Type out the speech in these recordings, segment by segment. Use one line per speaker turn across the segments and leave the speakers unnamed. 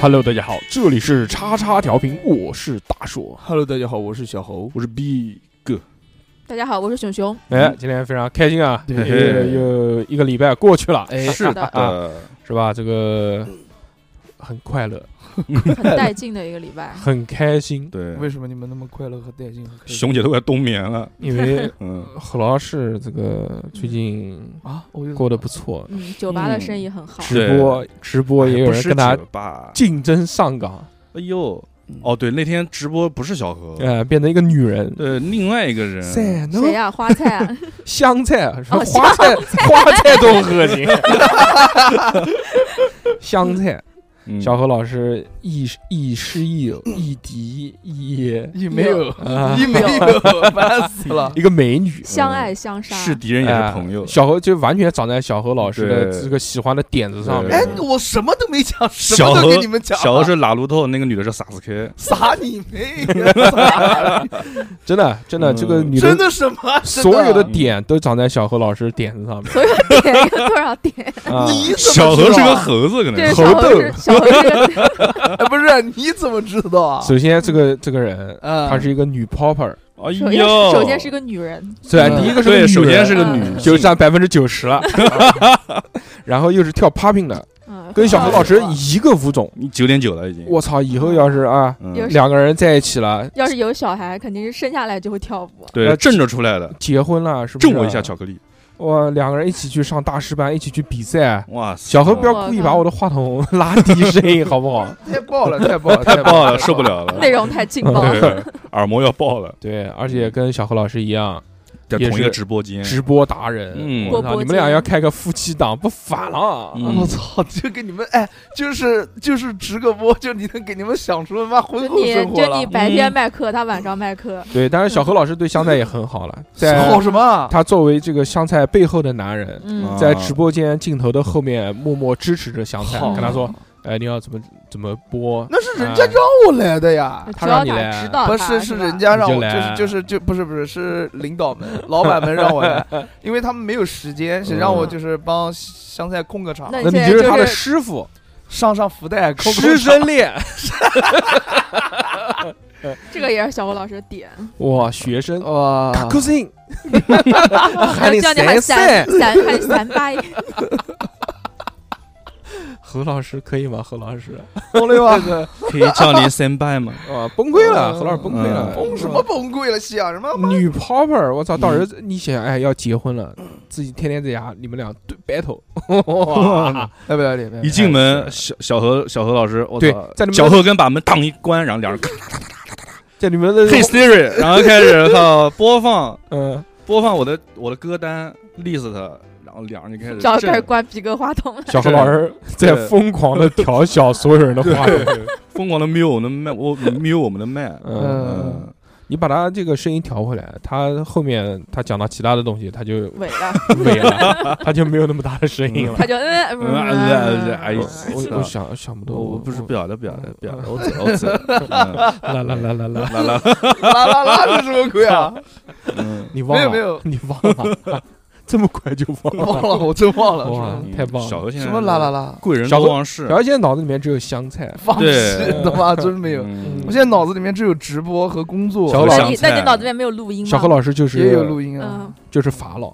Hello，大家好，这里是叉叉调频，我是大硕，
Hello，大家好，我是小侯。
我是 B 哥。
大家好，我是熊熊。
哎，今天非常开心啊！
嗯对
又又一个礼拜过去了，哎，
是的
啊，
呃
是吧？这个
嗯
很快乐，，
很带劲的一个礼拜
很开心，
对
为什么你们那么快乐和带劲和开心？
熊姐都快冬眠了，
因为
嗯，
何老师这个最近
啊，我就
过得不错，
嗯，酒吧的生意很好，
直播直播也有人跟他
吧？
竞争上岗，
哎呦，哦对，那天直播不是小何，
呃，变成一个女人。
嗯对，另外一个人，
塞诺
谁呀、花菜啊，
香菜，什么
哦
花菜，花菜多恶 心。香菜，
嗯
小何老师亦亦师亦友，亦敌亦
你没有，
啊
你没有， 烦死 了。
一个美女，
相爱相杀。
是敌人也是朋友
哎，小何就完全长在小何老师的
对
这个喜欢的点子上
对
面。
哎，我什么都没讲，什
小
么
何
都跟你们讲了。
小何是拉路透，那个女的是萨斯克，
傻你妹呀！ 傻
真的真的，
嗯
这个女
真的什么？真
所有的点都长在小何老师的点子上面。
所有点有多少点？
啊
你怎
小
么知
何
道
是个猴子，可能
对，
是
小
猴
何是小何是个
哎不是，你怎么知道啊？
首先，这个这个人，
嗯
她是一个女 popper，
哎
首先
呦，
首先是个女人，
对，
嗯
第一个是个女嗯
对，
人
首先是个
嗯
女性，
就占百分之九十了， 然后又是跳 popping 的，
嗯，
跟小何老师
啊
一个舞种。
你九点九了已经，
我操，以后要是啊
嗯
有
两个人在一起了，
要是有小孩，肯定是生下来就会跳舞。
对，震着出来的，
结婚了，呃是不是？
震我一下巧克力，
哇，两个人一起去上大师班，一起去比赛，
哇塞，
小何不
我
要故意
靠
把我的话筒拉低声音，好不好？
太爆了，太爆 了，
太爆了，
太
受不。了了，
内容太劲爆了，
对， 耳膜要爆了，
对，而且跟小何老师一样，
在
也
同一个
是
直播间，
直播达人。
嗯
我操，
播
你们
间
俩要开个夫妻档，不反了啊？
嗯
我操！就给你们哎，就是就是直个播，就你能给你们想出他妈
就
婚后
你
生活
就
了
你。白天卖课，他晚上卖课，
对，但是小何老师对香菜也很好了，在
好什么？啊
他作为这个香菜背后的男人，
嗯，
在直播间镜头的后面默默支持着香菜，
好
跟他说：“哎，你要怎么怎么播？
那是人家
哎
让我来的呀。
主
他
要
让你
哪
来
指导
不
啊他？
是，
是
是
吧
人家让
你
我，
就
就
来
是就是就不是不是是领导们、老板们让我 来，因为他们没有时间，谁让我
嗯
就是帮香菜控个场
那，
那
你
你
现在
就是
就
他的
是
师傅，
上上福袋，控控
师生恋，
这个也是小何老师的点，
哇，学生
哇，
，cousin，
啊叫
喊你
你喊
三三
三三喊你三八，
何老师可以吗？何老师，
崩了
这
吧？
个
可以叫你 stand by 吗？
啊，崩溃了，
嗯
何老师崩溃了，
崩 什么崩溃了？想什么？
女 popper，我操！到时候你想，哎，要结婚了，自己天天在家，你们俩对 battle，哇
来不了解，来不 了
一
解
进门，小小何小何老师，我
哎对
操
在你们
小何跟把门当一关，然后两人 咔
在你们的
嘿 Siri，然后开始靠播放
嗯，
播放我的我的歌单 list，然后两人就开始
只要
震
开始关逼格话筒了，
小何老师在疯狂的调小所有人的话筒，
疯狂的 mute 我们的麦，我 mute 我们的麦，
嗯，
嗯，
你把他这个声音调回来，他后面他讲到其他的东西，他就
尾了，
没了，他就没有那么大的声音了。
他就嗯嗯
嗯
嗯，
哎
我
呦
嗯
我我想想不通，
我不是不
表，
晓得不晓得不晓得，我走 我走，嗯
来来来来来，
来来，
啦啦啦是什么鬼啊？
嗯
你忘了？
没有
你忘了？这么快就忘 了？
忘了，我真忘了
哇
是吧，
太棒了
嗯小何现在
什么啦啦啦，
贵人
小
多
何
忘事
然，后现在脑子里面只有香菜，
放屁
对
他妈真没有。
嗯
嗯
我现在脑子里面只有直播和工作，
小何
那
老
你
香菜
那你脑子里面没有录音吗？
小何老师就是
也有录音啊。
嗯，
就是法老，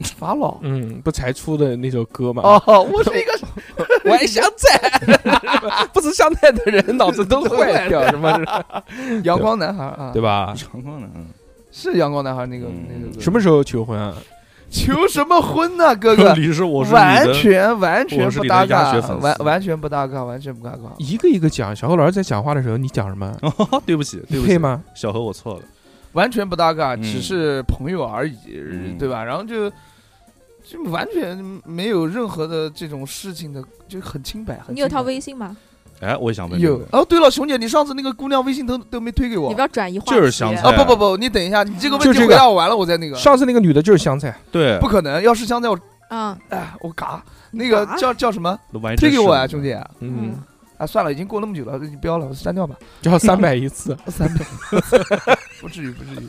法老
嗯，不才出的那首歌嘛。，
哦，我是一 个
玩香菜，不吃香菜的人脑子 都坏掉，什么
阳光男孩啊，
对吧？
阳光 呢？
是阳光男孩那个
嗯
那个歌
什么时候求婚啊？
求什么婚呢、哥哥？
李是我是你
完
的
全完全
我是
不
你的
搭
鸭
嘎
血粉，丝嗯
完完全不搭嘎，完全不搭嘎。
一个一个讲。小何老师在讲话的时候，你讲什么？
哦， 对不起，对
你
不
配
起，
吗？
小何，我错了。
完全不搭嘎，
嗯
只是朋友而已，
嗯
对吧？然后就就完全没有任何的这种事情的，就很清白。很
你有
清
他
白
微信吗？
哎，我也想问这个，
有哦，对了，熊姐，你上次那个姑娘微信都都没推给我
你不要转移话题，
就是想
啊！不不不，你等一下，你这个问
就
题
这个
回答我完了，我再那个。
上次那个女的就是香菜，
对
不可能，要是香菜我
嗯
哎，我嘎，那个
嘎
叫叫什么？
完
推给我呀、
啊，
兄弟！
嗯，
啊，算了，已经过那么久了，你不要了，删掉吧。
交三百一次，
三百， 不至于，不至于。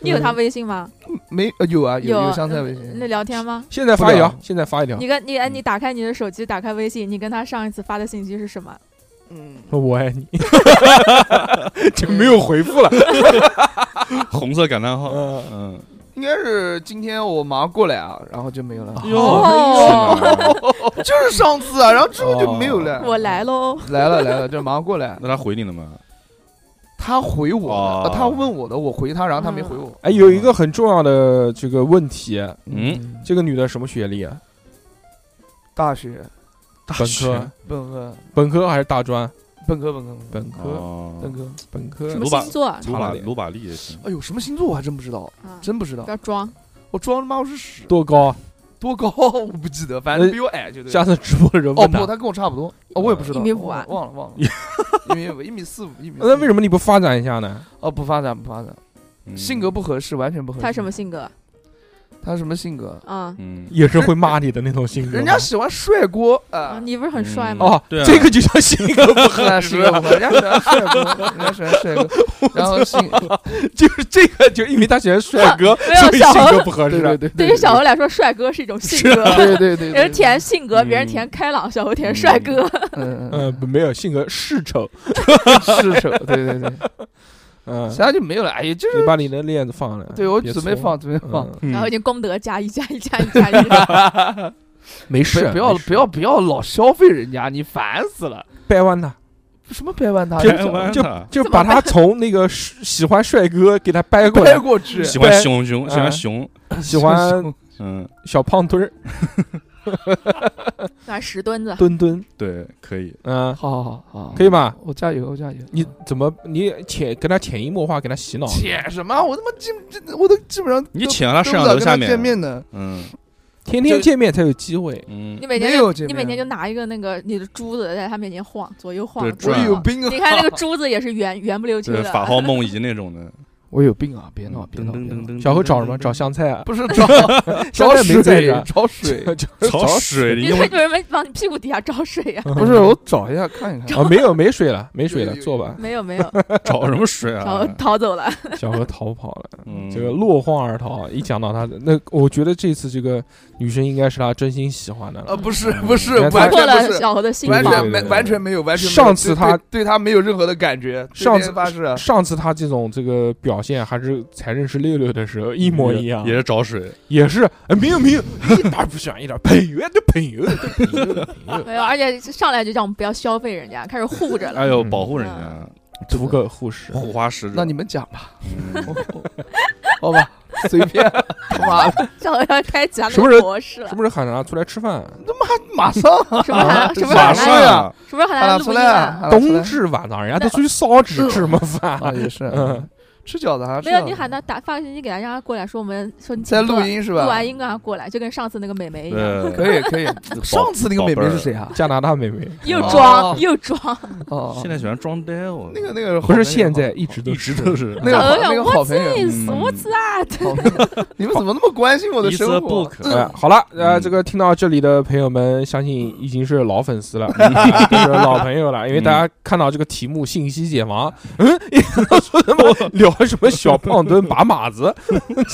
你有
嗯
他微信吗？
没呃有啊，有香菜
嗯
微信。嗯
那聊天吗？
现在发一
不
条
了，
现在发一条。
你跟你哎，你打开你的手机，打开微信，你跟他上一次发的信息是什么？
嗯，
我爱你，
就没有回复了。
红色感叹号，
嗯
嗯，
应该是今天我马上过来啊，然后就没有了。
哦
是吗
就是上次啊，然后之后就没有了。
我来喽，
来了来了，就马上过来。
那他回你了吗？
他回我的，
哦
呃他问我的，我回他，然后他
嗯
没回我。
哎，有一个很重要的这个问题，
嗯，
这个女的什么学历啊？
大学
大
本
本
科
科、
本科，
本科还是大专？
本科，本科，本科
本科、
本
哦，
科。
本
什
嗯
科
么。星座？
卢
差了
把
点
卢把利也行，
哎呦，什么星座我还真不知道，
啊，
真不知道
不。要装，
我装他妈我是屎，
多高？啊
多高 我不记得，反正比我矮就对了。
呃下次直播的时候
哦
问呃
不，
她。
他跟我差不多，哦我也不知道，
一米五啊
忘了忘了， 一米五，一米四五，一米四五。
那为什么你不发展一下呢？
哦，不发展不发展，
嗯
性格，不合适，完全不合适。
他什么？性格？
他什么性格？
啊，
嗯，
也是会骂你的那种性格吗。
人家喜欢帅锅
啊
啊，
你不是很帅吗？
哦，
对啊
这个就叫性格 不合
啊性格不合，人家喜欢帅锅，人家喜欢 帅锅，然后性，
就是这个，就因为他喜欢帅 哥，
没有
所以
小
性
何
格不合
对
适
对
啊。
对，啊
对于小欧来说，帅哥是一种性格，
对对对，
人填性格，
嗯
别人填开朗，小欧填帅哥。
嗯
嗯，不没有性格是丑。
是丑，对对对，
嗯，
其他就没有了。哎呀，就是
你把你的链子放了。
对我
嗯别
准备
怂
放，准备放，
嗯，
嗯
然后已经功德加一加一加一加一 了，
没
不
事，
不要
没事
不要不要老消费人家，你烦死了。
掰弯他，
什么掰弯他？
就
台湾的
就把他从那个是喜欢帅哥给他掰过
掰
来，
过去，
喜欢熊
嗯
熊，喜
啊
欢熊，
喜 欢
嗯，
小胖墩儿
拿十吨子。
墩墩，
对，可以，
嗯，
好好好好，
可以吧？
我加油，我加油。
你怎么你潜跟他潜移默化给他洗脑？
舔什么？我他妈基这我都基本上
你请到他摄
都不
像
咋
头
跟
下
他
面，
见面的，
嗯
天天见面才有机会。
嗯
你，每天
没有
就
见面
你每天就拿一个那个你的珠子在他面前晃，左右晃
对，
左右
转
我
啊
有
晃。
病啊！
你看那个珠子也是圆圆不溜秋
对，
的，
法号梦遗那种的，嗯
我有病啊！别闹，别闹，
噔
别
噔
闹
噔噔
小何找什么？
噔
找香菜啊？
不是找
香
找
菜没在
水
这，
找水，
就
找水，你
你
用
为什么往你屁股底下找水呀？
不是我找一下看一看。
啊，没有没水了，没水
有
了，
有有
坐吧。
没有没有，
找什么水
然后
啊？
逃走了。
小何逃跑了，
嗯，
这个落荒而逃。一讲到他的，那我觉得这次这个女生应该是他真心喜欢的
呃，
了。
不是不是，
嗯
完
突
破
全
了
不是，
小何的心
完
对对
房
全
对
没
对
完全没有，完全没有
上次
对
他
对对他没有任何的感觉，对
上
天
次
发誓，
呃上次他这种这个表现还是才认识六六的时候一模一样，
也是找水，
也是哎没有没有，一点儿不想一点儿朋友就朋友就朋友就朋友，
没有，而且上来就叫我们不要消费人家，开始护着了。
哎呦，
嗯
保护人家，
图个护士。
嗯
护花使者。
那你们讲吧，
嗯
我我好吧，随便， 他妈的，
小何要开启他
什么
那
人
个模式 了
是，不是喊他出来吃饭？啊
马上啊
什么喊什么
马
喊
上啊
他
呀，
什么喊
喊
他
他
录
出
音
来啊，
啊？
喊他出
冬
来
至晚上人家都出去烧纸吃什么
啊
饭？
也是，
嗯
吃饺子还是
没
吃
有，
饺
你
子
喊他打发个信息给他，让他过来说我们说你
啊在
请
录
坐，
音是
录
吧？
完音让他过来，就跟上次那个美眉一样，
对，
可以可以，上次那个美眉是谁 啊？
加拿大妹妹
又
哦
装又装。
哦，
现在喜欢装呆哦，
那个那个
不是现在，一直都
一直都是
那个
小
好
何想
那个好朋友，嗯
这什么子啊？
好朋友， 你们怎么那么关心我的
一
生
丝
活啊
不？可。
哎，好了，呃，
嗯
这个听到这里的朋友们，相信已经是老粉丝了，啊都是老朋友了，因为大家看到这个题目“信息解盲”， 嗯，说他妈聊什么小胖墩把马子，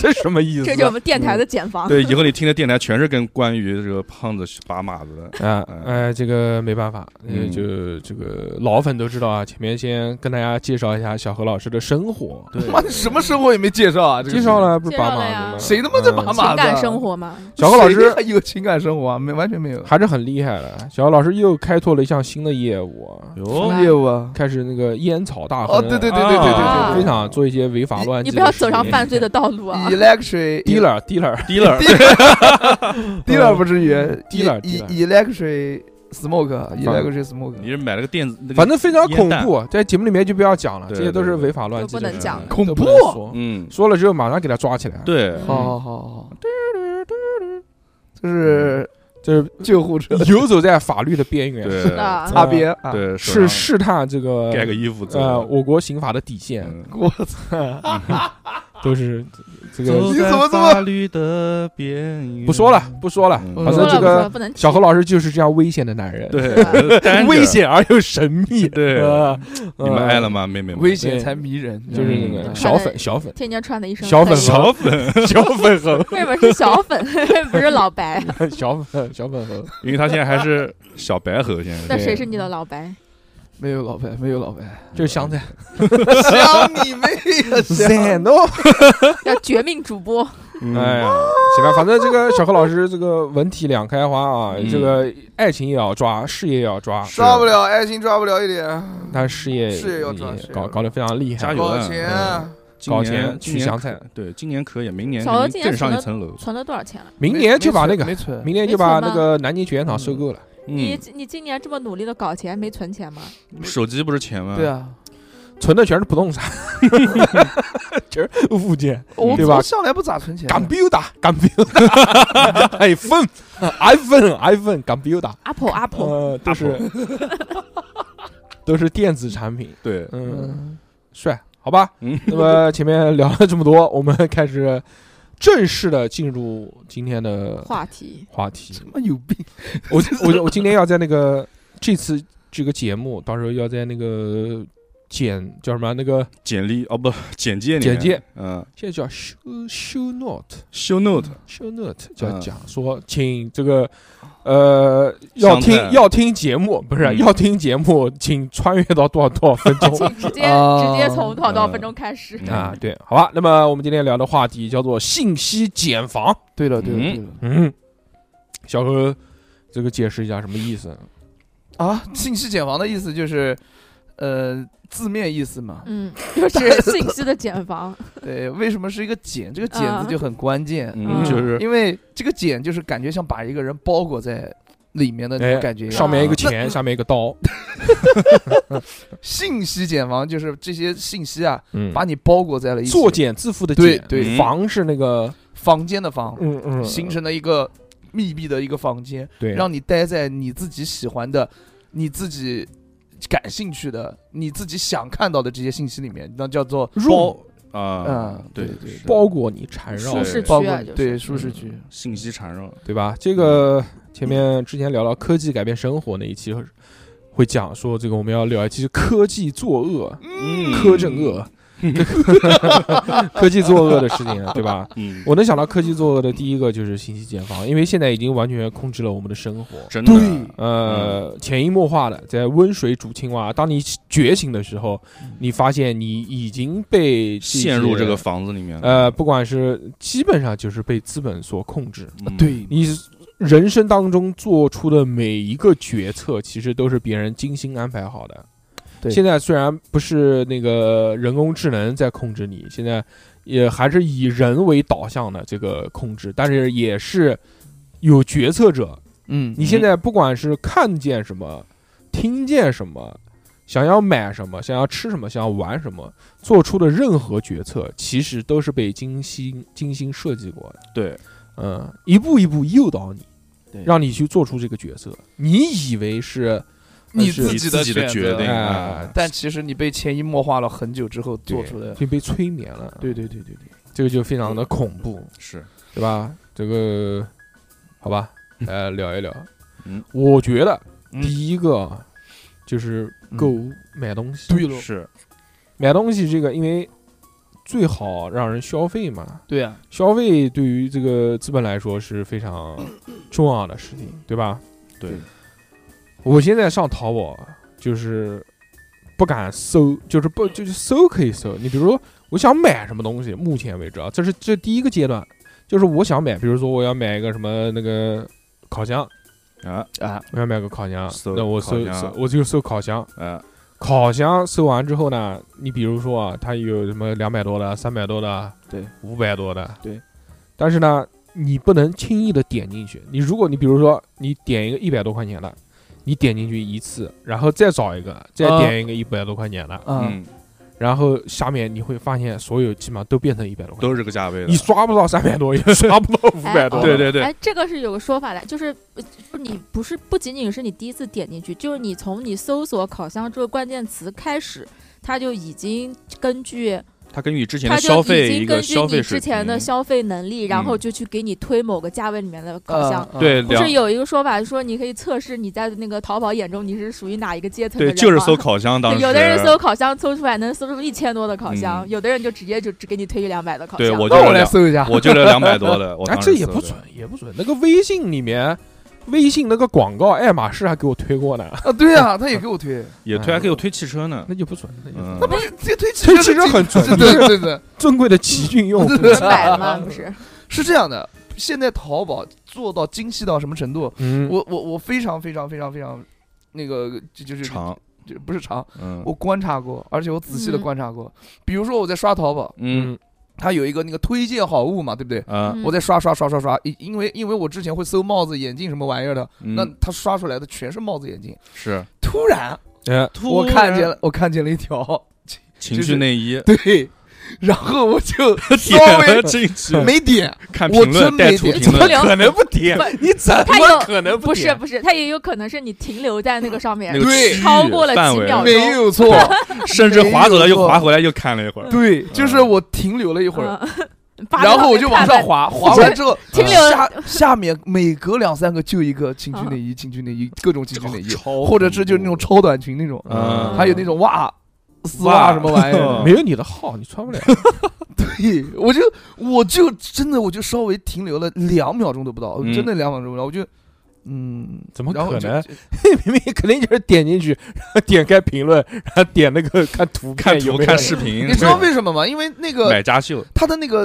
这什么意思啊
这就是我们电台
嗯
的茧房。
对，以后你听的电台全是跟关于这个胖子拔马子的。
啊？呃，这个没办法，呃
嗯
就这个老粉都知道啊。前面先跟大家介绍一下小何老师的生活，
对
妈，你什么生活也没介绍啊？这个
介绍了不是
介绍
把
了
马
呀
子吗？
谁他妈在把
嗯
马
情
子啊
感生活嘛，
小何老师
谁还有情感生活啊？没完全没有。
还是很厉害的。小何老师又开拓了一项新的业哦务，
哟，
业务啊？
开始那个烟草大亨。
哦，对对对对对
啊
对
非常做一些违法乱纪
你
的
不
事情。
要走上犯罪的道路啊！
对 E，electric
dealer dealer
dealer
dealer 不至于
dealer-
e
dealer
e- electric smoke electric
你
smoke
是买了个电子，那个
反正非常恐
烟弹
怖，在节目里面就不要讲了，
对
这些都是违法乱纪
就不
的
能
事
讲
情，都不
恐
能
怖
说
嗯，
说了之后马上给他抓起来。，
对，
好好好好好，
嗯
这是
这是
救护车
游走在法律的边缘，
对
是的，
擦边啊！
对，手
是
上
试探这个呃
盖个衣服走，
呃我国刑法的底线。
嗯
我操，
都是这个
走你怎么这么
法律的边缘
不说了，不说了，
嗯
反
说
正
了
这
不说了
个
不能提
小何老师就是这样危险的男人，
对，单着
危。险而又神秘，
对
呃
你们爱了？吗，妹妹们？
危险才迷人，
呃就是那
嗯
个小 粉小粉
天天穿的一身
小粉
黑
小
小粉，
小粉猴，
为什么是小 粉，不是老白？
小粉小粉猴，
因为他现在还是小白猴，现在
那
是
谁是你的老白？
没有老白，没有老 白，
就是香菜，
想你妹 呀！
赞哦。
要绝命主播，
嗯
哎呀，行吧，反正这个小何老师这个文体两开花啊，
嗯
这个爱情也要抓，事业也要抓，
抓不了，爱情抓不了一点，
但事业
事业要抓
也
事业
搞
要抓
搞得非常厉
加
害
油。
搞
啊！
钱
哎嗯
今
搞
年
钱
今
去
年
香
可
菜
对，今年可以，明年
小何
肯定
今年
更上一
存
层楼。
存了多少钱了？
明年就把那个，
没存，
明年就把那个南京曲演厂收购了。
你
嗯，
你今年这么努力的搞钱，没存钱吗？
手机不是钱吗？
对啊，
嗯
存的全是不动 产，全是物件，
我
嗯对吧
我？向来不咋存钱的，
computer computer iPhone iPhone iPhone computer，
Apple Apple，
呃，都是 都是电子产品，
对，
嗯，
嗯，
帅，好吧。
嗯
那么前面聊了这么多， 我们开始正式的进入今天的
话题
话题。
他妈有病，
我我我今天要在那个这次这个节目，到时候要在那个简叫什么那个
简历哦不，简介里
简
面
介，
嗯
现在叫 show show note
，show note，
show note 就要
嗯
讲说，请这个呃要
上
听
菜
要听节目，不是、
嗯
要听节目，请穿越到多少多少分钟
请直接
啊
直接从多少多少
嗯
分钟开始？
嗯
啊？对，好吧。那么我们今天聊的话题叫做信息茧房。
对了对了
嗯
对了
嗯，小何，这个解释一下什么意思？
啊，信息茧房的意思就是，呃，字面意思嘛，
嗯，就是信息的茧房。
对，为什么是一个茧？这个茧
啊
字就很关键，
嗯，
嗯
就是
因为这个茧就是感觉像把一个人包裹在里面的那
哎
呃种感觉一啊样。
上面一个钱，下面一个刀。
啊信息茧房就是这些信息啊，
嗯，
把你包裹在了一起。
作茧自缚的
对
茧，
嗯
对
房是那个
房间的房，
嗯嗯
形成了一个密闭的一个房间，
对，
让你待在你自己喜欢的、你自己感兴趣的、你自己想看到的这些信息里面，那叫做
入
啊
嗯，
对
对对
是
包裹你缠绕你，
是
舒适区
包括
啊，
你
就
嗯
是
对舒适区。
信息缠绕，
对吧？这个前面之前聊到科技改变生活那一期，会讲说这个我们要聊一期科技作恶、
嗯
科正恶、 科技作恶的事情，对 吧？
嗯，
我能想到科技作恶的第一个就是信息茧房，因为现在已经完全控制了我们的生活。
真的，
呃，
嗯
潜移默化的在温水煮青蛙。当你觉醒的时候，你发现你已经被些
嗯陷入这个房子里面，
呃，不管是基本上就是被资本所控制。
嗯，
对，
你人生当中做出的每一个决策，其实都是别人精心安排好的。
对
现在虽然不是那个人工智能在控制你，现在也还是以人为导向的这个控制，但是也是有决策者。
嗯，
你现在不管是看见什么、听见什么、想要买什么、想要吃什么、想要玩什么，做出的任何决策，其实都是被精心精心设计过的。
对，
嗯，一步一步诱导你
对，
让你去做出这个角色。你以为是
你
是
自
你
己
自己的
选择
决定
哎
啊，，
但其实你被潜移默化了很久之后做出的。
就被催眠了。，
对对对对对，
这个就非常的恐怖，
是，
对吧？这个好吧，来聊一聊。
嗯，
我觉得
嗯
第一个就是购物买东西，
对喽，
是，
买东西这个因为最好让人消费嘛，
对啊，
消费对于这个资本来说是非常重要的事情，对吧？
对，
我现在上淘宝啊就是不敢搜，就是不就是搜可以搜。你比如说，我想买什么东西，目前为止啊，这是这第一个阶段，就是我想买，比如说我要买一个什么那个烤箱，
啊
啊，
我要买个烤箱，
搜
那我搜
烤箱
搜，我就搜烤箱。
啊，
烤箱搜完之后呢，你比如说啊，它有什么两百多的、三百多的，
对，
五百多的，
对。
但是呢，你不能轻易的点进去。你如果你比如说你点一个一百多块钱的，你点进去一次，然后再找一个，再
啊
点一个一百多块钱的，
嗯，
嗯，
然后下面你会发现所有基本上都变成一百多块钱，
都是这个价位的，
你刷不到三百多，也刷不到五百多。
对对对，
哎，这个是有个说法的，就是呃就是你不是不仅仅是你第一次点进去，就是你从你搜索烤箱这个关键词开始，它就已经根据
他根据之前
他
的
就
消
已
费一
经
个
根据
消
你
费
之
水
前的
平，
消费能力，然后
嗯
就去给你推某个价位里面的烤箱
嗯。
对，
不
两
是有一个说法说，你可以测试你在那个淘宝眼中你是属于哪一个阶层
对，
的人
就是
吗
搜烤箱，当
对
时
有的人 搜烤箱搜出来能搜出一千多的烤箱，
嗯
有的人就直接就只给你推一两百的烤
对
箱。
我就
那我
是
来
两，
搜一下，
我就是两百多的，我
哎，
当
这
时
也
搜
不
的
准，也不准。那个微信里面，微信那个广告，爱马仕还给我推过呢，
啊， 对啊，他也给 我推，
也推
嗯
还给我推汽车呢，
那就不准，那就不准
嗯
那，不是这推
这
汽
其
车
实很准
对对对对，
尊贵的奇骏用户
对
能买了吗？不
啊
是，
是这样的。现在淘宝做到精细到什么程度？
嗯，
我我我非常非常非常非常那个，就就是
长，
就不是长，
嗯
我观察过，而且我仔细的
嗯
观察过。比如说我在刷淘宝，
嗯
嗯
它有一个那个推荐好物嘛，对不对？
啊，
嗯
我在刷刷刷刷刷，因因为因为我之前会搜帽子、眼镜什么玩意儿的，那
嗯
它刷出来的全是帽子、眼镜。
是
突然，
哎，
我看见了，我看见了一条，
情
就
趣
是
内衣，
对，然后我就稍
点
微
了 进去，
没点，
看
我
评论
真
带
没
图
点
评
不
论，
了
可能不提
不，
你怎
他
么
有
可能
不是
点？
不是，它也有可能是你停留在 那个上面
那，个
对
区域
超过了
范
几
围
秒
没有错，
甚至
没
划走了
有
又
错
划回来又看了一会儿，
对，就是我停留了一会儿，
嗯把
然后我
那
就
个
往上
看吧
滑，滑完之后
停留
下下面每隔两三个就一个情趣
嗯
内衣、情趣内衣，各种情趣内衣，
超
或者是就是那种超短裙那种，
嗯，
还有那种袜。丝袜
袜
什么玩意儿？
没有你的号，你穿不了。
对， 我就我就真的我就稍微停留了两秒钟都不到，
嗯
真的两秒钟不到，我就嗯，
怎么
然后
可
就
能？明明肯定就是点进去，然后点开评论，然后点那个看图片
看
有
图
没有
看视频，
你知道为什么吗？因为那个
买家秀，
他的那个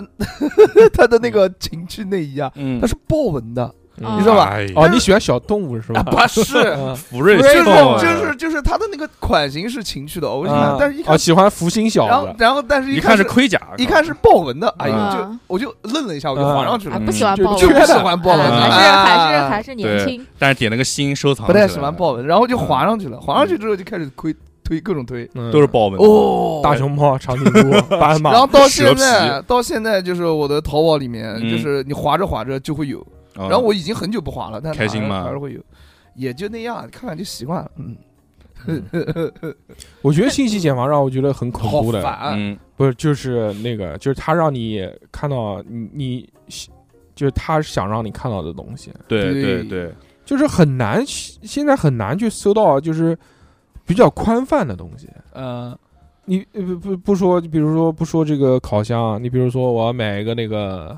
他的那个情趣内衣啊，
嗯
它是豹纹的，
嗯
你知道吧？
哎呀
哦，你喜欢小动物是吧？
不是，
嗯
福瑞
就是
秀啊
就是就是它的那个款型是情趣的，我一看
嗯，
但是一
哦，
看，
喜欢福星
然
小
后
子，
然后但是
一
看
看是盔甲，
一看是豹纹的，
嗯
哎呀，就我就愣了一下，我就
嗯
划上去
啊
了，
不喜欢
就
豹
就
纹
不
缺
喜
的
欢豹纹，
嗯
还是
啊
还是还是年轻，
但是点了个心收藏，
不太喜欢豹，纹，然后就划上去了，划上
嗯
去之后就开始推推各种推，
嗯
都是豹纹，
哦，
大熊猫、长颈鹿、斑马
然，后到
蛇
现
皮
在，到现在就是我的淘宝里面，
嗯
就是你划着划着就会有，
然
然后我已经很久不滑了，但
开心
还是
吗
还是会有，也就那样，看看就习惯了。嗯，
我觉得信息茧房让我觉得很恐
好
怖的，
烦。
嗯
不是就是那个，就是他让你看到你你，就是他想让你看到的东西，
对
对
对对，
就是很难，现在很难去搜到就是比较宽泛的东西。
嗯，
你呃不不不说，比如说不说这个烤箱，你比如说我要买一个那个，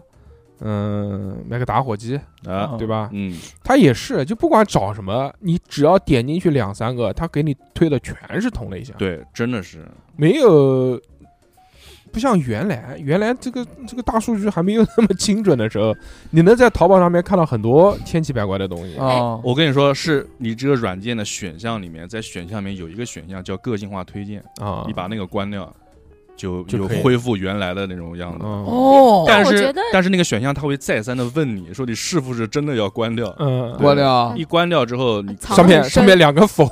嗯，买个打火机，
哦
啊，
对吧？
嗯，
它也是，就不管找什么，你只要点进去两三个，它给你推的全是同类型，，
对，真的是，
没有。不像原来，原来这个这个大数据还没有那么 精准的时候，你能在淘宝上面看到很多千奇百怪的东西。
啊
哦，
哎我跟你说，是你这个软件的选项里面，在选项里面有一个选项叫个性化推荐，
啊，
哦
你把那个关掉，就
就
就
可以
恢复原来的那种样子。
嗯
哦，
但
我
是
觉得
但是那个选项它会再三的问你说你是不是真的要关掉？
嗯，
我了
一关掉之后，你
藏
上面
很
上
深
面两个 否，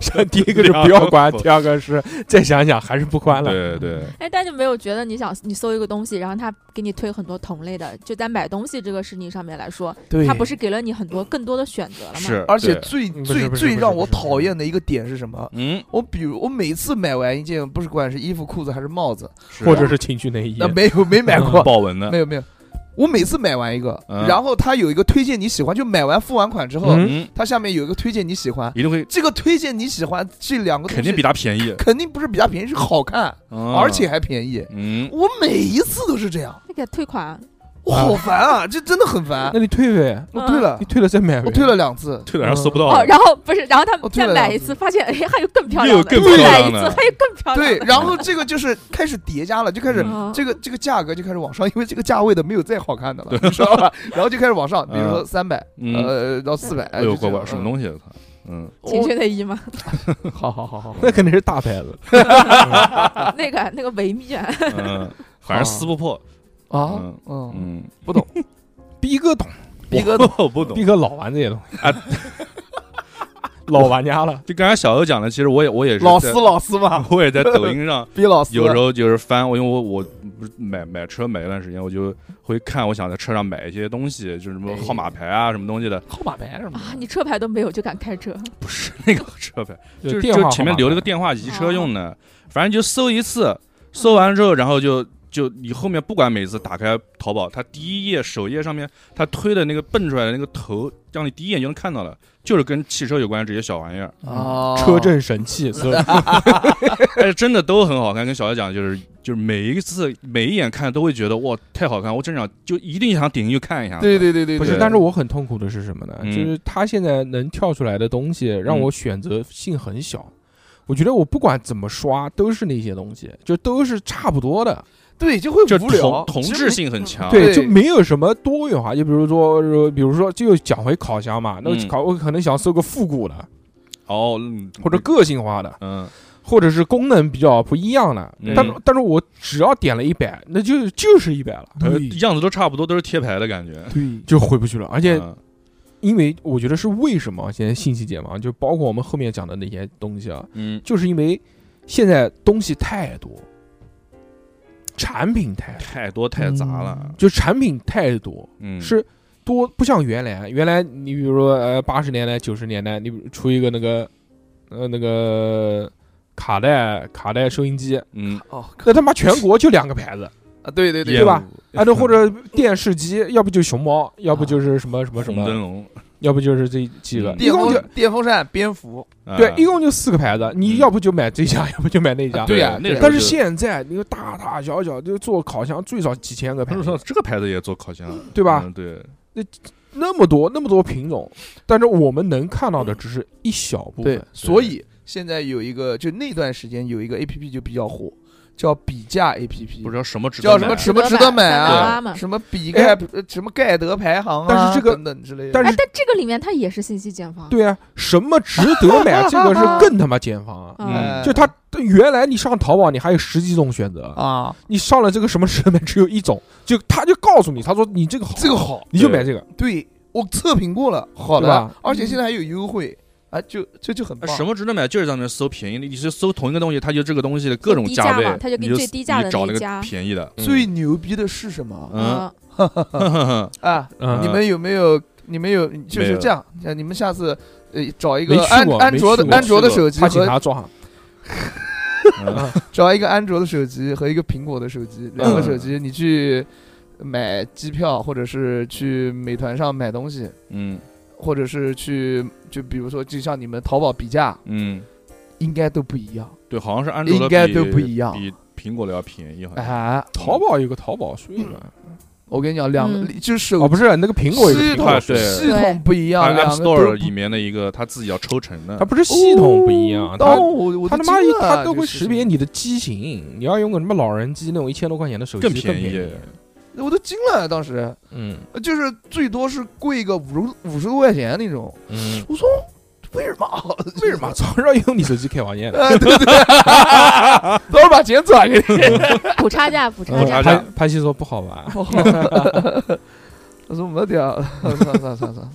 上第一个是不要关，第二个是再想想还是不关了。
对对，
嗯
哎，但就没有觉得你想你搜一个东西，然后他给你推很多同类的，就在买东西这个事情上面来说，
对
他不是给了你很多更多的选择了吗？
是，
而且
对
最
不是
最
不是
最
不是
让
不
我
是不是
讨厌的一个点是什么？
嗯，
我比如我每次买完一件，不是管是衣服、裤子还是帽子，
是啊嗯
或者是情趣内衣
那，没有没买过，
豹纹的
没，有没有，我每次买完一个，
嗯
然后它有一个推荐你喜欢，就买完付完款之后，
嗯
嗯，
它下面有一个推荐你喜欢，
一定会
这个推荐你喜欢这两个东西
肯定比它便宜，
肯定不是比它便宜，是好看，
嗯
而且还便宜。
嗯，
我每一次都是这样，
那个退款，啊
我好烦啊，这真的很烦。
那你退呗，
我退了
你，退了再买呗。
啊我退，了两次，
嗯
嗯
退了然后搜不
哦
啊
到，，
然后不是，然后他
哦我退
再
了
买
两
一
次
次，发现哎还有更漂
又
亮
有
的，
更
再
漂
买一
亮的
次还有更漂亮
对
的，，
然后这个就是开始叠加 了，就开始
嗯
这个这个价格就开始往上，因为这个价位的没有再好看的了，你知道吧？然后就开始往上，比如说三百，
嗯，
呃，到四百，哎
哎呦，乖乖，什么
西？
东西啊？它 嗯，
情趣内衣嘛，
我哦好好好好，好
那肯定是大牌 子。
那个那个维密啊，
嗯，反正撕不破，
啊
嗯，
嗯，
嗯，
逼哥懂，
逼哥
我不懂
逼。哥老玩这些东西
啊，
老玩家了。
就刚才小欧讲的，其实我也我也是
老
在
司老 司嘛，
我也在抖音 上
逼老司啊
有时候就是翻，我因为我我不是买买车买一段时间，我就会看我想在车上买一些东西，就是什么
哎
号码牌啊什么东西的，
号码牌什么的
你车牌都没有就敢开车，
不是那个车牌，就是
电话
就
号码
哦
前面留了个电话，移车用的，反正就搜一次，搜完之后，然后就就你后面不管每次打开淘宝，它第一页首页上面它推的那个蹦出来的那个头，让你第一眼就能看到了，就是跟汽车有关的这些小玩意儿，
哦，
车震神器，所以
哎，真的都很好看。跟小叶讲就是就是每一次每一眼看都会觉得哇太好看，我真想就一定想点进去看一下。
对对对对，
不是
对，
但是我很痛苦的是什么呢？就
嗯
是他现在能跳出来的东西，让我选择性很小。我觉得我不管怎么刷，都是那些东西，就都是差不多的，
对就会
就
无聊，
同同
其实嗯
质
你
性很强。
对
就没有什么多元化。就比如说，比如说，就讲回烤箱嘛，那
嗯
烤我可能想搜个复古的，
哦，嗯
或者个性化的，
嗯，
或者是功能比较不一样的。
嗯
但是但是我只要点了一百，那就就是一百了，
呃样子都差不多，都是贴牌的感觉。
对，
就回不去了。而且
嗯
因为我觉得是为什么现在信息解盲，就包括我们后面讲的那些东西啊，
嗯，
就是因为现在东西太多，产品太多，
太多太杂了。
就产品太多，
嗯，
是多不像原来，原来你比如说呃八十年代九十年代，你比如出一个那个呃那个卡带卡带收音机，
嗯，
哦
那他妈全国就两个牌 子，
啊，对对
也
对
对吧？啊，那或者电视机，要不就熊猫，要不就是什么什么什
红
么，
灯笼，
要不就是这几个，
嗯
一
电
共就
风电风扇、蝙蝠，
哎
对，一共就四个牌子，你要不就买这家， 要不就买那家。
对
呀
那时候
但是
就
现在你大大小小就做烤箱，最少几千个牌
他
子
说，这个牌子也做烤箱，
对吧？
嗯对，
那么多那么多品种，但是我们能看到的只是一小部
对
分，。
所以现在有一个，就那段时间有一个 A P P 就比较火，叫比价 A P P，
不知道什么值得
叫什么
买
什么值得买
三
啊
八，
八嘛
什么比盖呃什么盖德排行啊，
但是这个
等等之类的，
但
哎
是，
但这个里面它也是信息茧房。
对啊，什么值得买？这个是更他妈减房啊！
嗯，
哎
就它原来你上淘宝，你还有十几种选择，
啊，
你上了这个什么值得买只有一种，就他就告诉你，他说你这个好，
这个好，
你就买这个。
对我测评过了，好
对
的
吧，
而且现在还有优惠，啊，就这就很
啊
棒。
什么值得买，就是在那边搜便宜的，你是搜同一个东西，它就这个东西的各种
低价嘛
位，
它就给
你
你最低价
你
的
找
那
那
一家
个便宜的，
嗯
嗯最牛逼的是什么
嗯，
嗯，
啊？
嗯
你们有没有？你们有就
没
是
有
这样，呃你们下次呃找一
没
个
去
安
过
安
没
卓的
去过
安卓的手机
他警
和
察抓上，
嗯
找一个安卓的手机和一个苹果的手机，
嗯
两个手机你去买机票，或者是去美团上买东西，
嗯
或者是去就比如说就像你们淘宝比价，
嗯，
应该都不一样
对，好像是安卓的
应该
比
都不一样
比苹果的要便宜，好像嗯
啊！
淘宝有个淘宝税嘛。
我跟你讲，两个
嗯
就是手
哦，不是那个苹果有个
系
苹
统
果
对
系统不一样，
它 App
两个都
Store
不
里面的一个，它自己要抽成的
它，不是系统不一样，它
哦，我我
它
都
他妈
惊了
它都会
这
识
个事
别
情，
你的机型，你要用个什么老人机那种一千多块钱的手机
更便
便
宜
我都惊了，当时
嗯
就是最多是贵个五十五十多块钱那种，
嗯，
我说为什么？
为什么？ 早知道用你手机开房 间的？
呃，对对对，等会儿把钱转给你。
呃补差价，补差
嗯
价
差。
潘潘西说不好玩，
我说没屌，算算算算，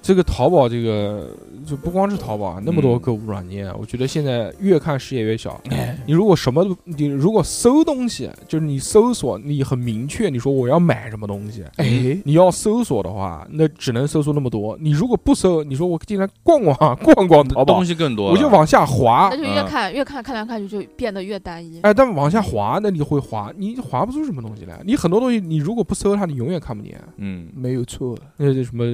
这个淘宝这个就不光是淘宝啊，那么
嗯
多购物软件啊，我觉得现在越看视野越小。
哎
你如果什么都，你如果搜东西，就是你搜索，你很明确，你说我要买什么东西，
哎，
你要搜索的话，那只能搜索那么多。你如果不搜，你说我进来逛逛逛逛淘宝
东，西更多了，
我就往下滑
那。就越看越看看来看去就变得越单一。
嗯哎，但往下滑，那你会滑，你滑不出什么东西来。你很多东西，你如果不搜它，你永远看不见。
嗯
没有错，
那就什么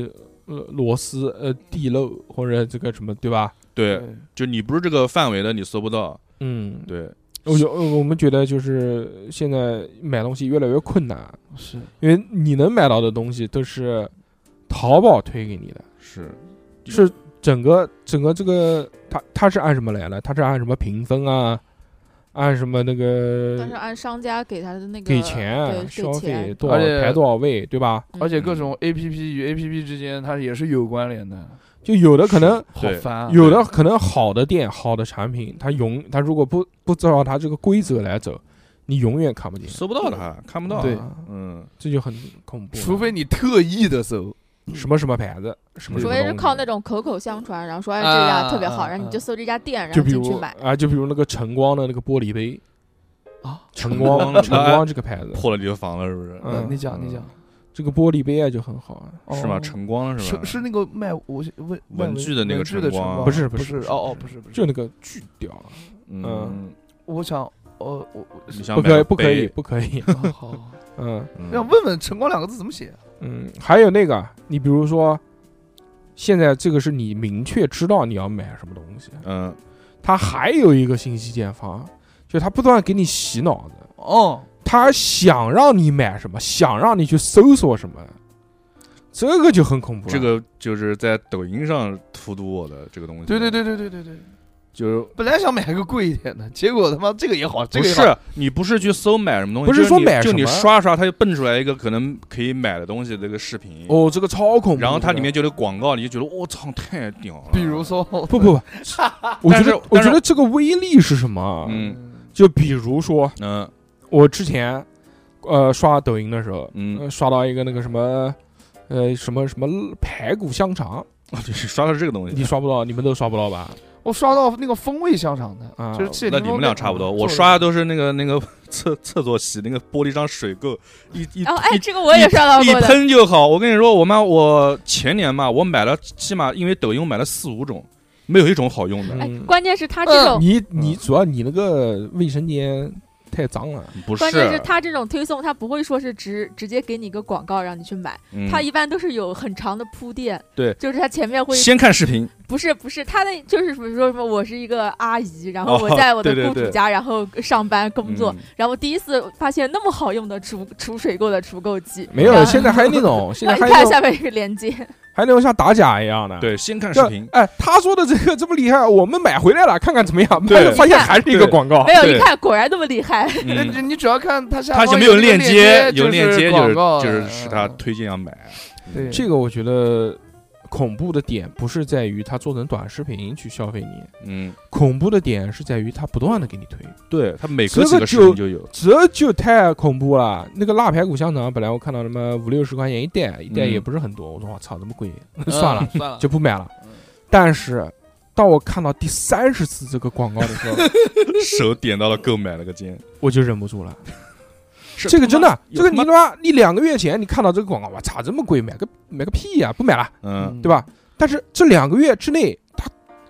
呃螺丝呃地漏或者这个什么，对吧？
对，就你不是这个范围的，你搜不到，
嗯，
对，
我有呃我们觉得就是现在买东西越来越困难，
是
因为你能买到的东西都是淘宝推给你的。
是
是整个整个这个，它它是按什么来的？它是按什么评分啊？按什么那
但是
个
按商家给他的那个
给钱啊、
对
消
给
费
钱，
多少
而且
排多少位，对吧？
嗯
而且各种 A P P 与 A P P 之间，它也是有关联的，
就有的可能
好
对
烦啊！
有的可能好的店、好的产品，它永它如果不不照它这个规则来走，你永远看不见，
搜不到的，还看不到，
对
啊
嗯，
这就很恐怖了。
除非你特意的搜，
什么什么牌子，什么什
除
么
非
东
是
西
靠那种口口相传，然后说哎
啊
这家特别
啊
好，
啊
然后你就搜这家店，然
就
后
比
进
如
去买。
啊，就比如那个晨光的那个玻璃杯
啊，
晨光
晨光哎
晨光这个牌子，
破了你的防了是不是？
嗯
你讲你讲，
这个玻璃杯啊就很好啊。
哦
是吗？晨光是吧？
是是那个卖我文
文具的那个
文具的
晨光
光，
不
是
不
不是不是
哦哦不是不是，
就那个巨屌啊，
嗯，
我想哦，我 我
你
是
想
不
买
可以，
个
不可以，
杯，
不可以。
哦好，
嗯
嗯
要问问“晨光”两个字怎么写？
嗯，还有那个，你比如说，现在这个是你明确知道你要买什么东西，
嗯，
它还有一个信息茧房，就它不断给你洗脑的，
哦，
它想让你买什么，想让你去搜索什么，这个就很恐怖了。
这个就是在抖音上荼毒我的这个东西。
对对，对对对对对，
就是
本来想买个贵一点的，结果他妈这个也好，这
不
个也好
哦是啊你不是去搜买什么东西，
不是
就
说
你
买
就
什
你
么
刷刷，它就蹦出来一个可能可以买的东西的一个视频。
哦，这个超恐怖。
然后它
这个
里面就有广告，你就觉得我操太屌了。
比如说，
不 不不，我觉
但是
得我
但是
觉得这个威力是什么啊？
嗯
就比如说
嗯
我之前呃刷抖音的时候，
嗯，
呃刷到一个那个什么。呃，什么什么排骨香肠，
哦你是 刷到这个东西，
你刷不到，你们都刷不到吧？
我刷到那个风味香肠的，
啊
就是谢
那你
霆
们
锋
俩
那
差不多，
做
我
的
刷的都是那个那个 厕厕所洗那个玻璃上水垢，一一
然后哎，
一
这个我也刷到
一
过的，
喷就好。我跟你说，我妈我前年嘛，我买了起码因为抖音我买了四五种，没有一种好用的。
哎
嗯，
关键是他这种。
你
嗯
你主要你那个卫生间太脏了，
不
关键是
是，
他这种推送，他不会说是直直接给你一个广告让你去买，
嗯
他一般都是有很长的铺垫。
对
就是他前面会
先看视频，
不是不是，他那就是比如说什么，我是一个阿姨，然后
哦
我在我的
对对
雇主
对
家，然后上班工作，
嗯
然后第一次发现那么好用的除除水垢的除垢剂，
没
然
有，
后
现在还有那 种，现
然
在
后
还
一
有那
啊看
种
下面是链接，
还有那种像打假一样的，
对，先看视
这。
频。
哎，他说的这个这么厉害，我们买回来了，看看怎么样？
对
买了 发现还是一个广告
没，有一
哦对
看果然那么厉害，
那
嗯
哎你你只要看它下
它
方
前面
有
有链
接，
有链接就
广
是
告啊，
就是是他
嗯
推荐要买，
对
这个我觉得恐怖的点不是在于它做成短视频去消费你，
嗯，
恐怖的点是在于它不断的给你推，
对他每
这
隔
个
几个视
就
频 就有，
这就太恐怖了。那个腊排骨香肠，本来我看到他妈五六十块钱一袋，一袋
嗯
也不是很多，我说我操，这么贵，
嗯
算了，
算了，
就不买了。但是当我看到第三十次这个广告的时候，
手点到了购买那个键，
我就忍不住了。
是
这个真的，
有
这个你
他
他妈，你两个月前你看到这个广告，我操，这么贵，买个买个屁呀、不买了，
嗯，
对吧？但是这两个月之内，他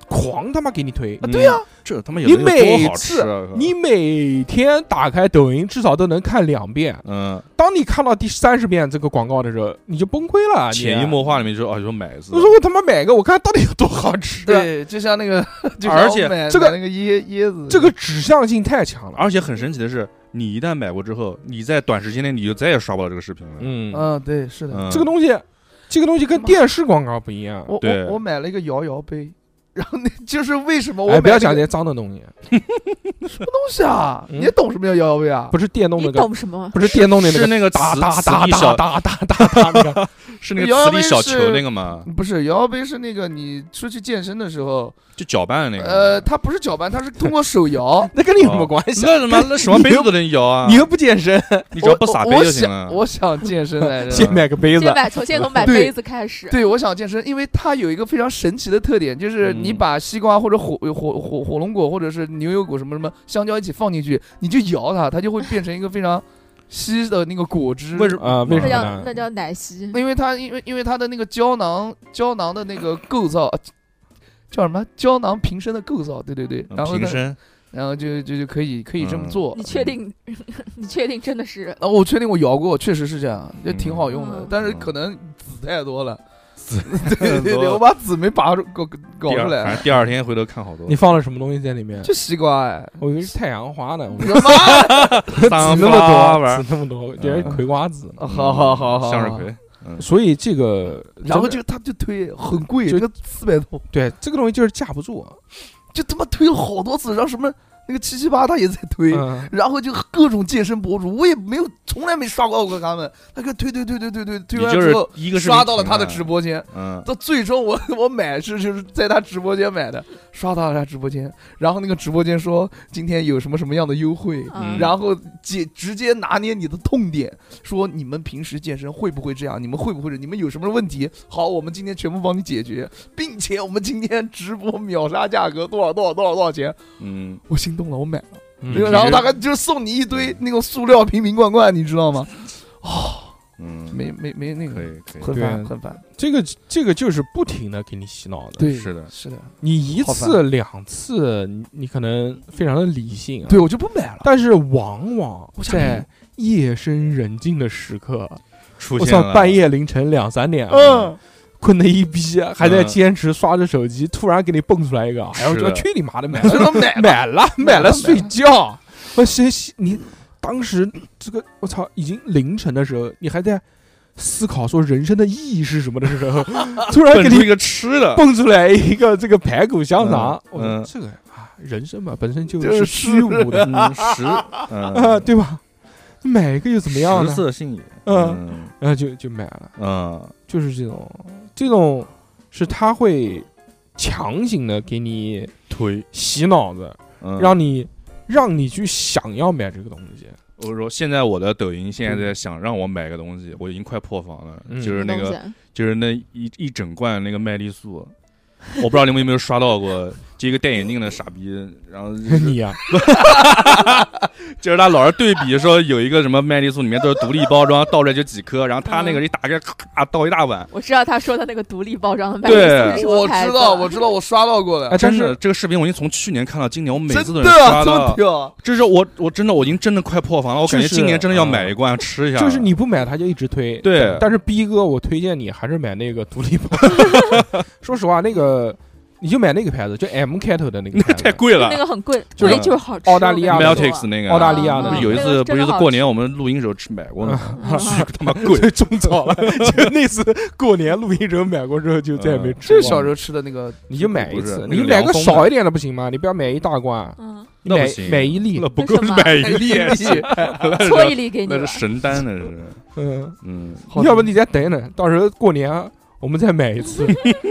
狂他妈给你推，
啊对呀
嗯，这他妈有
你
那个多
每
好
次
吃啊，
你每天打开抖音至少都能看两遍。
嗯，
啊
当你看到第三十遍这个广告的时候，你就崩溃了，你
啊
潜移。默化里面就说哦，你说买一 次
我，说我他妈买一个，我看到底有多好吃。，啊
对，就像那个， 就像
而且
买
这个
买那个椰椰子，
这个指向性太强了。
而且很神奇的是，你一旦买过之后，你在短时间内你就再也刷不到这个视频了。
嗯，
嗯，对，是的，
嗯，
这个东西，这个东西跟电视广告不一样。
我
对
我我买了一个摇摇杯，然后那就是为什么我
哎，不要
买这
讲
个
这些脏的东西，
东西啊，
嗯
你也懂什么叫摇摇杯啊？
不是电动
你
那个，
懂什么？
不是电动的那
是
个
那个
哒
磁
哒
磁
哒
力
哒
小
哒哒哒哒那 个，。
是那个
摇
磁
摇
力
杯
小
是
球那个吗？
嗯不是摇摇杯是那个你出去健身的时候，
就搅拌的那个。
呃，，它不是搅拌，它是通过手摇
那跟你有什么关系啊？
那什么哦那什么杯子都能摇啊？
你又不健身，
你只要不
我
撒
我
杯
我
就行
想
了。
我想健身
嗯
来着。
先买个杯
先
子。
买从先从买
对
杯子开始，
对，我想健身，因为它有一个非常神奇的特点，就是你
嗯
把西瓜或者火火火火龙果或者是牛油果什么什么香蕉一起放进去，你就摇它，它就会变成一个非常稀的那个果汁。
为什么？
啊，为什么
那叫
呢
那？叫奶昔
那，因为它因为因为它的那个胶囊胶囊的那个构造呃叫什么？胶囊瓶身的构造，对对对。然后
嗯瓶
它
身
然后就就就可以可以这么
嗯
做。
你确定？ 你确定真的是？
啊，我确定我摇过，确实是这样，就挺好用的
嗯，
但是
嗯
可能籽太多了。
籽
对对
太多
对，
了
我把籽没拔出搞搞
第
出
二，反
来，
正第二天回头看好多
你。放了什么东西在里面？
就西瓜哎。
我以为是太阳花呢，我
你他妈的
三
籽那
花
么多，
玩意
籽那么多，我觉得葵瓜子。
儿
好好好好，
向
好
日。葵。嗯
所以这个，
然后
真
就
的
他就推很贵，
就
这个四百多，
对这个东西就是架不住，啊
就他妈推了好多次，然后什么那个七七八他也在推，
嗯，
然后就各种健身博主，我也没有从来没刷过过他们，他给推推推推推推推
你
完
就
啊之
是
后，
一个视频
刷到了
停
他的直播啊间，
嗯，
到最终我 我买是就是在他直播间买的，刷到了他直播间，然后那个直播间说今天有什么什么样的优惠，
嗯，
然后解直接拿捏你的痛点，说你们平时健身会不会这样？你们会不会？你们有什么问题？好，我们今天全部帮你解决，并且我们今天直播秒杀价格多少多少多少多少钱？
嗯，
我心动了，我买了。
嗯
平时嗯
然后他还就是送你一堆那个塑料瓶瓶罐罐，你知道吗？
嗯，
没没没那
可
个，
以可以，
很
对
烦很烦。
这个这个就是不停的给你洗脑的。
对，
是的
是的，
你一
好
次两次，你你可能非常的理性啊，
对我就不买了。
但是往往
我想
在夜深人静的时刻，
出
我
现
操，
了
半夜凌晨两三点，
嗯，
困得一逼，还在
嗯
坚持刷着手机，突然给你蹦出来一个，哎，我
是
说
的
去你妈的，买
知
了
道嗯
买
买了
了
买
买
了
了睡觉，我谁你当时这个我操，已经凌晨的时候，你还在思考说人生的意义是什么的时 候，突然给
蹦出
你
一个吃的，
蹦出来一个这个排骨香肠，
嗯
我说
嗯
这个啊，人生嘛本身就
就
是
是
虚无 的
嗯，十，
啊，
嗯，
对吧？买一个又怎么样
食
呢？
色性也，
嗯
嗯
然后就就买了。
嗯，
就是这种，这种是他会强行的给你
推，
洗脑子，
嗯
让你让你去想要买这个东西。
我说现在我的抖音现在在想让我买个东西，我已经快破防了，
嗯
就是
什
那
么东
个
西？啊
就是那一一整罐那个麦丽素， 我不知道你们有没有刷到过，就一个戴眼镜的傻逼，然后就是
你啊呀、
就是他老是对比说有一个什么麦丽素里面都是独立包装，倒出来就几颗，然后他
嗯
那个一打开咔倒一大碗，
我知道他说的那个独立包装的麦
对
丽素是什么
我
牌
知
子
道，我知道，我刷到过
哎，
的，
但
真的
是啊
这个视频我已经从去年看到今年，我每
真
次都
的
能刷
这么
到，
屌，
这是我我真的我已经真的快破防了，我感觉
就是
今年真的要买一罐吃一下，
嗯就是你不买，他就一直推。
哎对
但是逼哥，我推荐你还是买那个独立包。 说实话，那个你就买那个牌子，就 M 开头的那个
那
牌
个
子。
太贵了
那。个很贵，
就是
贵就是好吃。
澳大利亚的
我跟你
Meltix
说
那个
澳大利亚的
不
那
是
个
有一
嗯那
次
个
不是有一
真
次
的
过年我们录音时候吃买过吗？
嗯
嗯
他妈 贵，
中招了，就那次过年录音时候买过之后，就再也没吃过。
这是小时候吃的那个，
你就买一
不是
次，
那
你就
个
买
凉
个
风
少
的
一点的不行吗？你不要买一大罐，
嗯，
那
买
不行
买一粒
那。不够
为什么
买一
哎厉
粒，
害厉害
那
搓
是
一粒给你
那
吧
是。神丹，那是
嗯，
嗯，
好
要不你再等一等，到时候过年啊我们再买一 次，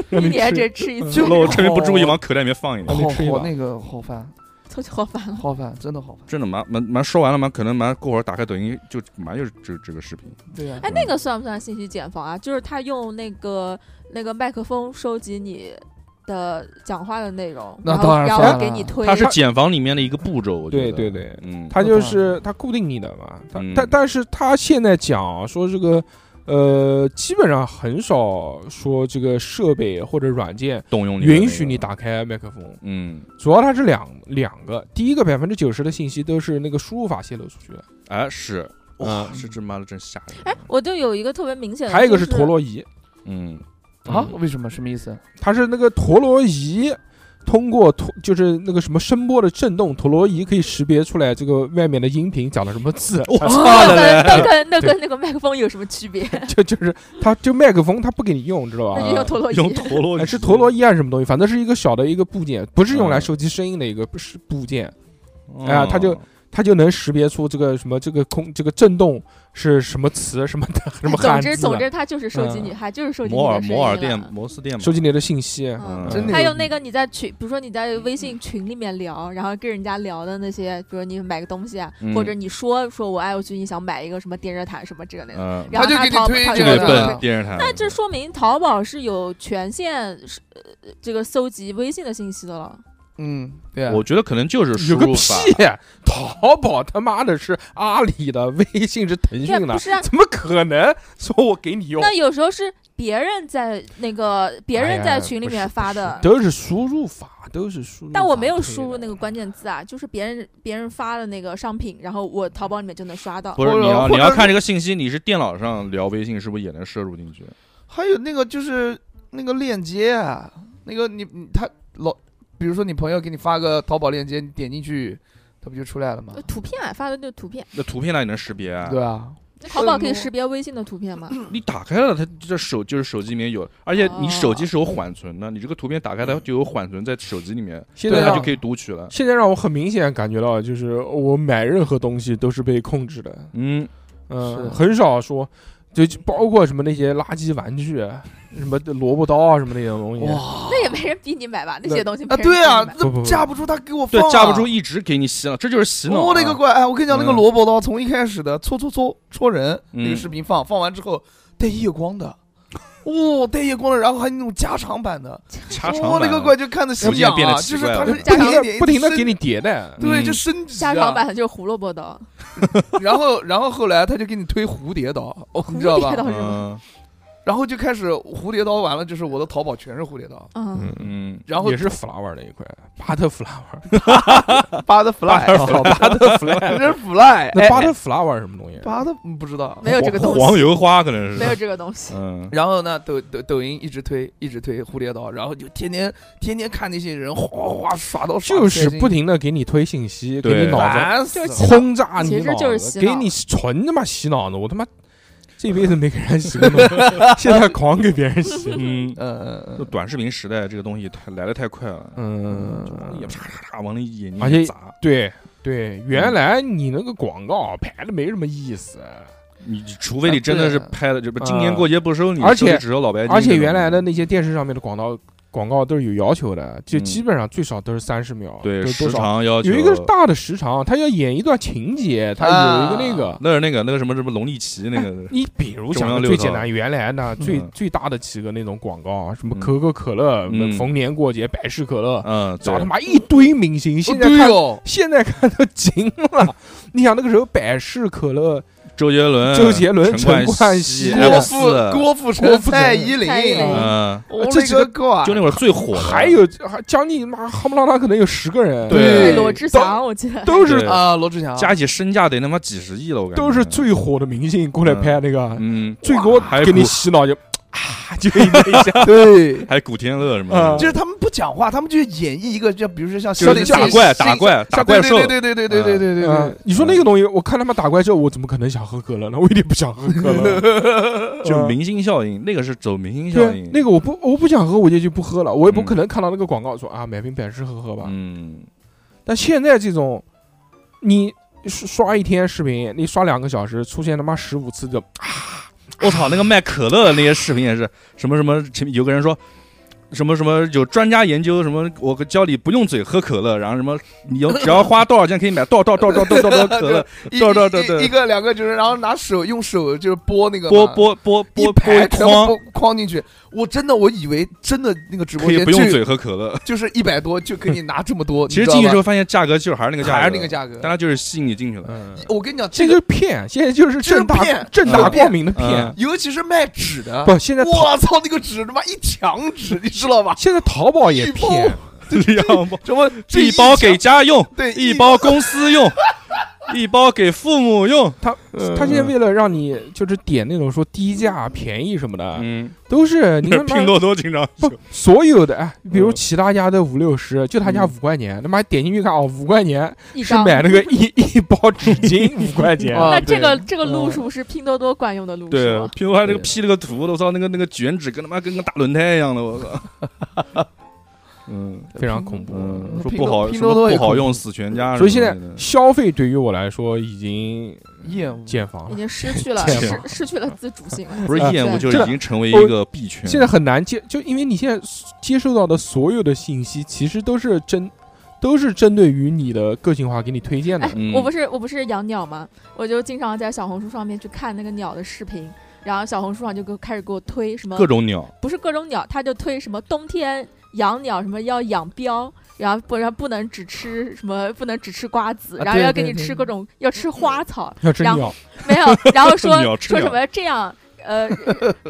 让
一
你
年
吃。嗯
只吃一 次
就，我趁着不注意往口袋里面放一
好
点。
你吃一
好
把
那个好烦，
都就好烦 了。
好烦，真的好烦。
真的蛮蛮蛮说完了蛮可能蛮过会儿打开抖音就蛮就是这这个视频，
对啊呀，
哎，那个算不算信息茧房啊？就是他用那个那个麦克风收集你的讲话的内容，
那
然后
当然
然
算
后
了
给你推。
它是茧房里面的一个步骤，我觉
对
得
对，对，
嗯，
它就是它固定你的嘛。它
嗯
但但是它现在讲说这个，呃，基本上很少说这个设备或者软件
动用的那个
允许你，打开麦克风。
嗯，
主要它是两两个，第一个百分之九十的信息都是那个输入法泄露出去的，
哎是，
哇
嗯，是这妈的真吓
哎
人，，
我就有一个特别明显的，
还有一个
就是
陀，螺仪
嗯，
啊
嗯，
为什么？什么意思？
它是那个陀螺仪通过陀就是那个什么声波的震动，陀螺仪可以识别出来这个外面的音频讲了什么字。
我操
那
的
跟
嘞，
那跟那跟那个麦克风有什么区别？
就就是它就麦克风它不给你啊用，知道吧
那？就 用陀螺仪
用陀螺
哎
仪
是陀螺，仪还是什么东西？反正是一个小的一个部件，不是用来收集声音的一个不是部件，
嗯
哎呀它就它就能识别出这个什么这个空这个震动是什么词什么的 什么
哎总
汉
之
字
总
的，
之，它就是收集你，
嗯
还就是收集你
摩尔
的声音
摩尔嗯
了
店摩斯店嘛
收集你的信息。
嗯
嗯
真的
还
有
有那个你在群，比如说你在微信群里面聊，然后跟人家聊的那些，比如你买个东西啊，
嗯
或者你说说我哎，我最近想买一个什么电热毯什么之类的，
嗯，
然后
他就给你
淘宝
推
淘
这
荐
个
宝就
的对
会
笨电视台，
那这说明淘宝是有权限是呃这个搜集微信的信息的了。
嗯，对啊，
我觉得可能就是输
有个
入法，
屁！淘宝他妈的是阿里的，微信是腾
对
讯
啊，
的
不，是啊，
怎么可能说我给你用？
那有时候是别人在那个别
哎
人
呀
在群里
不是
面发
不是
的，
都是输入法，都是输入法推的。
但我没有输入那个关键字啊，就是别人别人发的那个商品，然后我淘宝里面就能刷到。
不是
或者
你要
或者
你要看这个信息，你是电脑上聊微信是不是也能摄入进去？
还有那个就是那个链接啊，那个你你他老，比如说你朋友给你发个淘宝链接，你点进去，它不就出来了吗
呃？图片啊发的那个图片，
那图片那也能识别啊？
对啊，
淘宝可以识别微信的图片吗？
你打开了，它这手就是手机里面有，而且
哦
你手机是有缓存的，你这个图片打开它就有缓存在手机里面，
现
对
在
啊
它
让
就可以读取了。
现在
啊
让我很明显感觉到，就是我买任何东西都是被控制的，
嗯，
是
嗯，
的
很少说，就就包括什么那些垃圾玩具，什么萝卜刀啊，什么那种东西，
哇
那也没人逼你买吧？那些东西
啊，
没人逼
对啊
你买，
不不
那
不
架不住他给我
对
放、啊，，
架不住一直给你洗脑，这就是洗脑啊。
我勒个乖！哎，我跟你讲，那个
嗯
萝卜刀从一开始的戳戳戳戳人那个
嗯
视频放，放完之后带夜光的，哦，带夜光的，然后还有那种加长版的，
加长版啊
我哦那个怪就看的心
逐渐
痒
变得
啊，
奇
就是
怪
它
了
是
加
一
长
点
不
一点
停不停的
升
给你迭代，
对，
嗯
就升级啊
加长版的就是胡萝卜刀，
然后，然后后来他就给你推蝴蝶刀，哦，你知道
蝴
吧
蝶？刀是
嗯
吗？
然后就开始蝴蝶刀完了，就是我的淘宝全是蝴蝶刀，
嗯，
嗯，
嗯，
然后
也是 flower 那一块，巴特 flower，
巴的 fly，
好 巴特 flower，
这是 fly，
那巴特 flower 是什么东西？
巴的嗯不知道。
没有这个东
黄
西，
油花可能
没有
是，
这个东西。
嗯，
然后呢，抖抖抖音一直推，一直推蝴蝶刀，然后就天天天天看那些人哗哗哗刷到刷，
就是不停的给你推信息，给
对
你脑子
烦死
就
了
是洗脑
轰炸你
其实
脑
就是
子，
洗
给
脑
你纯他妈洗脑子，我他妈这辈子没给人洗过脑，现在狂给别人洗。
嗯，
嗯嗯
就短视频时代这个东西太来的太快了，就往里
嗯，
啪啪啪往你眼
而且
睛砸，
对对，原来你那个广告排的没什么意思，
你你除非你真的是
啊对
拍的，这不
啊
今年过节不收你，
而且
收你只收老白金，
而且原来的那些电视上面的广告广告都是有要求的，就
嗯
基本上最少都是三十秒，
对
都是
时
多少？
长要求
有一个大的时长，它要演一段情节，它有一个
啊
那个。
那是那个那个什么什么龙力奇那个，
你比如
中
讲
央六
最
套
简单，原来呢最
嗯
最大的几个那种广告啊，什么
嗯
可口可乐、
嗯
逢年过节百事可乐，
嗯，
找他
对
妈一堆明星。现在
对
看
哦，
现在看都惊了。你想那个时候百事可乐，
周杰伦、
周杰伦
陈
陈
冠
冠
希、
希
郭
F
富
四，
郭富
郭
城、
富城
蔡依林，
蔡依林
嗯，
我
这几
勒
个
个乖，
就那会儿最火的，
还有还将近妈哈不拉拉可能有十个人，
对
对，罗志祥，我记得
都嗯是
对
啊，罗志祥，。
加起身价得他妈几十亿了，我感觉
都是最火的明星过来拍那个，
嗯，
最多
还有
给你
古
洗脑就 啊，就给你那一下
对，
还有古天乐什么
啊
的，
就是他们不讲话，他们就演绎一个，就比如说像
就是
像那
打
像
怪
像
打怪打
像
怪
对
兽，
对对对对对对对对
嗯
对，
你说那个东西，我看他们打怪之后，我怎么可能想喝可乐呢？我一点不想喝可 乐。
就明星效应，那个是走明星效
嗯对
应，，
那个我不我不想喝，我就就不喝了。我也不
嗯
可能看到那个广告说啊，买瓶百事喝喝吧。
嗯，
但现在这种，你刷刷一天视频，你刷两个小时，出现他妈十五次就
我操，那个卖可乐的那些视频也是什么什么，有个人说。什么什么有专家研究什么？我教你不用嘴喝可乐，然后什么你要只要花多少钱可以买多少多少多少多少多少可 乐，
一
嗯对对对
一
对
一个两个就是，然后拿手用手就是拨那个
拨
嘛
拨拨拨
一
拨一
排全部
筐，
拨框进去。我真的我以为真的那个直播
可以
间
不用
就
嘴喝可 乐。
就是一百多就可以拿这么多，
其实进去之
后
后发现价格就是还是那个价格，
还是那个价格
但。他就是吸引你进去 了。
嗯，
我跟你讲，
这
这
个
个
骗，现在就是正
这
大
是骗
正大
嗯
光明的骗
嗯。
尤其是卖纸的，
不，现在淘
我操，那个纸他妈一墙纸，你知道吧？
现在淘宝也
一包
骗，
两包，
什么这
哦一包给
墙
家 用，
对
一包公司 用，一包给父母用。
他
嗯
他现在为了让你就是点那种说低价便宜什么的，
嗯，
都 是你他
拼
妈
多多经常
不所有的哎，比如
嗯
其他家的五六十，就他家
嗯
五块钱，他妈点进去看哦，五块钱
一
是
张。
买那个一 一包纸 巾五块钱，
啊
那
对
这个这个路
嗯
数是拼多多惯用的路
对啊
数，，
拼多多那个
对
P 了个图，我操，那个那个卷纸跟他妈跟个大轮胎一样的，我靠。嗯
非常恐怖。
嗯，
嗯
说
拼
不
多
好，
拼
什
多
么
多也
不好
恐
用，死全家什
所
么之
以
类
现
的。
在消费对于我来说已经
厌恶
建房
嗯
已
了，
经失去了
天
失
哪
失去了自主性了。
不是
啊
厌恶，
对
就是
这
已经成为一个币圈。
现在很难接，就因为你现在接受到的所有的信息，其实都是针，都是针对于你的个性化给你推荐的
哎。
嗯，
我不是我不是养鸟吗？我就经常在小红书上面去看那个鸟的视频，然后小红书上就给我开始给我推什么
各种鸟，
不是各种鸟，他就推什么冬天养鸟什么要养膘，然后不然不能只吃什么不能只吃瓜子，
啊
然后
对
要给
对
你
对
吃各种要吃花草，
要真
然后
要，
没有，然后 说
鸟吃
说什
鸟
么这样 呃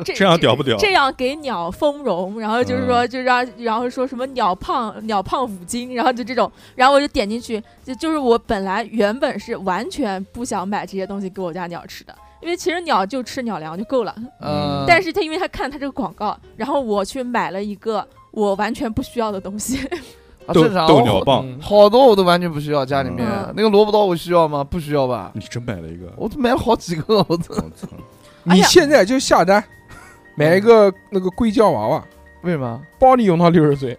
这
这样屌不屌？嗯
这样给鸟丰容，然后就是说，就让，然后说什么鸟胖鸟胖五斤，然后就这种，然后我就点进去，就就是我本来原本是完全不想买这些东西给我家鸟吃的，因为其实鸟就吃鸟粮就够了，
嗯，
但是它因为它看它这个广告，然后我去买了一个我完全不需要的东西，
啊
斗
正常
斗鸟棒，
嗯
好多我都完全不需要，家里面
嗯
那个萝卜刀我需要吗？不需要吧？
你真买了一个，
我都买了好几个，我
我
都
操！
哎
你
呀
现在就下单，买一个那个硅胶娃娃，
为什么？
包你用到六十岁。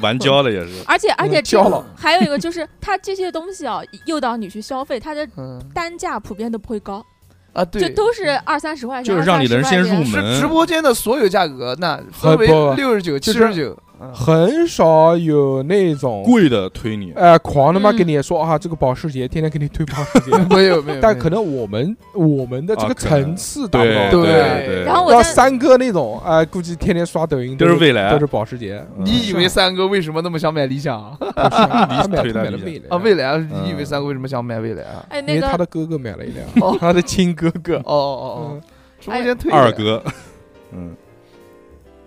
玩胶的也是，
而且而且
嗯
这
交
个
了
还有一个就是它这些东西啊，诱导你去消费，它的
嗯
单价普遍都不会高，
啊，
就
对，
都是二三十块钱，
就是让你能
20-30
先入
块钱
门
直直播间的所有价格，那分为
很多
六十九、
呃就
七
是
十九，嗯
很少有那种
贵的推 你，
哎、狂他妈
嗯
给你说啊，这个保时捷天天给你推保时捷，
没有没 有，
但可能我们我们的这
啊
个
可能
层次达不
对
到，
对
对，
然后我
到
在
三哥那种，哎、估计天天刷抖音
都
是
是未来
都是保时捷，嗯
你以为三哥为什么那么想买理想啊？
不是 他买
推
他
他
买了
理解
未来
啊，未来啊，你以为
嗯
三哥为什么想买未来啊？
哎，
因
那
为他
个
的哥哥买了一辆
哦，
他的亲哥哥嗯
哦，哦哦哦，直
哎
播间退
二，哥，嗯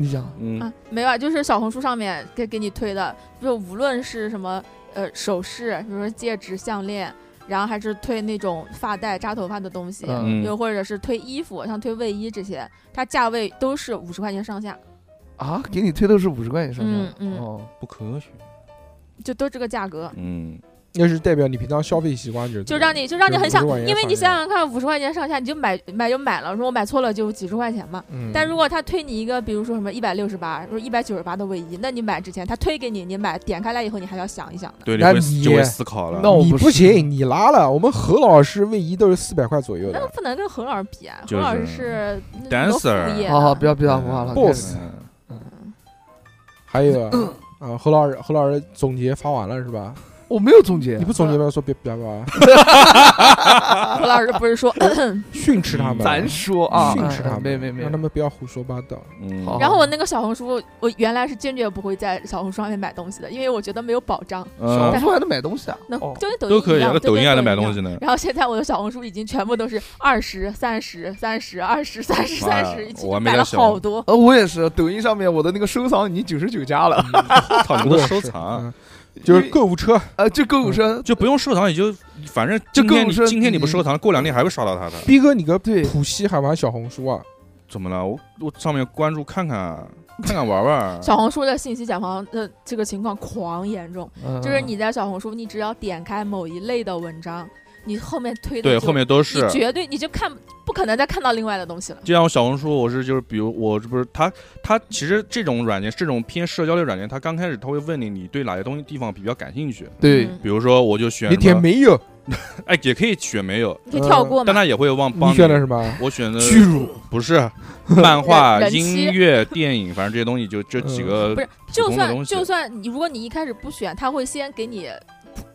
你讲
嗯
啊，没有，啊，就是小红书上面给给你推的，就无论是什么呃首饰，比如说戒指、项链，然后还是推那种发带、扎头发的东西，
嗯
嗯
又或者是推衣服，像推卫衣这些，它价位都是五十块钱上下，
啊，给你推的是五十块钱上
嗯
下，
嗯
哦，
不科学，
就都这个价格。
嗯，
那是代表你平常消费习惯就是这
就
样
让你就让你
就
很想
50块，钱
因为你
上下
想想看，五十块钱上下你就买买就买了，如果买错了就几十块钱嘛。
嗯
但如果他推你一个，比如说什么一百六十八，说一百九十八的卫衣，那你买之前他推给你，你买点开来以后，你还要想一想呢。
对，你
那
会
你
就会思考了，
那我
你
不
不
是
行，你拉了。我们何老师卫衣都是四百块左右
那
的，
不能跟何老师比啊，
就
何老师
是
是那
Dancer
有副业的
好好，不要逼他胡话了
Boss
嗯
还有啊，啊何老师何老师总结发完了是吧？
我没有总结
你，不总结吗？说别别别，
何老师不是 说，
训斥他们，
咱说啊，
训斥他
哎
们，
没没没
让，他们不要胡说八 道。
嗯，
好
然后我那个小红书，我原来是坚决不会在小红书上面买东西的，因为我觉得没有保障，
小红
嗯
书还能买东西啊，
那
哦
就跟抖音
都可以
一
啊，
样
那
就
抖
跟
音还能买
一样
东西呢，
然后现在我的小红书已经全部都是二十三十、三十、二十、三十、
妈
三
呀
十，已
我还
经
没
买
在
了
小
好
红
多。
呃，我也是，抖音上面我的那个收藏已经九十九家了，
操，
嗯
你
我
们
也
收
是
藏。啊
嗯就是
因为
购物车，
呃，就购物车，
就不用收藏，也就反正
就
今天
跟
你
我说
今天你不
你
嗯
收藏，过两天还会刷到他的。
逼哥你个
对嗯
普西还玩小红书啊？
怎么了？我我上面关注看看，看看玩玩。
小红书的信息茧房的这个情况狂严重，
嗯
就是你在小红书，你只要点开某一类的文章，你后面推的
对，
就
后面都
你
是。
绝对你就看不可能再看到另外的东西了。
就像我小红书，我是就是比如我这不是它它其实这种软件，这种偏社交类软件，它刚开始它会问你你对哪些东西地方比较感兴趣。
对，
嗯
比如说我就选
你
什
点
么
没有？
哎也可以选没有，
你可以跳过
但
嘛？
它也会忘帮
你选的什么？
我选
呃
的
乳，
不是漫画、
人人妻
音乐、电影，反正这些东西就这
嗯
几个
不，是，
普
就
通的东
算
西
就算你，如果你一开始不选，他会先给你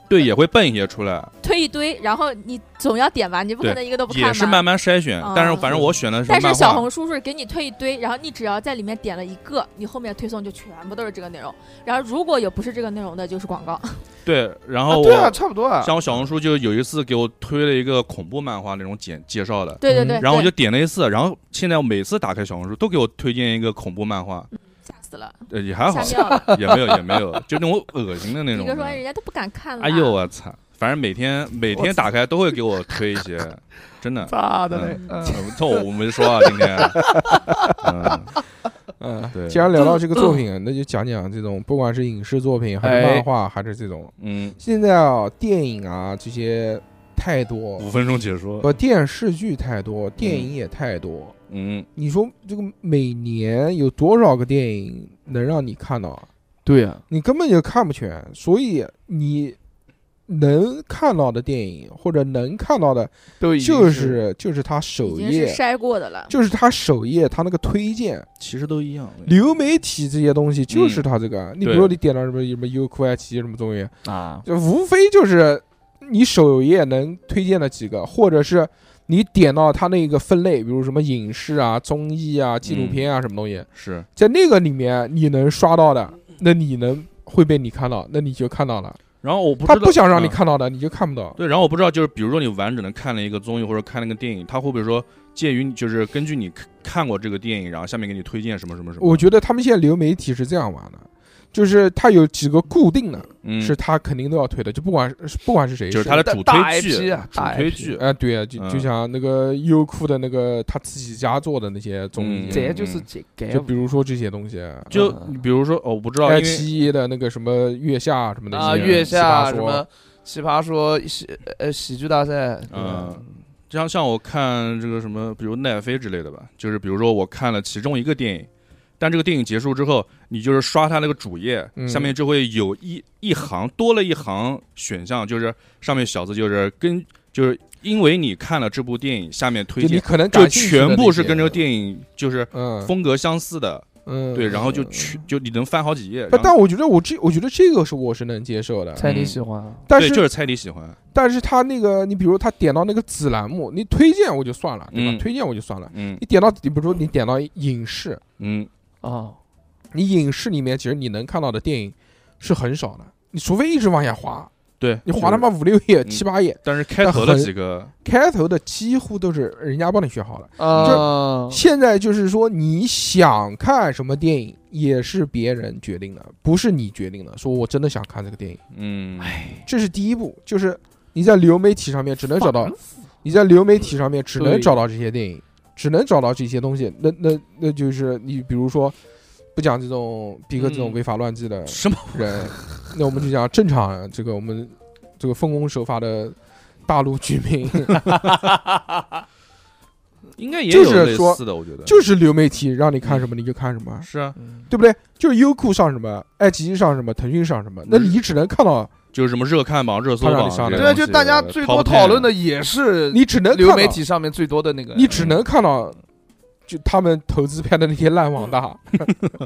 对也会蹦一些出来，
推一堆，然后你总要点吧，你不可
对
能一个都不看
也是
吧
慢。慢筛选
啊。
但是反正我选的是
但是
漫
小
画，
红书是给你推一堆，然后你只要在里面点了一个，你后面推送就全部都是这个内容。然后如果有不是这个内容的，就是广告。
对，然
啊
后
对啊，
我
差不多啊，
像我小红书就有一次给我推了一个恐怖漫画那种简介绍的，
对对对，
嗯然后我
啊
就
对
点了一次，然后现在我每次打开小红书都给我推荐一个恐怖漫画，
吓死了，
呃，也还好
嗯吓，尿了。
也没有也没有，就那种恶心的那
一
种
个说
的。
人家都不敢看了。
哎呦，我操！反正每天每天打开都会给我推一些，真的。
咋的嘞？嗯
嗯操！我没说啊，今天。嗯，
嗯，
对
既然聊到这个作 品，那就讲讲这种，不管是影视作品，还是
哎
漫画，还是这种，
嗯，
现在啊，电影啊这些太
嗯
多，
五分钟解说。
不，电视剧太多，电影也太多。
嗯，
你说这个每年有多少个电影能让你看到啊？
对啊，
你根本就看不全，所以你能看到的电影或者能看到的，
都已经
啊
就是就是他首
已经是
页，
筛过的了。
就是他首页他那个推荐，
其实都一样。
流媒体这些东西就是
嗯
他这个。啊你比
对
如说你点到什么什么优酷、爱奇艺什么东西，
啊，
就无非就是你首页能推荐的几个，或者是你点到它那个分类，比如什么影视啊、综艺啊、纪录片啊、什么东西，
是，
在那个里面你能刷到的，
嗯
那你能会被你看到，那你就看到了。
然后我不知
他
道
不想让你
嗯
看到的，你就看不到。
对，然后我不知道，就是比如说你完整的看了一个综艺或者看了一个电影，他会不会说介于你就是根据你看看过这个电影，然后下面给你推荐什么什么什么？
我觉得他们现在流媒体是这样玩的，就是它有几个固定的，
嗯，
是他肯定都要推的，就不管是不管是谁，
就是他的
大
主
大
推
IP
剧
啊，
主
大
推
IP
剧，
哎，对啊，就就
嗯
像那个优酷的那个他自己家做的那些综艺啊
嗯，
这就是这个，
就比如说这些东西，啊
就
嗯
你比如说，哦，我不知道，
爱
因为
奇艺的那个什么月下什么的
啊，
一些
月下
奇葩
什
说
嗯
么奇葩说喜呃喜剧大赛，嗯对吧
就像像我看这个什么，比如奈飞之类的吧，就是比如说我看了其中一个电影，但这个电影结束之后，你就是刷它那个主页，
嗯
下面就会有一一行多了一行选项，就是上面小字就是跟就是因为你看了这部电影，下面推
就你
荐
可能
就
感兴趣的
全部是
那些
跟这个电影就是
嗯
风格相似的，
嗯，
对，然后就去就你能翻好几页，
不。
然后
但我觉得我这，我觉得这个是我是能接受的。
猜你
嗯
喜欢啊？
但，
对，就是是猜你喜欢，
但是他那个，你比如他点到那个子栏目，你推荐我就算了，对吧？
嗯
推荐我就算了。
嗯
你点到，比如说你点到影视，
嗯，
啊，
你影视里面其实你能看到的电影是很少的，你除非一直往下滑，
对，
你
就
滑
是
他妈，五六页、
嗯
七八页，
但是开
但
头的
很
几个，
开头的几乎都是人家帮你选好了。
啊，
现在就是说，你想看什么电影也是别人决定的，不是你决定的。说我真的想看这个电影，
嗯，
这是第一步，就是你在流媒体上面只能找到
烦，
你在流媒体上面只能
对
找到这些电影，只能找到这些东西。那那那就是你，比如说不讲这种逼哥这种
嗯
违法乱纪的人，
什么？
那我们就讲正常这个我们这个奉公守法的大陆居民，
应该也
就
有
是
类
说
似的，我觉得
就是流媒体让你看什么你就看什么。
是啊，
嗯
对不对？就是优酷上什么，爱奇艺上什么，腾讯上什么，
嗯
那你只能看到，
呃
就是什么热看榜、热搜
他让
榜
你上
这
的
些东
对啊，
东
西，
就大家最多
top
讨
ten
论的，也是
你只能看
流
到
媒体，上面最多的那个，
你只能看到，就他们投资拍的那些烂网大，啊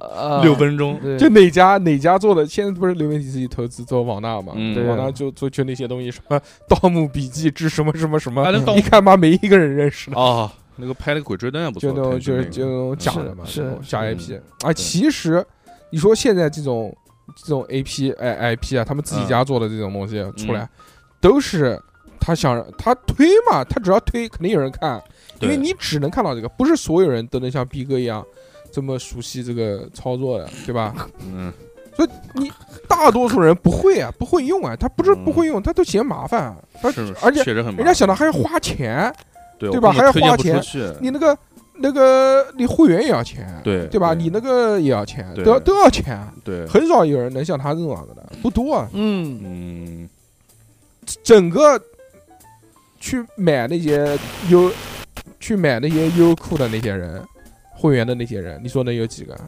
呃
六，分钟，
嗯对
就哪家哪家做的，现在不是流媒体自己投资做网大嘛？
嗯
对啊
网大就做就那些东西，什么《盗墓笔记》之什么什么什么
还，能到
一看妈没一个人认识的。
哦，那个拍那个鬼吹灯也不错，
就那种
腾
就
讯那
是
个
就那种假
是
的嘛，
是
这种假
是
IP 啊。其实你说现在这种这种 AP 哎 IP 啊，他们自己
嗯
家做的这种东西出来，都是他想让他推嘛，他只要推肯定有人看，因为
对
你只能看到这个，不是所有人都能像逼哥一样这么熟悉这个操作的，对 吧？
嗯，
大多数人不会啊，不会用啊，他不是
嗯
不会用，他都嫌麻烦啊，他
是
而且
确实很麻烦，
人家想到还要花钱，
对
对
我
吧
根
还
本
要
推荐
花
不出
钱
去
你那个那个你会员也要钱，
对
对吧？你那个也要钱，
对
都要都要钱，啊
对，
很少有人能像他这样子的，不多啊。
嗯，
嗯，
整个去买那些优，去买那些优酷的那些人，会员的那些人，你说能有几个？啊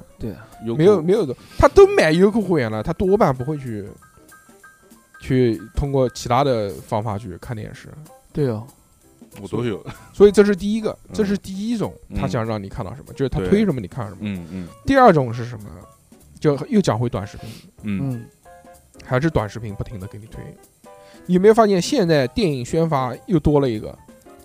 优酷
没有没有的，他都买优酷会员了，他多半不会去去通过其他的方法去看电视。
对哦，
我 都有，
所以这是第一个，
嗯
这是第一种，
嗯
他想让你看到什么，就是他
对
推什么你看什么。
嗯嗯
第二种是什么？呢？就又讲回短视频，
嗯，
嗯，
还是短视频不停的给你推。你有没有发现现在电影宣发又多了一个，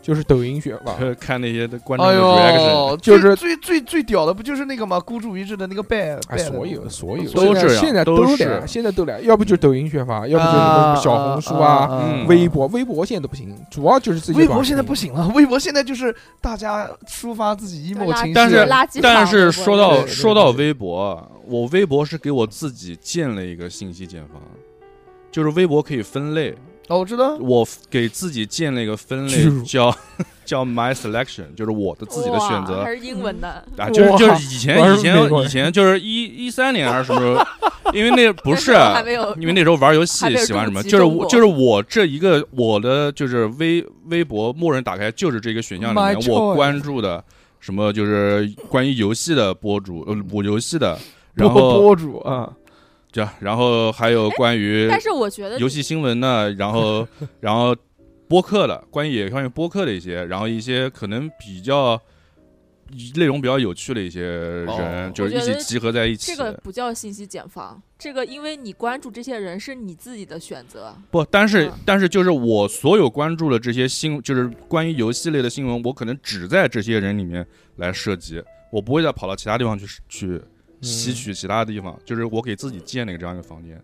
就是抖音宣发？
看 看那些的观众
哎
的 reaction，
呦，
就
最
是
最最最屌的不就是那个吗？孤注一掷的那个拜
哎，
拜的那个，
所有所有
都
现
这
在
样
现在
都
都
是
来，现在都来，要不就是抖音宣发，要不就是什
啊
么小红书啊、
嗯
微博，微博现在都不行，主要就是自己。
微博现在不，行了，微博现在就是大家抒发自己 emo
垃
情绪，
但是
垃圾
但是
场
说
对
到
对
说
对
到
对
微博，我微博是给我自己建了一个信息茧房，就是微博可以分类，
哦，我知道，
我给自己建了一个分
巨乳
类叫 叫 my selection，就是我的自己的选
哇
择
还是英文的，
啊，就是
哇
就是以
我还是
前以
美国人
前以前就是一一三年还是什么时 候，因为那 不是啊
还 没有，
因为那时候玩游
还
戏
没有
喜欢什么，
入籍
就是
中
我
国
就是我这一个我的就是微微博默认打开就是这个选项里
My
面我
choice
关注的什么就是关于游戏的博主，呃，我游戏的，然
博
后
博主啊，
这然后还有关于
哎但是我觉得
游戏新闻的，然 后然后播客的，关于也关于播客的一些，然后一些可能比较内容比较有趣的一些人，
哦
就是一
我觉
起
得
集合在一起。
这个不叫信息茧房，这个因为你关注这些人是你自己的选择，
不，但是
嗯
但是就是我所有关注的这些新，就是关于游戏类的新闻，我可能只在这些人里面来涉及，我不会再跑到其他地方去去
嗯
吸取
嗯
其他地方。就是我给自己建了一个这样一个房间，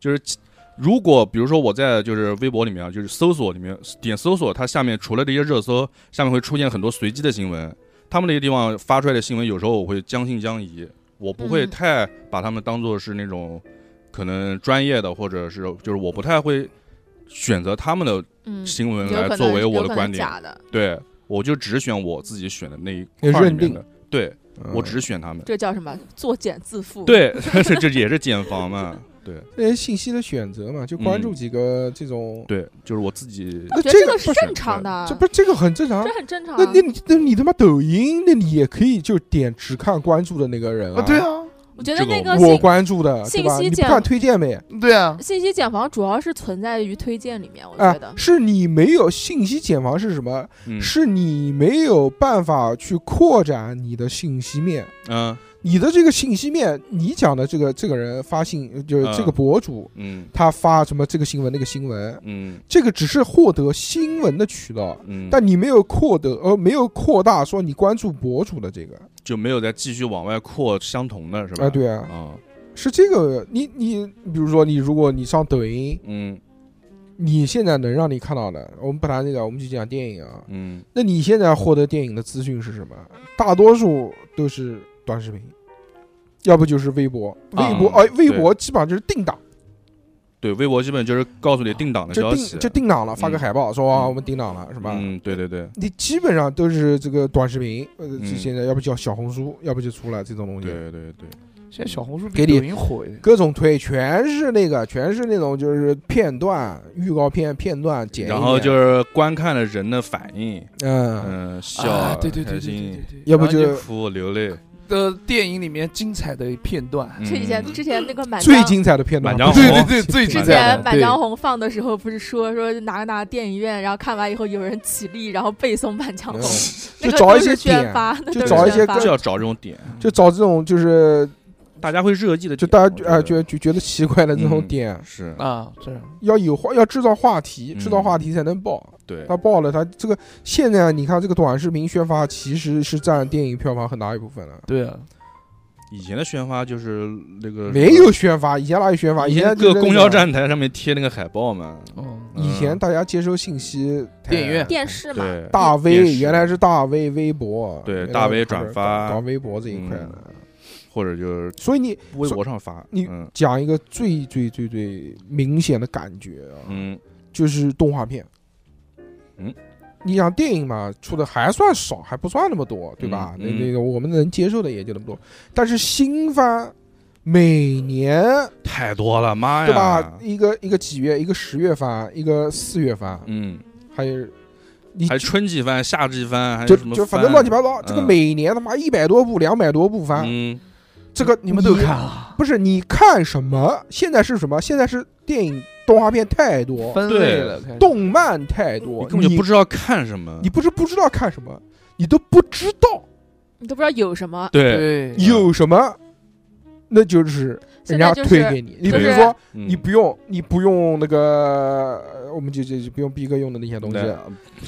就是其如果比如说我在就是微博里面啊，就是搜索里面点搜索，它下面除了这些热搜，下面会出现很多随机的新闻，他们那些地方发出来的新闻，有时候我会将信将疑，我不会
嗯
太把他们当做是那种。可能专业的，或者是就是我不太会选择他们的
嗯，
新闻
有可
来
能
作为我
有可
的
能
观点，
假的，
对我就只选我自己选的那一
也
块儿里
认
面
定
的，对
嗯
我只选他们，
这叫什么？作茧自缚。，
对， 这这也是减房嘛， 对
这些信息的选择嘛，就关注
嗯
几个这种，
对，就是我自己
我
那
觉得
呃这
这
个
个是
不是
正常的，啊
这不这个很正常
这。很正常啊。
那那你那你他妈抖音，那你也可以就点只看关注的那个人
啊，对啊，
我觉得
这个
那
我
个
我
信
关注的，对
信
吧？
息
你不
茧
看推荐呗？
对啊，
信息茧房主要是存在于推荐里面，我
啊
觉得，。
是你没有信息茧房是什么？
嗯
是你没有办法去扩展你的信息面。
嗯
你的这个信息面，你讲的这个这个人发信，就是这个
嗯
博主，
嗯
他发什么这个新闻那个新闻，
嗯
这个只是获得新闻的渠道，
嗯，
但你没有扩得呃没有扩大说你关注博主的这个
就没有再继续往外扩相同的是吧？
啊，对啊，
啊，
是这个你你比如说你如果你上抖音，
嗯
你现在能让你看到的，我们本来那个我们就讲电影啊，
嗯，
那你现在获得电影的资讯是什么？大多数都是短视频，要不就是微博，
啊
微博哎、微
对
博基本上就是定档，
对，微博基本就是告诉你定档的
就
消息
定，就定档了，发个
嗯
海报说啊
嗯
我们定档了，是吧？
嗯，对对对
你基本上都是这个短视频，呃，
嗯
这现在要不叫小红书，要不就出来这种东西，
对对对，
现在小红书
给
比
你
抖音火一点。
各种推，全是那个，全是那种就是片段、预告片、片段剪一剪，
然后就是观看了人的反应，
嗯，
嗯，笑
啊，，对对对
开
对对
心
对，对，
要不
然后
就
哭流 泪，
的电影里面精彩的片段，
就以前
嗯
之前那个满
最
江，
精彩的片段，
满江红
对对对，最
之
精彩
前
的。
满江红放的时候，不是说说哪个哪个电影院，然后看完以后有人起立，然后背诵满江红，那
就
个
找
都
一些
是宣
点，
发，那
就
都是
找一
宣
些
发
就要找这 种点，
就找这种就是
大家会热议的点，
就大
我
家
觉
啊
得
就就觉得奇怪的这种
嗯
点，
是
啊，这样
要有话要制造话题，制造
嗯
话题才能爆。
对
他爆了，他这个现在啊你看这个短视频宣发其实是占电影票房很大一部分了。
对啊，
以前的宣发就是那个
没有宣发，以前哪有宣发？
以
前
前
就
各
是那
公
个
交，站台上面贴那个海报嘛，
嗯，
以前
嗯
大家接收信息，
电影院
电视嘛，
对
大
电
V
视
原来是大 V 微博，
对
原来
大 V
他们
转发
搞搞微博这一块的。
或者就是
所以你
微博上发，
你
嗯
讲一个最最最最明显的感觉啊，
嗯
就是动画片。
嗯，
你想电影嘛，出的还算少，还不算那么多，对吧？
嗯嗯
那那个我们能接受的也就那么多。但是新番每年
太多了，妈哎呀，
对吧？？一个一个几月，一个十月番，一个四月番，
嗯，
还有你
还春季番、夏季番，还
就
有什么
就反
番
正乱七八糟，
嗯
这个每年他妈一百多部、两百多部番，
嗯
这个
你们都看啊？
不是你看什么？现在是什么？现在是电影动画片太多，
分类了，开始
动漫太多
你，根本就不知道看什么，
你不是不知道看什么，你都不知道
你都不知道有什么。
对，
对，
有什么，那就是人
现
家
在就是
推给你。你
就
比如
是
说，
嗯
你不用，你不用那个，呃我们就就就不用逼哥用的那些东西，
对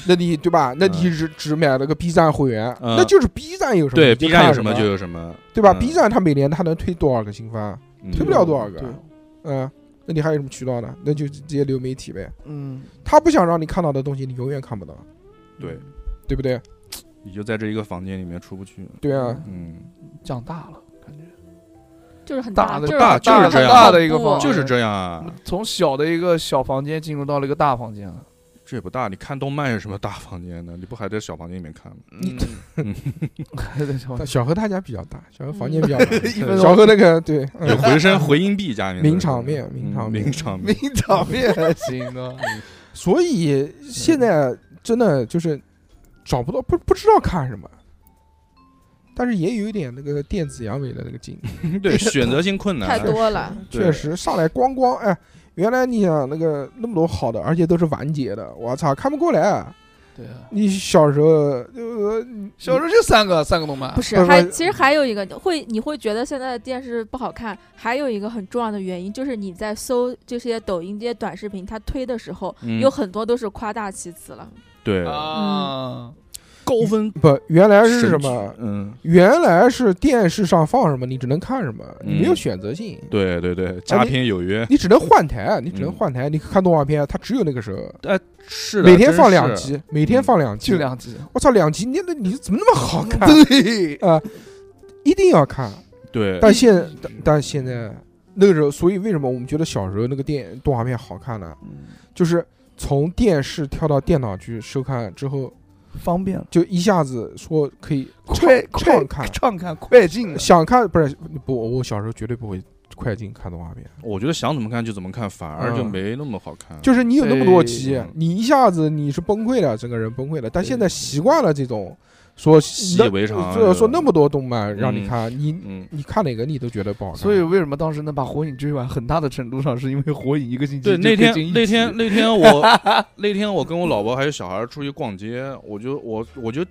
那你对吧？那你只只买了个 B 站会员，
嗯
那就是 B 站有什么，
对
你就
B 站有
看
什么就有什么，
对吧
嗯
？B 站它每年它能推多少个新番？
嗯
推不了多少个
对，
嗯，那你还有什么渠道呢？那就直接流媒体呗。
嗯，
他不想让你看到的东西，你永远看不到，
对，
对不对？
你就在这一个房间里面出不去，
对啊，
嗯，
长大了，感觉
就是很
大的
就是
大
很
就是
很
这样
大的一个
恐怖
哦
方式
哎
就是这样啊，
从小的一个小房间进入到了一个大房间了。
这也不大，你看动漫有什么大房间呢？你不还在小房间里 面看吗？
你
嗯，
但
嗯
小何他家比较大，小何房间
嗯
比较
一
大，
分
小何那个对，嗯
有 回声、回音壁家里面都是
名场面名场面
名嗯场面，
名场面还行啊，
所以现在真的就是找不到，不不知道看什么。但是也有一点那个电子阳痿的那个劲，
对，选择性困难啊
太多了，
对
确实上来咣咣，哎，原来你想那个那么多好的，而且都是完结的，我操，看不过来。
对啊，
你小时候，呃，
小时候就三个三个
啊
动漫啊
不，是
不，是
还
不是
其实还有一个会，你会觉得现在的电视不好看，还有一个很重要的原因就是你在搜这些抖音这些短视频，它推的时候、
嗯
有很多都是夸大其词了。
对
啊，
高分
不，原来是什
神曲
么？
嗯，
原来是电视上放什么，你只能看什么，
嗯
你没有选择性，
对对对，佳
你
片有约，
你只能换台，你只能换台。你看动画片，它只有那个时候，
哎，嗯是的，
每天放
真
两
是，嗯
集，每天放两集
就。两集，
我操，两集，你那你怎么那么 好看？
对，
啊，一定要看。
对，
但现但但现在那个时候，所以为什么我们觉得小时候那个电动画片好看呢？
嗯
就是从电视跳到电脑去收看之后，
方便了，
就一下子说可以
快
畅
快
看，啊
畅看快进了，
想看不是不，我小时候绝对不会快进看动画片。
我觉得想怎么看就怎么看，反而就
嗯
没那么好看。
就是你有那么多集
对，
你一下子你是崩溃了，整个人崩溃了。但现在习惯了这种说习
习以为常
说
是
说那么多动漫让你
嗯
看，你
嗯，
你看哪个你都觉得不好看。
所以为什么当时能把《火影》追完，很大的程度上是因为《火影》一个星期
对，
就
那
更新一
天那 天那
集
天我那天我跟我老婆还有小孩出去逛街，我就我我就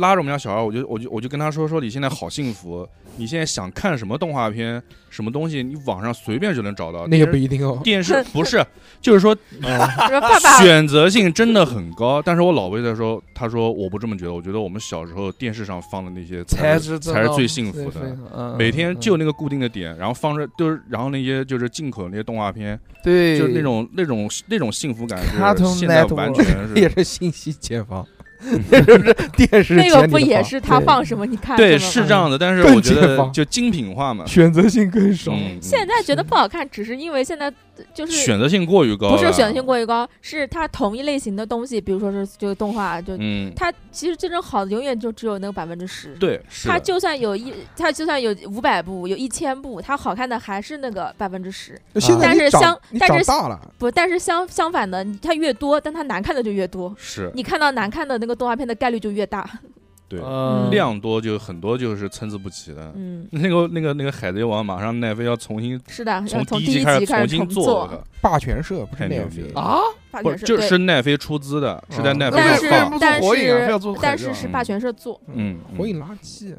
拉着我们家小孩，我就我就我就跟他说说你现在好幸福，你现在想看什么动画片什么东西，你网上随便就能找到。
那个不
电视
一定哦。
电视不是，就是说
说爸爸，
选择性真的很高。但是我老辈的时候，他说我不这么觉得，我觉得我们小时候电视上放的那些才
才
是
是
才是最嗯幸福的。
的
每天就那个固定的点，然后放着就是，然后那些就是进口的那些动画片，
嗯对，
就是那 种那种那种幸福感，是
Cartoon
现在完全
也
是
是信息茧房，那是不是电视
那
剪
个
你
不
的
也
房
是他
对
放什么你看
对
什
是
么
这
吗？
样的。但是
更
我觉
解
得
放
就精品化嘛，
选择性更少？
嗯，
现
嗯
在觉得不好看，只是因为现在就是
选择性过于高，
不是选择性，过于高，是它同一类型的东西，比如说是这个动画，就、
嗯，
它其实真正好的永远就只有那个百分之十。
对，是
它
的
就算有一，它就算有五百部，有一千部，它好看的还是那个百分之十。
那现在
但
你
是
长
相
你
但
长
是
大了，
不，但是相相反的，你它越多，但它难看的就越多，
是
你看到难看的那个动画片的概率就越大。
对
嗯
量多就很多就是参差不齐的。
嗯，
那个那个那个海贼王马上奈飞要重新
是的，要
从
从
第
第
开
集
始
开
重
始
新
重
做
做
了个，
霸权社不是
太
那
牛
样
逼
子
了！
啊，
霸
不
权社
就
对
是奈飞出资的，是在
嗯
奈飞上放
但是。
为什么
但
不做火影啊非要
是
做海
但
贼
是
王
是霸权社做，
嗯，嗯
火影垃圾，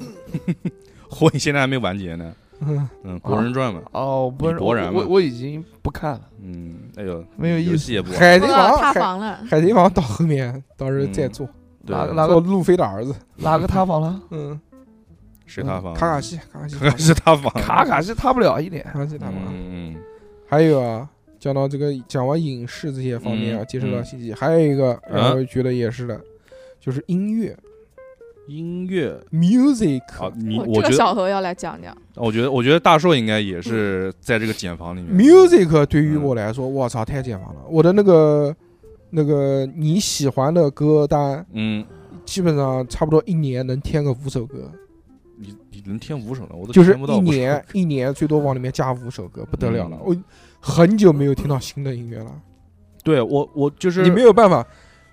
火影现在还没完结呢。
嗯
嗯，国人传嘛，
哦，不是，
李博然嘛
我我已经不看了，
嗯，哎呦，
没有意思
游戏也不玩。
哎
海
做
贼
了
王
塌
海
房了。
海贼王到后面到时候再
嗯
做，
对
哪，个哪
做路飞的儿子，
哪个塌房 了？
嗯，
谁塌房？
嗯卡卡西，卡 卡西，
卡卡西塌房。
卡卡是塌不了一点，
卡卡西他们。
嗯嗯
还有啊，讲到这个讲完影视这些方面啊，
嗯
接触到
嗯
信息，还有一个
啊
让我觉得也是的，就是音乐
音乐
，music，
啊，你
哇
我
这
觉
个
得，
小何要来讲讲，
我觉得，我觉得大硕应该也是在这个茧房里面。
music 对
嗯
于我来说，我操，太解放了！我的那个那个你喜欢的歌单，
嗯，
基本上差不多一年能添个五首歌，
你你能添五首了，我都
就是
添不到
一
五首
年 一年最多往里面加五首歌，不得了了！
嗯
我很久没有听到新的音乐了，
对我我就是
你没有办法。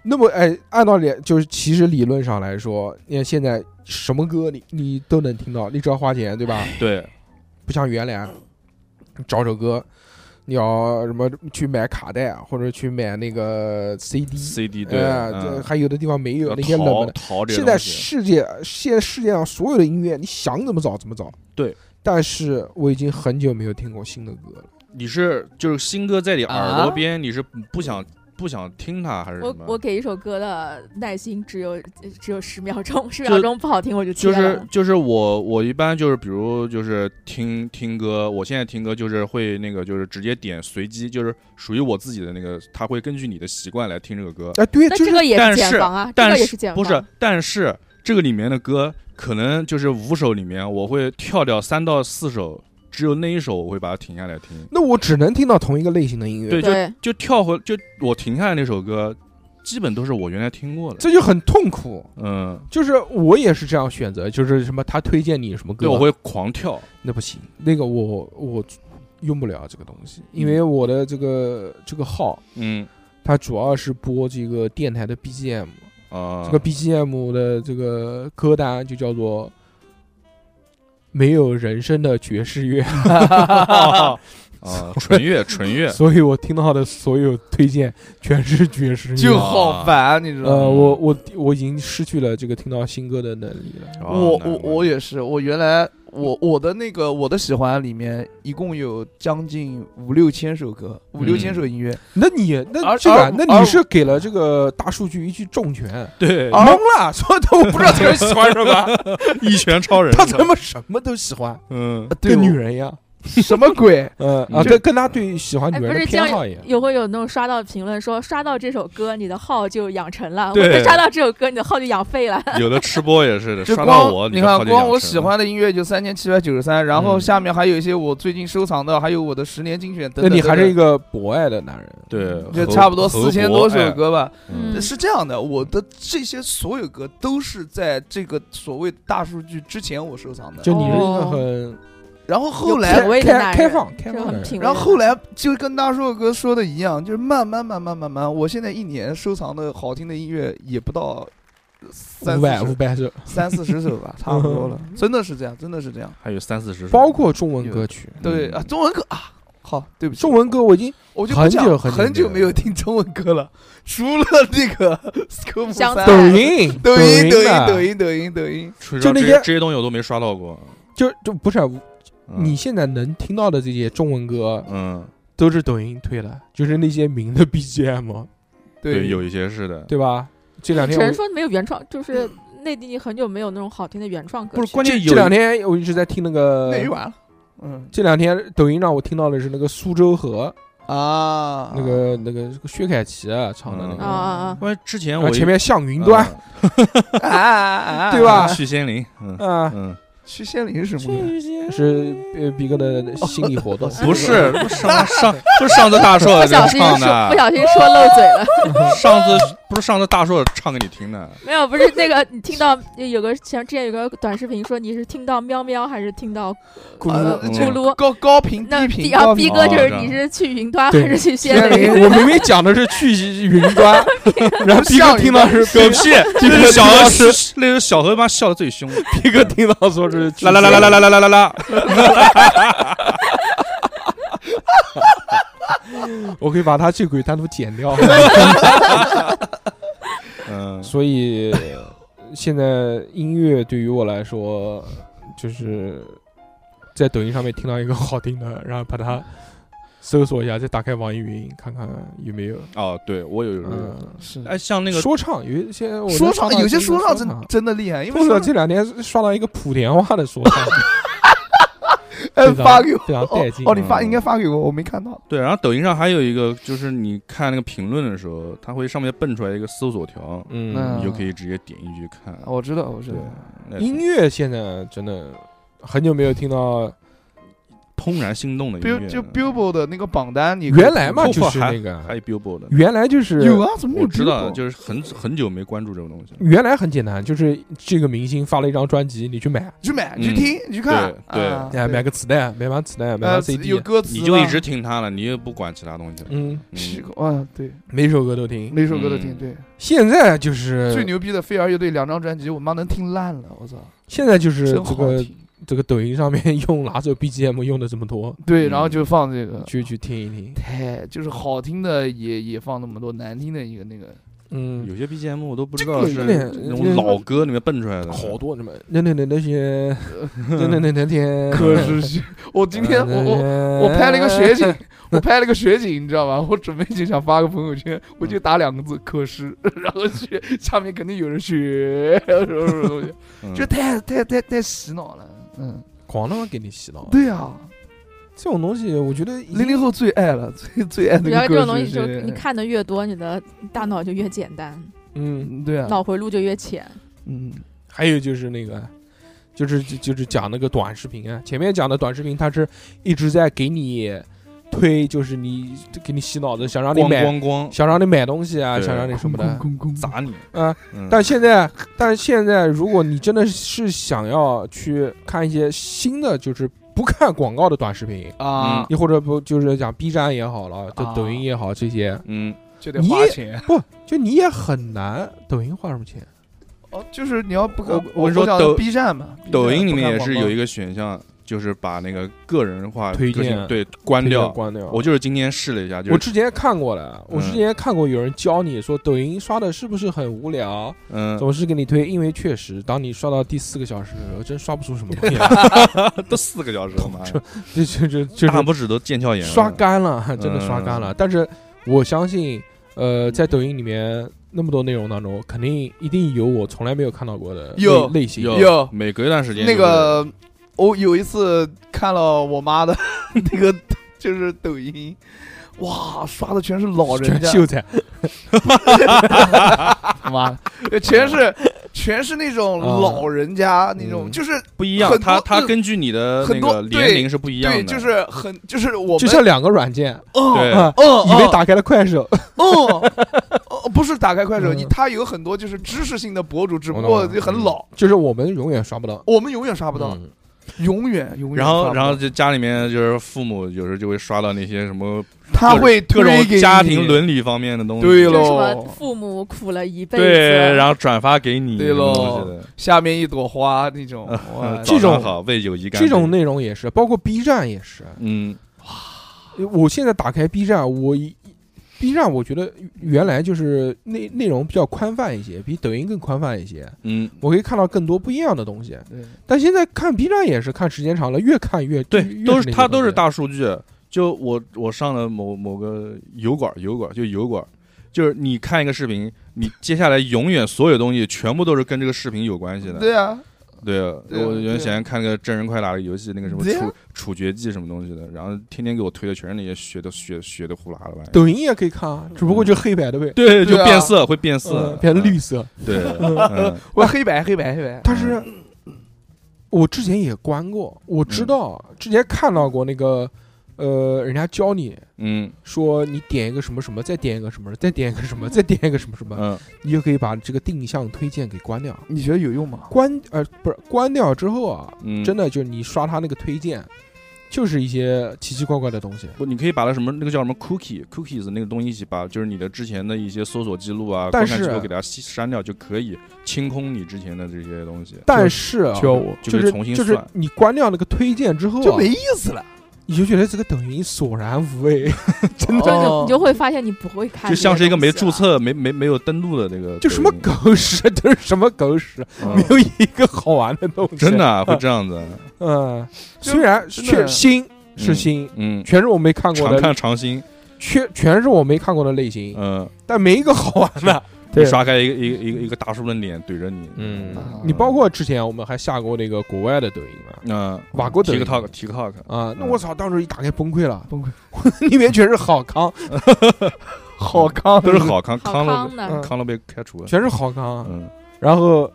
那么，哎，按道理就是，其实理论上来说，你看现在什么歌你你都能听到，你只要花钱，对吧？
对，
不像原来，你找首歌，你要什么去买卡带啊或者去买那个 CD，
CD 对，
哎这
嗯
还有的地方没有
要
那些冷
逃
门的。
逃这些
现在
东西
世界现在世界上所有的音乐，你想怎么找怎么找。
对，
但是我已经很久没有听过新的歌了。
你是就是新歌在你耳
啊
朵边，你是不想不想听它还是什
我
么？
我给一首歌的耐心只有只有十秒钟，十
就
秒钟不好听我就切
就是
了。
就是我我一般就是比如就是听听歌，我现在听歌就是会那个就是直接点随机，就是属于我自己的那个，他会根据你的习惯来听这个歌。
哎，对，
那
就
这
是
个也
但
是
是
减房啊，这
但
个也
是
是减
不
房。
是？但是这个里面的歌可能就是五首里面，我会跳掉三到四首，只有那一首我会把它停下来听。
那我只能听到同一个类型的音乐。
对
对，
就跳回就我停下来那首歌，基本都是我原来听过的。
这就很痛苦。
嗯，
就是我也是这样选择，就是什么他推荐你什么歌，
对，我会狂跳。
那不行，那个我我用不了这个东西，因为我的这个这个号
嗯
它主要是播这个电台的 BGM，
啊，
这个 BGM 的这个歌单就叫做没有人声的爵士 乐，
啊，纯乐纯乐，
所以我听到的所有推荐全是爵士乐。
就好烦，你知道吗？
呃，我我我已经失去了这个听到新歌的能力了。
呃我我我也是，我原来我我的那个我的喜欢里面一共有将近五六千首歌，五六千首音乐，
那你那
而
这个
而，
那
而
你是给了这个大数据一记重拳，
对
啊
懵了，说的我不知道这个人喜欢什么，
一拳超人，
他怎么什么都喜欢，
嗯
呃 对
跟
我
女人一样。
什么 鬼？
嗯
嗯
啊，跟跟他对喜欢女人
哎不
的
是这样
偏好一样。
有会有那种刷到评论说刷到这首歌，你的号就养成了；我
对
再刷到这首歌，你的号就养废了。
有的吃播也是的，
就
刷到
光
我，就
你看
好，几
光
两
我
成
喜欢的音乐就三千七百九十三，然后
嗯
下面还有一些我最近收藏的，还有我的十年精选等
那
等。
你还
等
是一
等
个博爱的男人，
对，
就
何
差不多
何
四千
国
多首
哎
歌吧。
嗯
嗯
是这样的，我的这些所有歌都是在这个所谓大数据之前我收藏的，
就你是一个很
然后后
有
来
品。味的男
开
人
开放开
这
放的
很
人。
品味。
然后后，来就跟大硕哥说的一样，就是慢慢慢慢慢慢，我现在一年收藏的好听的音乐也不到三
五
四
百嗯五
十
百首，
三四十首 吧，差不多了，真的是这样，真的是这样。
还有三四十首，
包括中文歌曲，
对
嗯
啊，中文歌啊，好，对不起，
中文歌我已经
我就不讲
很久
很
很久
久没有听中文歌了，除了那个 科目
相
三、
抖
对
音
哎抖音、抖
抖
音、抖
音啊，
音、抖音、抖音，
就
那
这
些
这些东西我都没刷到过。
就就不是啊
嗯
你现在能听到的这些中文歌
嗯，
都是抖音推的，就是那些名的 BGM，
对，有一些是的，
对吧？这两
只
天
能
我
说没有原创，就是内地很久没有那种好听的原创歌曲。
不是关键有
这两天我一直在听那
内娱
个，
完了，嗯
这两天抖音让我听到的是那个苏州河，
啊，
那个那个薛凯琪啊唱的那
啊
个，
啊啊！
关键之前
然
我
后
一
前面向云端
啊啊 啊，
对吧
去仙林，嗯
啊，
嗯，
去仙林是什么歌？
是呃比哥的心理活动，
不是不是上上不是上次大硕
不小
唱
心说不
的，
小心说漏嘴了，
上次不是上次大硕唱给你听的，
没有，不是那个你听到有个前之前有个短视频说你是听到喵喵还是听到
咕 噜
呃
嗯
咕噜？
高高频
那
嗯低频，
然后
高
逼
频
哥就是
哦
你是去云端还
对
是去仙
天
林？
灵，我明明讲的是去云 端，然后逼哥听到是
狗屁！
这
那
个
是小
地
何
方是
是那是小何妈笑的最凶的，
逼哥听到说是
啦啦啦啦啦啦啦啦啦啦！
啦，我可以把他这鬼单独剪掉。
嗯，
所以现在音乐对于我来说，就是在抖音上面听到一个好听的，然后把它搜索一下，再打开网易云看看有没有。
哦，对我有有有，
嗯，
是
哎，像那个
说唱有一些我能
说
刷
唱，
到
有些
一
说唱
唱
真真的厉害，因为
或者
说
这两天刷到一个莆田话的说 唱，非
哎
常
发给我
非常带劲
哦哦，你发
嗯
应该发给我，我没看到。
对，然后抖音上还有一个，就是你看那个评论的时候，它会上面蹦出来一个搜索条，
嗯
嗯，
你就可以直接点进去看。
啊
哦
我知道，我知
对
道，，
那
音乐现在真的很久没有听到，
怦然心动的音
，Bill
乐，
就 Billboard 的那个榜单，你可以
原来嘛
包括
就是
还
那个，
还有 Billboard 的，
原来就是
有啊，怎么没有
我知道，
Billboard？
就是很很久没关注这种东西了。
原来很简单，就是这个明星发了一张专辑，你去买，
你去买，
嗯
你去听，你去看，
对
啊
哎，买个磁带，买盘磁带，买
呃
盘 CD，
有歌词吧，
你就一直听它了，你也不管其他东西了。
嗯，
奇
嗯
怪，啊，对，
每首歌都听。
每首歌都听，
嗯
对，
现在就是
最牛逼的飞儿乐队两张专辑，我妈能听烂了，我操，
现在就是
真
这
好
个
听。
这个抖音上面用哪首 BGM 用的这么多，
对，
嗯
然后就放这个，
去去听一听。
太就是好听的也也放那么多，难听的一个那个，
嗯，
有些 BGM 我都不知
这
道
个
是
有点
那种老歌里面蹦出来的，
好多什么那那那那 些，那那那那天，
可是是，我今天我我我拍了一个 雪景，我拍了个雪景，你知道吧？我准备就想发个朋友圈，我就打两个字“可是”， 然后雪下面肯定有人雪什么什么东西，
嗯
就太太太太洗脑了。嗯，
狂他妈给你洗脑。
对啊，
这种东西，我觉得已
零零
经
后最爱了，最最爱那
我觉
个
得这
歌
种东西
是
就
谁
你，看的越多，你的大脑就越简单，
嗯，
嗯对啊，
脑回路就越浅。
嗯，
还有就是那个，就是就就是讲那个短视频啊，前面讲的短视频，它是一直在给你推，就是你给你洗脑子，想让你
咣
买，
咣咣
想让你买东西啊，
对
想让你什么的，
空空
砸你。
啊。
嗯
但现在，但现在，如果你真的是想要去看一些新的，就是不看广告的短视频，
啊，
你或者不就是讲 B 站也好了，就
啊
抖音也好这些，
嗯，
就得花
你
钱
不就你也很难，抖音花什么钱？
哦，就是你要不看
我我跟你说
讲
抖
B 站嘛，
抖音里面也是有一
个
个选项，就是把那个个人化
推
个性
荐
对关掉。
关掉。
我就是今天试了一下，就
我
是
之前看过了，我
嗯
之前看过有人教你说抖音刷的是不是很无聊，
嗯，
总是给你推，因为确实，当你刷到第四个小时的时候，真刷不出什么东西来，
都四个小时了嘛，
就就就就
大
是
拇指都腱鞘炎了。
刷
嗯
干了，真的刷干了。但是我相信，呃，在抖音里面那么多内容当中，肯定一定有我从来没有看到过的类
有
类型。
有
有每隔一段时间
那
就
个，我有一次看了我妈的 那个就是抖音，哇，刷的全是老人
全
家，
秀才，
妈的，全是全是那种
嗯
啊
老人家那种，
嗯
就是
不一样
很，多
它它
嗯
根据你的
很
那
多
个
对
年龄是不一样
对，
的，
就是很就是我
就
们
像两个软件，
嗯
对
啊
嗯，
以为
嗯
打开了快手，
嗯，哦不是打开快手，
嗯
你他有很多就是知识性的博主，只不
我
过
懂
就
嗯
很老，
嗯就是我们永远刷不到，
我们永远刷不到，
嗯
永远永远
然
刷
后，
不
然后
到
就家里面就是父母有时候就会刷到那些什么
他会
各
推给
种家
你
庭伦理方面的东西，
对
就是
喽
什么父母苦了一辈子，
对，然后转发给你，
对喽
什么东西的
下面一朵花那种，哇
嗯
这
早
种
上好为友谊干
这
杯，
种内容也是，包括 B 站也是。
嗯，
我现在打开 B 站，我一 B 站我觉得原来就是内内容比较宽泛一些，比抖音更宽泛一些，
嗯，
我可以看到更多不一样的东西。
对，
但现在看 B 站也是看时间长了，越看越
对，
越
都
是
是
那些
它
东
都
西
是大数据。就我我上了某某个油管，油管就油管，就是你看一个视频，你接下来永远所有东西全部都是跟这个视频有关系的。
对啊，
对，
对啊
我原先看个真人快打的游戏，那个什么
对啊
处处决技什么东西的，然后天天给我推的全是那些血的血血的呼啦的玩意儿。
抖音也可以看啊，只不过就黑白的呗，
对，就
对啊
变色，会变色
嗯，变成绿色。
对，嗯
我黑白黑白黑白，
但是我之前也关过，我
嗯
知道之前看到过那个呃，人家教你
嗯
说你点一个什么什么，再点一个什么，再点一个什么，再点一个什么什么，
嗯
你就可以把这个定向推荐给关掉。
你觉得有用吗？
关呃不是关掉之后啊，
嗯，
真的就是你刷他那个推荐，就是一些奇奇怪怪的东西。
不，你可以把它什么那个叫什么 cookie cookies 那个东西一起把，就是你的之前的一些搜索记录啊、
但
观看记
是
录给它吸删掉，就可以清空你之前的这些东西。
但是啊，
教我
就
就
可以
是
重新
就是
算
你关掉那个推荐之后、
就
啊
没，意思了，
你就觉得这个抖音索然无 味，
真
就就你就会发现你不会看
就
这些东西了，
像是一个没注册、没没没有登录的这个抖音，
啊就什么狗屎 都是什么狗屎，
嗯
没有一个好玩的东西。
真的，啊会这样子，
嗯，
就
虽然
真的
确新是
嗯
新，
嗯，
全是我没看过
常
的，
看常新，
全全是我没看过的类型，
嗯，
但没一个好玩的。
你
对
刷开一个一个一个一个大叔的脸怼着你，
嗯
啊
你包括之前我们还下过那个国外的抖音嘛，
嗯，
瓦国抖音
TikTok TikTok，
啊，那
嗯
我操，当时一打开崩溃 了，
崩溃，
里面全是好康，
好康
都是好康
好
康乐
康的，
嗯
嗯康乐被开除了，
全是好康，
嗯，
然后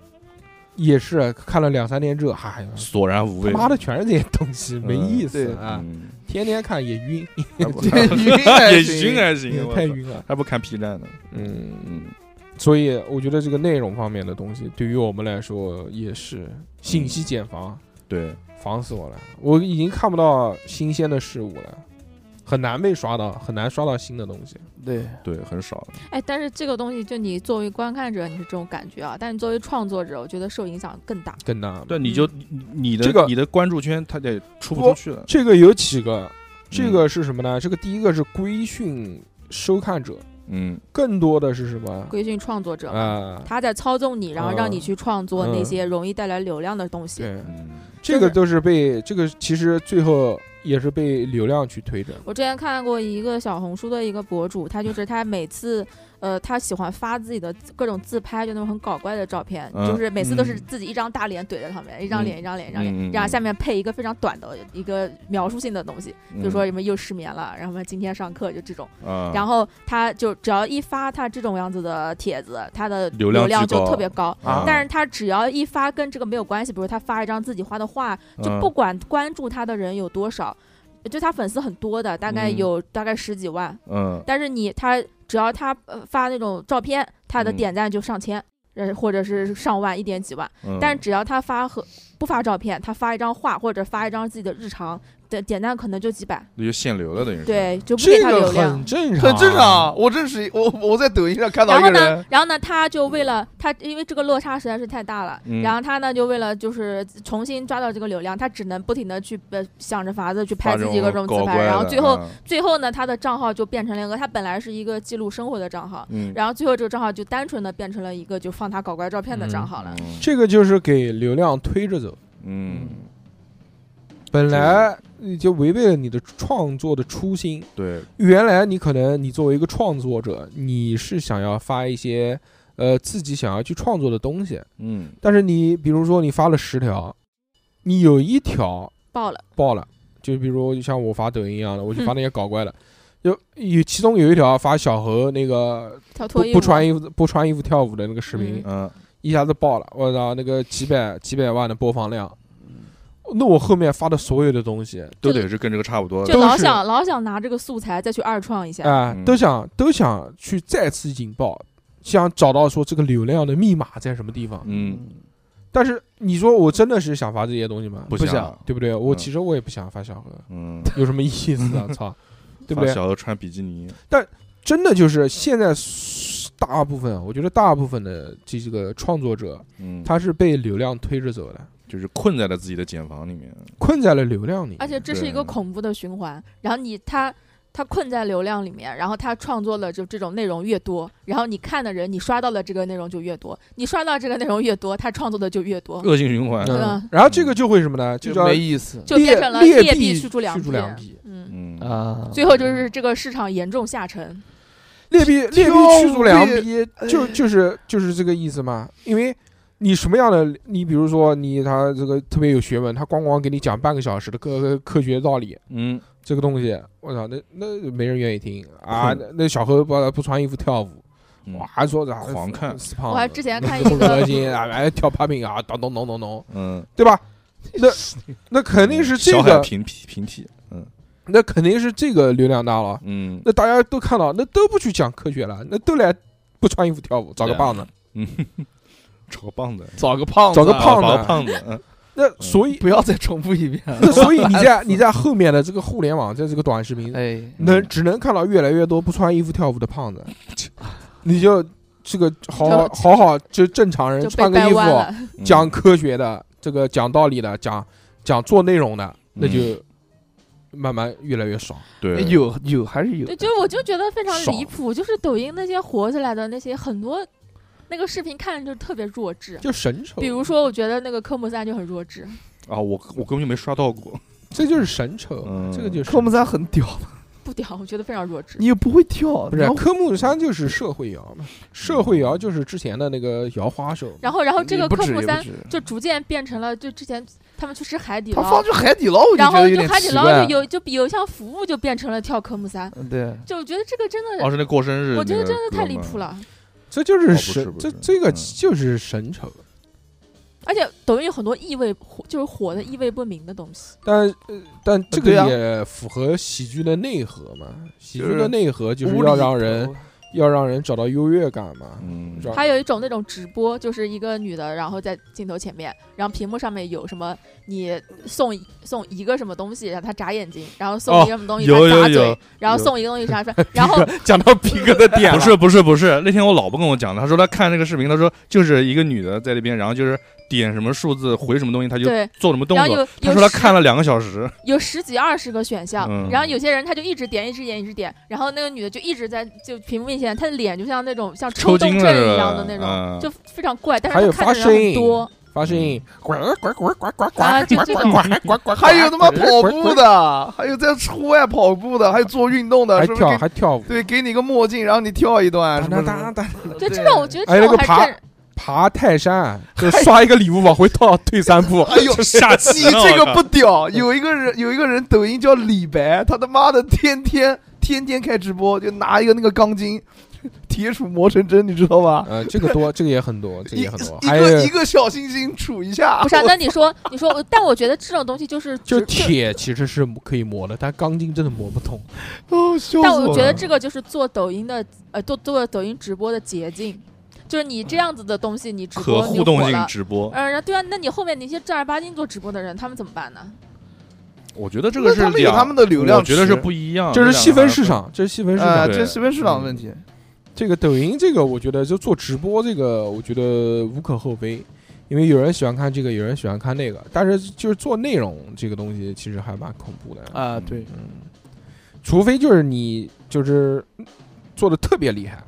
也是看了两三年之后，哎呀，
索然无
他
味，
妈的全是这些东西，没意思
对
啊，
嗯，
天天看也晕，
也
也
行还行，我
太
操
晕了，
还不看 P 站呢，
嗯。
嗯，
所以我觉得这个内容方面的东西，对于我们来说也是信息茧房，
对，
防死我了。我已经看不到新鲜的事物了，很难被刷到，很难刷到新的东西。
对，
对，很少。
哎，但是这个东西就你作为观看者你是这种感觉啊，但你作为创作者，我觉得受影响更大。
更难。
对，你就你你的、
这个
你的关注圈，它得出不出去了。
这个有几个，
嗯
这个是什么呢？这个第一个是规训收看者，
嗯，
更多的是什么？
规训创作者嘛，
啊，
他在操纵你，然后让你去创作
嗯
那些容易带来流量的东西。
对，
嗯
这个都是被这个其实最后也是被流量去推着。
我之前看过一个小红书的一个博主，他就是他每次，呃，他喜欢发自己的各种自拍，就那种很搞怪的照片，
嗯
就是每次都是
嗯
自己一张大脸怼在上面，一张脸一张脸一张
嗯嗯
脸，
嗯
然后下面配一个非常短的一个描述性的东西，比如说什么又失眠了，然后什么今天上课就这种。
嗯啊，
然后他就只要一发他这种样子的帖子，他的
流量
流量
巨高
就特别高。
啊
但是他只要一发跟这个没有关系，比如他发一张自己画的画，就
嗯
不管关注他的人有多少，呃就他粉丝很多的，大概
嗯
有大概十几万。
嗯
但是你他只要他呃发那种照片，他的
嗯
点赞就上千，呃或者是上万一点几万。
嗯，
但只要他发和不发照片，他发一张画或者发一张自己的日常，点点赞可能就几百，
那就限流了，等于是。
对，就不给
这
他
个
流量。
很正常，
很正常。。我认识一我我在抖音上看到
然
一
后
个
呢
人，，
然后呢，他就为了他，因为这个落差实在是太大了，
嗯
然后他呢就为了就是重新抓到这个流量，他只能不停的去呃想着法子去
发这
拍自
种
己各种自
搞怪
拍，
的
然后最后、
啊
最后呢，他的账号就变成了一个他本来是一个记录生活的账号，
嗯，
然后最后这个账号就单纯的变成了一个就放他搞怪照片的账号了。
嗯
这个就是给流量推着走，
嗯，
本来呃就违背了你的创作的初心。
对，
原来你可能你作为一个创作者，你是想要发一些呃自己想要去创作的东西，
嗯
但是你比如说你发了十条，你有一条
爆了，
爆了，就比如像我发抖音一样的，
嗯
我就发那些搞怪的。有有，其中有一条发小何那个
他
不
脱衣服
不穿衣服不穿衣服跳舞的那个视频，
嗯
嗯
一下子爆了，我操，那 个几百几百万的播放量，
嗯
那我后面发的所有的东西，
都得是跟这个差不多的。
就老
都是
想老想拿这个素材再去二创一下。
啊、
嗯
都想都想去再次引爆，想找到说这个流量的密码在什么地方。
嗯，
但是你说我真的是想发这些东西吗？
不
想，
想，
嗯对不对？我
嗯
其实我也不想发小何，
嗯，
有什么意思啊？操，对不
发
对？
小的穿比基尼，
真的就是现在大部分，我觉得大部分的这这个创作者，
嗯，
他是被流量推着走的，
就是困在了自己的茧房里面。
困在了流量里。
而且这是一
对
个恐怖的循环。然后你他他困在流量里面，然后他创作了就这种内容越多，然后你看的人，你刷到了这个内容就越多，你刷到这个内容越多，他创作的就越多，
呃
恶性循环。
嗯
嗯，然后这个就会什么呢？就
就
叫
没意思
就变成了
劣
劣
币
币驱逐良
驱逐良币
嗯，
嗯，
啊
最后就是这个市场严重下沉，
劣币劣币
挑
驱逐良
劣
币，就就是就是这个意思嘛。因为你什么样的，你比如说你他这个特别有学问，他光光给你讲半个小时的科科学道理，
嗯，
这个东西，我操，那那没人愿意听 啊。那那小何不不穿衣服跳舞，哇，
哇，
还说这
嗯狂看
死
我
胖
还
子，
之前看一
哦不恶
个，
心啊，哎跳 popping 啊，咚咚咚咚咚，
嗯，
对吧？ 那那肯定是这
小海
个，
平替平替，嗯
那肯定是这个流量大了。
嗯，
那大家都看到，那都不去讲科学了，那都来不穿衣服跳舞，找
啊
个棒子。
找个棒子，
找个胖
找个
啊
胖子
找个胖子，嗯
那所以，
不要再重 复一遍哎了。
那所以你在你在后面的这个互联网，在这个短视频，
哎，
能
嗯
只能看到越来越多不穿衣服跳舞的胖子， 你就这个好好
就
好好就正常人
就被
穿个
掰
衣服
弯，了，
嗯
讲科学的，这个讲道理的，讲讲做内容的，那
嗯
就慢慢越来越少。
对，
哎有有还是有的
对，，就我就觉得非常
少
离谱，就是抖音那些火起来的那些很多那个视频看着就特别弱智。
就神丑，
比如说，我觉得那个科目三就很弱智，
啊，我我根本就没刷到过，
这就是神丑，
嗯
这个就是
科目三很屌，
不屌，我觉得非常弱智
你。又不啊会跳，
不是
然后
科目三就是社会摇嘛，社会摇就是之前的那个摇花手，
然后，然后这
也
个
不
科
止
目
也不
三
止
就逐渐变成了，就之前他们去吃海底
他放
捞，
去海底捞，我
然
觉
后
得有
就
点
海底
奇
捞
怪啊
有有就比有一项服务就变成了跳科目三，
嗯对，
就我觉得这个真的，
哦，是那过生日，
我觉得真的太离谱。了。
这就是
哦不
神
是，不
这
是
这个
嗯
就是神丑。
而且抖音有很多意味火，就是火的意味不明的东西。
但呃但这个
对啊
也符合喜剧的内核嘛？喜
就
剧的
是
内核就是
无
要
厘
让
头
人要让人找到优越感嘛。
嗯，
找
还有一种那种直播，就是一个女的，然后在镜头前面，然后屏幕上面有什么，你送一送一个什么东西，然后她眨眼睛，然后
哦
送一个什么东西，她
有有
眨嘴，
有
然后
有
送一个东西 啥啥，然后
讲到逼哥的点
不
了
是不是不是，那天我老婆跟我讲的，她说她看那个视频，她说就是一个女的在那边，然后就是点什么数字回什么东西，她就
对，
做什么动
然后
作。
有
她
有
说她
十
看了两个小时，
有十几二十个选项，
嗯
然后有些人他就一直点一直点一直点，然后那个女的就一直在就屏幕面前，她的脸就像那种像
抽
抽
筋
动
了
症
是吧
一样的那
嗯
种，就非常怪，但
还
是
有
她
发
看的人
声
很多，
发声音，呱呱呱呱呱呱
啊就这种
还有他妈跑步的，还有在户外跑步的，还有做运动的，
还
是不是
跳
给？
还跳舞，
对，给你个墨镜，然后你跳一段，什么什么
哒，
对这种我觉得
还有
这
那个
种还是
爬泰山，就刷一个礼物往回倒退三步，
哎呦，
下棋
你 这个不屌！有一个人，有一个人抖音叫李白，他他妈的天天天天开直播，就拿一个那个钢筋，铁杵磨成针，你知道吧？
呃，这个多，这个也很多，这个
一
也很多，
一
还有
个一个小星星杵一下，
不是啊？那你说你说，但我觉得这种东西就是
就
只
铁其实是可以磨的，但钢筋真的磨不通。
哦，笑死
但我觉得
了
这个就是做抖音的，呃，做做抖音直播的捷径，就是你这样子的东西，你直
可
播你
互动
火
性
了，
直 播，
嗯、对啊，那你后面那些正儿八经做直播的人，他们怎么办呢？
我觉得这
那
个是
他们有
两
他们的流量
我
池，
觉得是不一样，
这是
这
细
两个
分
还是
市场，这是细分市
啊，
场。
对
这是分市
嗯
场问题。
这个抖音这个，我觉得就做直播这个，我觉得无可厚非，因为有人喜欢看这个，有人喜欢看那个，但是就是做内容这个东西，其实还蛮恐怖的。
啊，对，
嗯，除非就是你就是做的特别厉害，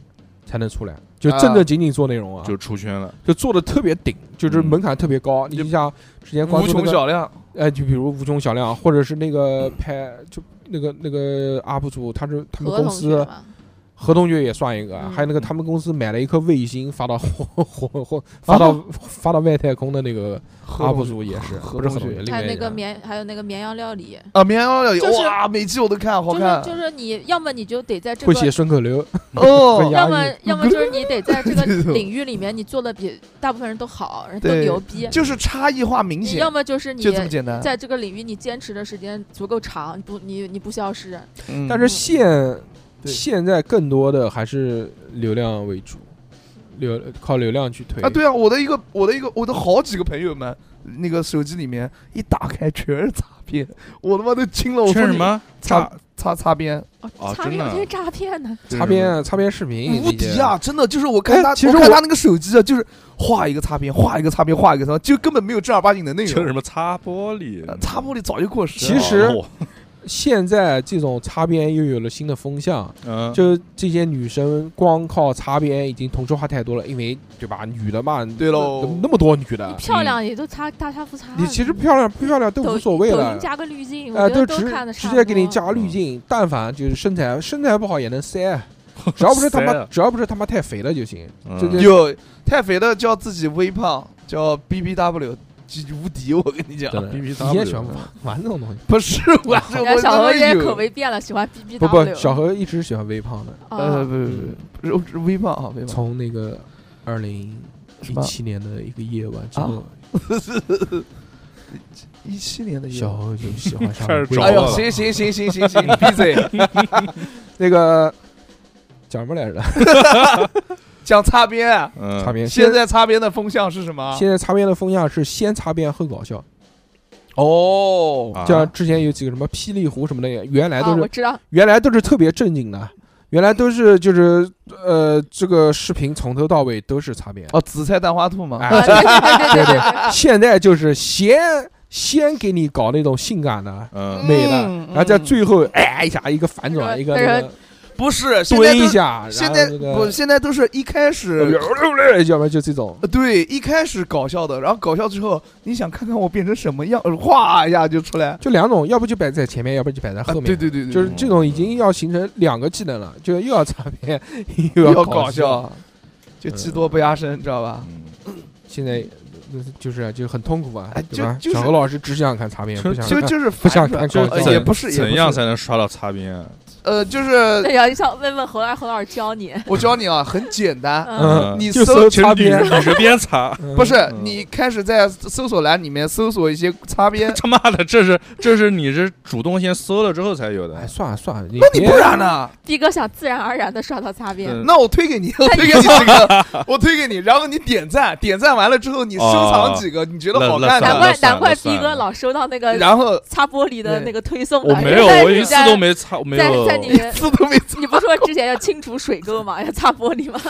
才能出来，就正正经经做内容啊，
就出圈了，
就做的特别顶，就是门槛特别高。你就像之前关
嗯无
注那
穷
个
小量，
哎，就比如无穷小亮，或者是那个拍就那个那个 UP 主，他是他们
何
公
同学
司
嘛，
何同学也算一个，啊
嗯
还有那个他们公司买了一颗卫星发到火 火
啊
火发到、发到外太空的那个 UP 主也是，
何
不是
同
何同
学
学，另
还
外
有那
一
个
个。啊
绵，还有那个绵羊料理，
啊，绵羊料理，
就是
哇，每期我都看，好
就
看
是就是你要么你就得在这
会
个。
写顺口溜， 会
哦。
押
要么
韵，
要么就是你得在这个
这种
领域里面，你做的比大部分人都好，人都
对
牛逼。
就是差异化明
你
显
要，么就是你
就这么简单。
在这个领域你坚持的时间足够长，你不你你不消失。
嗯
但是现
对
现在更多的还是流量为主，流靠流量去推
啊，对啊，我的一个，我的一个，我的好几个朋友们，那个手机里面一打开全是诈骗，我他妈都惊了。我说
圈什
你
么
擦擦擦边，
哦
哦，差
真
点
的
这些诈骗呢，
擦边啊擦边视频，
无敌啊！真的就是我看
哎
他，
其实
我看
我
他那个手机啊，就是画一个擦边，画一个擦边，画一个哎擦边，就根本没有正儿八经的内
就是
容。
什么擦玻璃
呃，擦玻璃早就过时了。
其实
哦
现在这种擦边又有了新的风向，
嗯，
就这些女生光靠擦边已经同质化太多了，因为对吧，女的嘛，
对喽
那么多女的，
漂亮也都擦大差不差。
你其实漂亮不漂亮都
抖
无所谓
抖
了
音。加个滤镜，
哎、
我觉得
直
看得差嗯
直
不多
接给你加滤镜，但凡就是身材，身材不好也能 塞，只要不是他
塞
妈
啊，
只要不是他妈太肥了就行。
嗯
这就
有太肥的叫自己微胖，叫 B B W，无敌！我跟你讲，
真的，
BBW
你也喜欢玩玩这种东西？
不是我这
然后
我
小何
何
现在口味变了，喜欢 B B
不不，小何一直喜欢微胖的，
呃
啊，
不不不，不是微胖啊，微胖。
从那个二零
什
一
么啊
七年的一个夜晚之后，
一七年的夜
小
晚。
何就喜欢上
开始
微
找
哎
我
呦，
了
行行行行行行，闭 嘴！
那个讲什么来着？
讲擦边，啊
嗯，
擦边。
现在擦边的风向是什么？啊
现在擦边的风向是先擦边后搞笑，
哦，
啊
就像之前有几个什么霹雳狐什么的，原来
啊
都是
我知道，
原来都是特别正经的，原来都是就是呃，这个视频从头到尾都是擦边。
哦，啊紫菜蛋花兔嘛，
哎
啊对对对对对对
现在就是先先给你搞那种性感的、
嗯
美的
嗯，
然后在最后哎一下一个反转，一个
但是
那个
不是，现在
蹲
都
一下，
现在
然后那
不，
个
现在都是一开始
呃要不然就这种。
呃对，一开始搞笑的，然后搞笑之后，你想看看我变成什么样，呃哗一下就出来。
就两种，要不就摆在前面，要不就摆在
啊
后面。
对对对对，
就是这种已经要形成两个技能了，就又要擦边，又
要
搞
搞。笑，就技多不压身，你知道吧？
嗯
现在呃就是啊，就很痛苦啊
哎，
对吧？
就就是
小何老师只想看擦边，不想
就
看
就是
不
反
想
转
看
就
搞
是
呃
笑
怎
也不是也不
怎
是
样才能刷到擦边啊？
呃，就是
对，要想问问侯老侯老师教你，
我教你啊，很简单，
嗯，
嗯，
你
就
搜
擦
女
边，
女着边擦，
嗯
不是
嗯，
你开始在搜索栏里面搜索一些擦边
他妈的，这是这是你是主动先搜了之后才有的
哎，。算了算了，那
那你不然呢？
逼哥想自然而然的刷到擦边，
嗯
那我推给你，我推给你这个，我推给你，然后你点赞，点赞完了之后你收藏几个你觉得好
哦
看
那
难
那
的，
算
怪
了
难怪
算
逼
了
哥老收到那个
然后
擦玻璃的那个推送
我
了，
没有，
因为
我一
你
次
在
都没擦，我没
在
有。
在你的。
字都没哦
你不说之前要清除水垢嘛，要 擦玻璃嘛？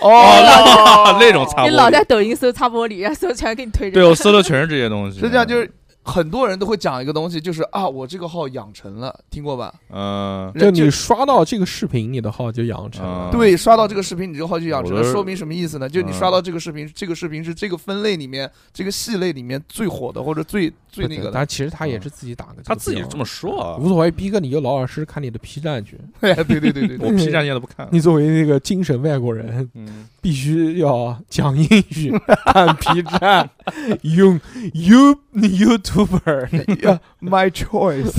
哦， 那那种擦
你
玻
老
璃，
在抖音搜擦玻璃，然后搜全给你推
对
着。
我搜的全是这些东西。
实际上就是很多人都会讲一个东西，就是啊，我这个号养成了，听过吧？
嗯，
就
人
你刷到这个视频，你的号就养成了。
嗯
对，刷到这个视频，你这个号就养成
我
了，
的
说明什么意思呢？就你
嗯
刷到这个视频，这个视频是这个分类里面、这个系类里面最火的，或者最最那个的。
但其实他也是自己打的，
他自己这么说啊
无。所谓。逼哥，你就老老实实看你的 P 站去。
哎 对对对对对
我 P 站现在都不看。
你作为那个精神外国人，
嗯，
必须要讲英 语、看 B 站、用 You YouTuber，
，My choice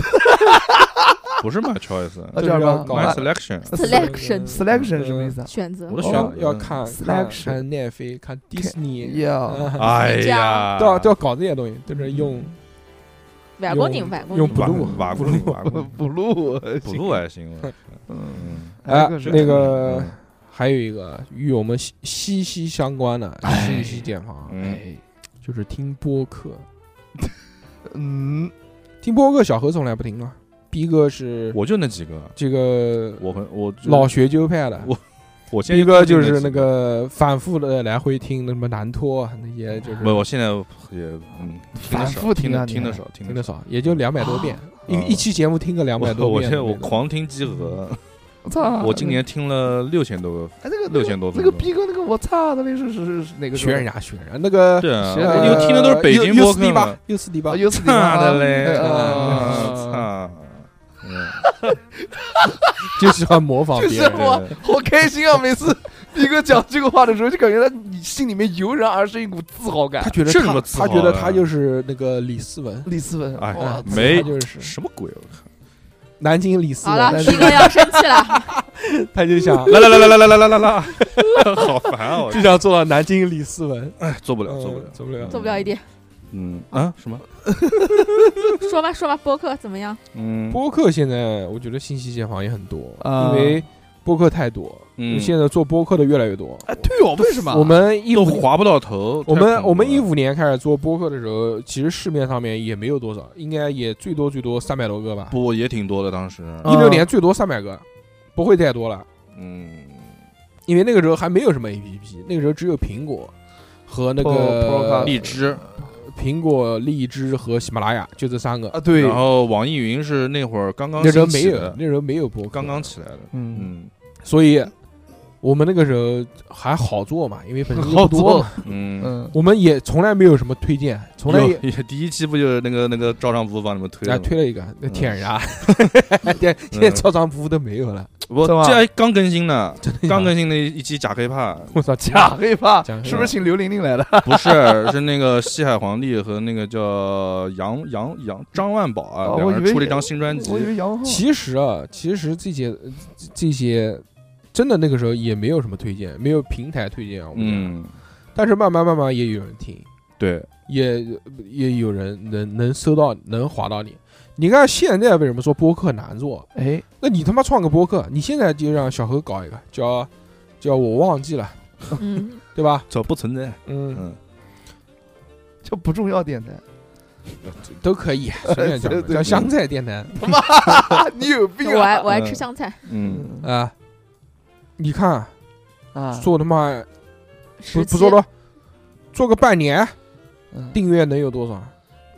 不是 my choice，
啊，
就是
叫什
要呃搞
my
么
selection。
Selection
？Selection 什么意思啊
选择
我的
哦
选择
要看
Selection
看看奈飞、看迪士尼，
？Yeah，
哎呀，
都要都要搞这些东西，就是用
外国人，外国
用
人。
补录
瓦
补
古
录。
瓦古
不录，
补录还行。啊嗯，
哎，
是
那个还有一个与我们息息息相关的息息解放，
嗯，
哎就是听播客。
嗯，
听播客，小何从来不听啊。逼哥是
嗯我就那几个，
这个
我很我
老学究派的，
我我现在
逼哥就是
几
那。个反复的来回听那什么南托啊那些，就是
不，我现在也嗯，听
反
的
复
少，
听
听的
啊你
听的少，听
听
的
得
少。
少，也就两百多遍，一
啊
一期节目听个两百
我
多
我
遍
现
的
在
那
我
种。
狂听集 合，
我操！
我今年听了六千多个，
哎，那个
六千多
那
分
个
钟。
逼哥那个我操的那是是是哪个
学人家学人家那个，
对啊，
谁
我
来
因为听的都是北京播客嘛
吧，，又四 D 吧
啊，， 有死
大的 嘞，
啊！
操！嗯
就喜欢模仿
就
别
是
人。
我 好开心啊！每次逼哥讲这个话的时候，就感觉他心里面油然而生一股自豪
他
感。
觉得
这怎
他
么自
他
豪
觉得
啊
他就是那个李思文，
李斯
啊
文，
哎
哇，
没
他就是
什么鬼？我啊靠！
南京李思
好 了，
文，
逼哥要生气了，
他就 想
来来来来来来来来来， 好烦啊！我
就想做到南京李思文，
哎，做不了，
嗯
做不了，
做不了
做不了一点。
嗯啊，什么？
说吧，说吧，播客怎么样？
嗯，
播客现在我觉得信息茧房也很多，
啊
因为播客太多，
嗯啊
现在做播客的越来越多。
哎，对哦，为什么？
我们一
都
五
划不到头。
我
太恐
们
怖
我们一
了
五年开始做播客的时候，其实市面上面也没有多少，应该也最多最多三百多个吧。
不也挺多的，当时
一六年最多三百个，不会再多了，
嗯
因为那个时候还没有什么 APP，那个时候只有苹果和那
Pro-
个
Procast
荔枝
苹果、荔枝和喜马拉雅，就这三个。
啊，对，
然后网易云是那会儿呃刚刚
那时候
兴
没
起
有
的，
那时候没有播客，
刚刚起来的，
嗯，
嗯
所以我们那个时候还好做嘛，因为粉丝
好
不多
做
嘛，，
嗯，
嗯，
我们也从来没有什么推荐，从来
有
也
有第一期不就是那个那个照常不误帮你们推的
哎
吗？
推了一个，那
嗯
天 然，现现在超长服务都没有了，
不，
是
这
吗
还刚更新 呢，
假的
刚更嗯新的一期假黑怕，
我操，
假黑怕
假黑怕
是不是请刘玲玲来的？
不是， 是那个西海皇帝和那个叫杨杨杨张万宝啊，
哦
两
我
个人
以为
出了一张
嗯
新专辑
我。以为杨浩
其实啊，其实这些呃这这些真的那个时候也没有什么推荐，没有平台推荐啊，我们讲，
嗯，
但是慢慢慢慢也有人听，
对，
也也有人能能搜到，能划到你。你看现在为什么说播客难做？
哎，
那你他妈创个播客，你现在就让小何搞一个，叫叫我忘记了，
嗯，
对吧？
这不存在。
嗯，
嗯，
叫不重要电台，
都可以，随便
对
讲，
对
叫香菜电台
啊，你有病
我
啊！
爱我爱吃
嗯
香菜，
嗯，
啊、你看，
啊，
做他妈不
十
不
七
做了，做个半年，
嗯
订阅能有多少？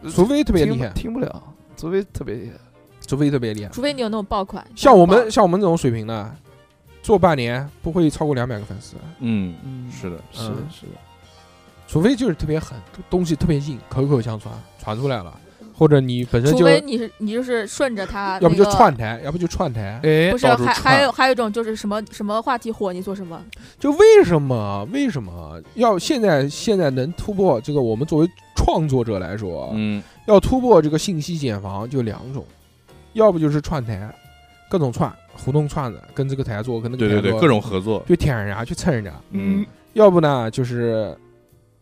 除非特别
听
厉害，
听不了，除非特别厉害。
除非特别厉害。
除非你有那种爆款，
像我
爆
们像我们这种水平的，做半年不会超过两百个粉丝，
嗯，
嗯，
是的，
是
嗯
是，
除非就是特别狠，东西特别硬，口口相传，传出来了，或者你本身
除
就
非你是你就是顺着它，
要不就
那个
串台，要不就串台。
哎
不是
到处
还
串
还有还有一种就是什么什么话题火你做什么，
就为什么为什么要现在现在能突破这个？我们作为创作者来说，
嗯，
要突破这个信息茧房就两种，要不就是串台，各种串胡同串子，跟这个台做，跟那个
对
台做，
对对，各种合作。
去舔人家，去蹭人家；
嗯，
要不呢就是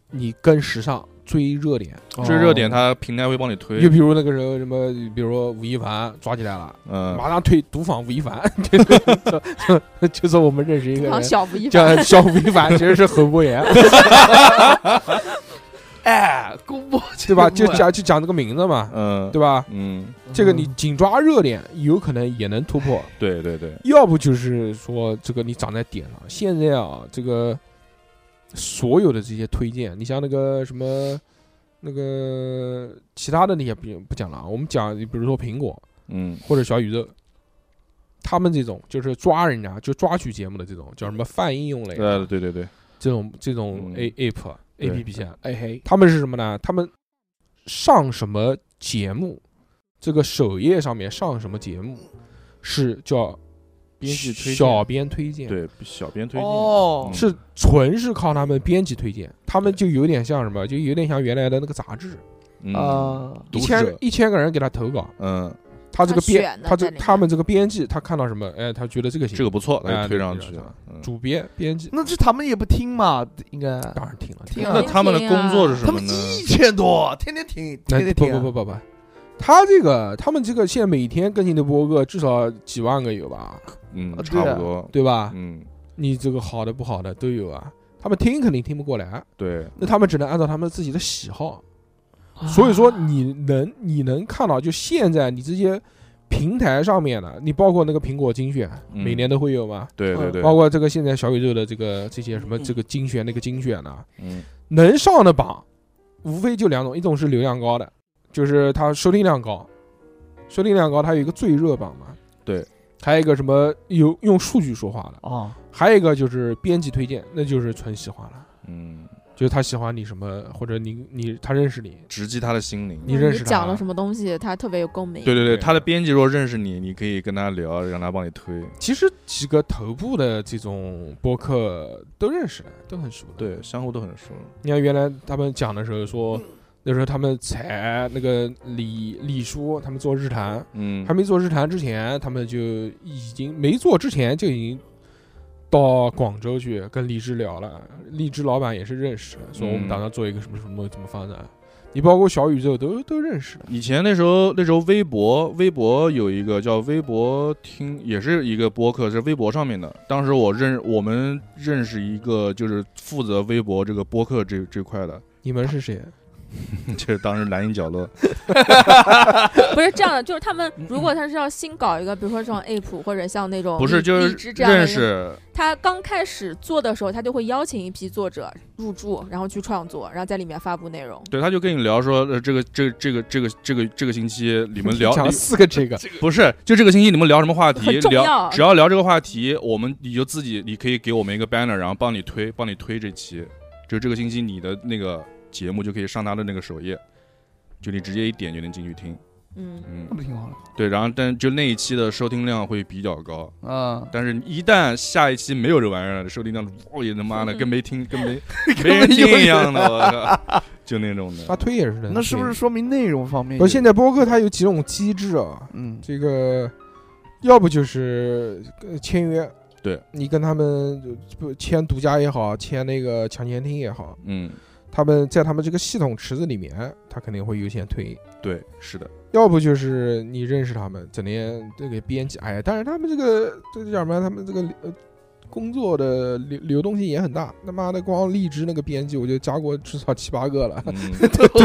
你跟时尚追热点，
哦
追热点，它平台会帮你推
就。比如那个时候什么，比如说吴亦凡抓起来了，
嗯，
马上推毒访吴亦凡， 就就就是我们认识一个
然后
人。
小不一般，
叫小吴亦凡其实是侯博 言，
哎，公布
对吧？就讲就讲这个名字嘛，
嗯，
对吧？
嗯，
这个你紧抓热点，有可能也能突 破。
对对对，
要不就是说这个你长在点上。现在啊，这个所有的这些推荐，你像那个什么那个其他的那些不不讲了啊，我们讲比如说苹果
嗯，
或者小宇宙，他们这种就是抓人家就抓取节目的这种叫什么泛应用类的
呃，对对对，
这种这种
嗯
A app A
对
P P 下，哎嘿，他们是什么呢？他们上什么节目，这个首页上面上什么节目是叫
编辑推荐
小编推荐，，
对小编推荐，
哦
嗯，
是纯是靠他们编辑推荐，他们就有点像什么，就有点像原来的那个杂志，
嗯，
啊，
读
一
者
千一千个人给他投稿，
嗯，
他这个
他
编
选的
他这
在里面
他们这个编辑他看到什么，哎，他觉得这个行，
这个不错，他
哎
就推上
对
去
推上
了。嗯
主编编辑
那这他们也不听嘛，应该
当然听了，
听
那他们的工
啊
作是什
啊他
么
们
呢？
一千多，天天听，
那
天天
哎不
听啊，
不不不不，他这个他们这个现在每天更新的播客至少几万个有吧，
嗯
啊，
差
对啊
不多。
对吧？
嗯，
你这个好的不好的都有啊，他们听肯定听不过来，
对，
那他们只能按照他们自己的喜好。
啊
所以说，
嗯
你能你能看到，就现在你这些平台上面的，你包括那个苹果精选，
嗯
每年都会有嘛，
对
嗯
对嗯对，
包括这个现在小宇宙的这个这些什么这个精选那个精选啊呢、
嗯
能上的榜，无非就两种，一种是流量高的，就是它收听量高，收听量高，它有一个最热榜嘛。
对，
还有一个什么有用数据说话的，
啊，
还有一个就是编辑推荐，那就是纯喜欢了，
嗯，
就是他喜欢你什么，或者你你他认识你，
直击他的心灵。
你认识他
讲了什么东西，他特别有共鸣，
对对
对
对，他的编辑如果认识你，你可以跟他聊，让他帮你推。
其实几个头部的这种播客都认识的，都很熟的。，
对，相互都很熟。
你看原来他们讲的时候说，那时候他们才那个李李叔他们做日坛，
嗯
还，没做日坛之前，他们就已经没做之前就已经到广州去跟荔枝聊了，荔枝老板也是认识的，说我们打算做一个什么什么东西，怎么发展。你包括小宇宙都都认识的，
以前那时候，那时候微博，微博有一个叫微博听，也是一个播客，是微博上面的。当时我认，我 们认识一个就是负责微博这个播客这这块的，
你们是谁？
就是当时蓝鹰角落，
不是这样的，就是他
嗯
们如果他是要新搞一个，比如说这种 app 或者像那种
不是
荔
就
荔
是
枝这样的
认
哦一个
识
他刚开始做的时候，他就会邀请一批作者入驻，然后去创作，然后在里面发布内容。嗯
对，他就跟你聊说，呃，这个这个这个这个这个这个星期你们 聊
讲了四个这 个，
不是，就这个星期你们聊什么话题
很，重
聊
要
只要聊这个话题，我们你就自己，你可以给我们一个 banner，然后帮你推，帮你推这期，就这个星期你的那个节目就可以上他的那个首页，就你直接一点就能进去听，
嗯，
嗯
那，不挺好
对，然后但就那一期的收听量会比较高，
的啊？
嗯
但是一旦下一期没有这玩意儿了，收听量，我也他妈
嗯
的跟没听跟 没没
根
人
本就
听一样的，我靠，就那种
他
的，
推也是的。
嗯那是不是？说明内容方面？
不，现在播客它有几种机制啊？
嗯，
这个要不就是呃签约，
对
你跟他们就不签独家也好，签那个抢先听也好，
嗯，
他们在他们这个系统池子里面，他肯定会优先推。
对，是的，
要不就是你认识他们，整天这个编辑，哎呀，但是他们这个这个叫什么？他们这个呃工作的流流动性也很大。他妈的，光荔枝那个编辑我就加过至少七八个 了。
嗯，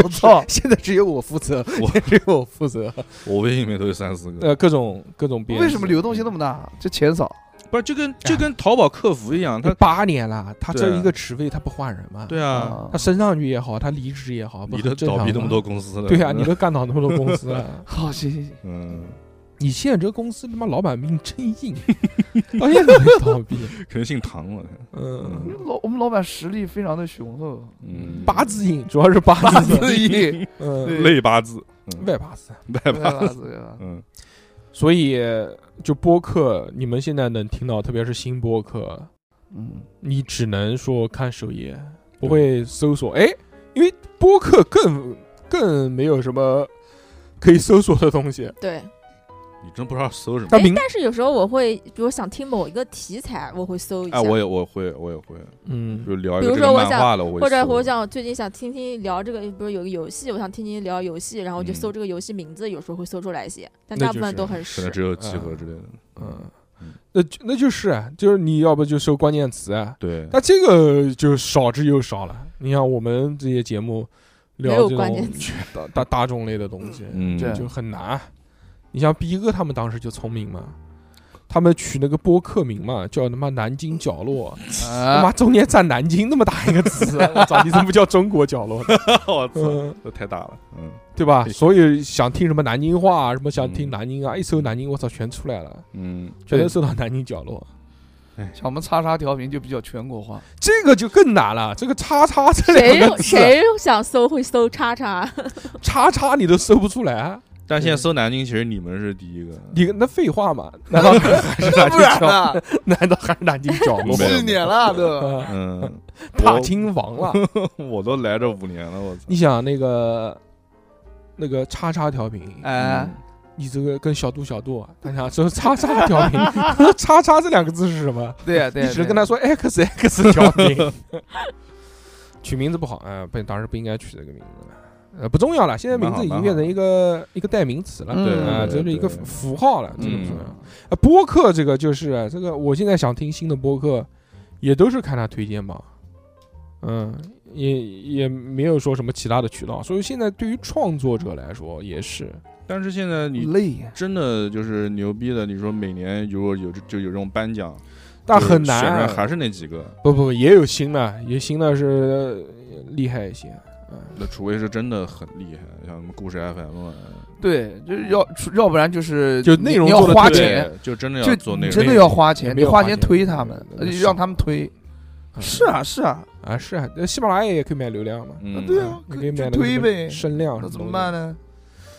我操！
现在只有我负责，
我
只有我负 责。
我微信里面都有三四个。
呃，各种各种编辑，
为什么流动性那么大？就钱少，
不是，就跟就跟淘宝客服一样，他
八年了，他
对
这
啊
一个职位他不换人吗？，
对啊，
啊，
他升上去也好，他离职也啊好，不
你
很
都
正
倒闭
常
那么
吗
多。公司了，
对啊，你都干倒那么多公司了
好，哦行行行，
嗯，
你现在这个公司他妈老板命真 硬，到现在还没倒闭。
可能姓唐了，
嗯，
老我们老板实力非常的雄厚，
嗯，
八字硬，主要是 八字硬，
对，
嗯，
对
类八字， 嗯
外八字。
外八，
吧？
嗯，
所以呃就播客，你们现在能听到，特别是新播客，
嗯，
你只能说看首页，不会搜索。哎，因为播客更更没有什么可以搜索的东西。
对。
你真不知道搜什么。
它明
哎但是有时候我会，比如想听某一个题材，我会搜一下，
哎，我也我会我也会，
嗯，
就聊一
比
个
如
这
说
个
我
漫
想
画了，我会
或者
搜
我想最近想听听聊这个，比如有个游戏，我想听听聊游戏，然后我
嗯
就搜这个游戏名字，有时候会搜出来一些，但
那
大部
就
分
是
都很
可能
实。
只有集合之类的，
嗯，那就那就是啊就是你要不就搜关键词啊，
对，
那这个就少之又少了。你像我们这些节目
没
聊
有
这
关
种
键词
大大大众类的东西，
嗯，
这
就很难。你像逼哥他们当时就聪明嘛，他们取那个播客名嘛，叫他妈南京角落，他
啊，
妈中间占南京那么大一个 词，我操，你怎么不叫中国角落呢？
我操，
嗯，
这太大了，嗯，
对吧？
对
所以想听什么南京话啊，什么想听
嗯
南京啊，一搜南京，我操，全出来了，
嗯，
全都搜到南京角落。
像我们叉叉调频就比较全国化，
这个就更难了，这个叉叉这
谁
两个字，
谁想搜会搜叉叉，
叉叉你都搜不出来，啊
但现在搜南京，其实你们是第一个，
你那废话嘛？难道还 是南
不
京
然
角？
呢？
难道还是南京角落吗
没有
四年了都。
啊？
嗯，
大清王 了，
我我都来这五年了，我操，
你想那个那个叉叉调频，
哎，
你这个跟小度小度，他想说叉叉调 频，叉叉这两个字是什么？
对啊呀，对
你
呀，
只能跟他说 X X 调 频。取名字不好，哎、不，当时不应该取这个名字了。呃，不重要了，现在名字已经变成一个一个代名词了，
嗯
对
啊、
对
这是一个
对
符号了，这个不
嗯
重要。啊，播客这个就是这个，我现在想听新的播客，也都是看他推荐榜，嗯，也也没有说什么其他的渠道，所以现在对于创作者来说也是，
但是现在你
累呀，
真的就是牛逼的，你说每年如果有这就有这种颁奖，
但
就
很
选出来
难，啊
还是那几个，
不不，也有新的，有新的是呃厉害一些，嗯，
那除非是真的很厉害，像什么故事 FM 啊，
对，就是要要不然就是
就内容
你要
做得
花
对
钱，，
就真的
就
要做内
你
容，
真的要花钱，
没
你
有
花
花
钱
钱
推他们，
那
呃
是
让他们推。
嗯
是啊，是啊，
啊是啊，那喜马拉雅也可以买流量嘛，
嗯，
对啊
你可以买那个
就推
什么
呗
声量，
那怎么办？呢？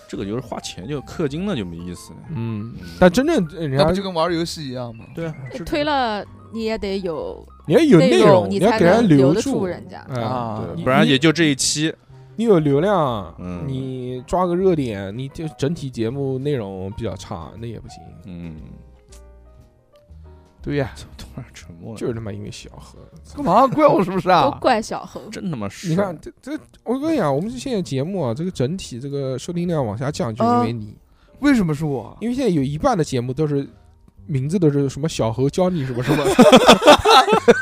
这个就是花钱就氪金了就没意思了。
嗯，但真正呃人
那不
家
就跟玩游戏一样吗？
对啊，
推了你也得有
你要有
内
容，
你
要
才
给人
能留得
住
住人家。
哎
啊
对
对不然
你
也就这一期。
你有流量，
嗯
你抓个热点，你就整体节目内容比较差，那也不行。
嗯，
对 呀，
突然沉默了，
就是他妈因为小何，
干嘛怪我是不是
都
啊？
怪小猴，
真他妈是。
你看，这这，我跟你讲，我们现在节目啊，这个整体这个收听量往下降，就是因
啊
为你，
为什么是我？
因为现在有一半的节目都是名字都是什么小猴教你什么什么。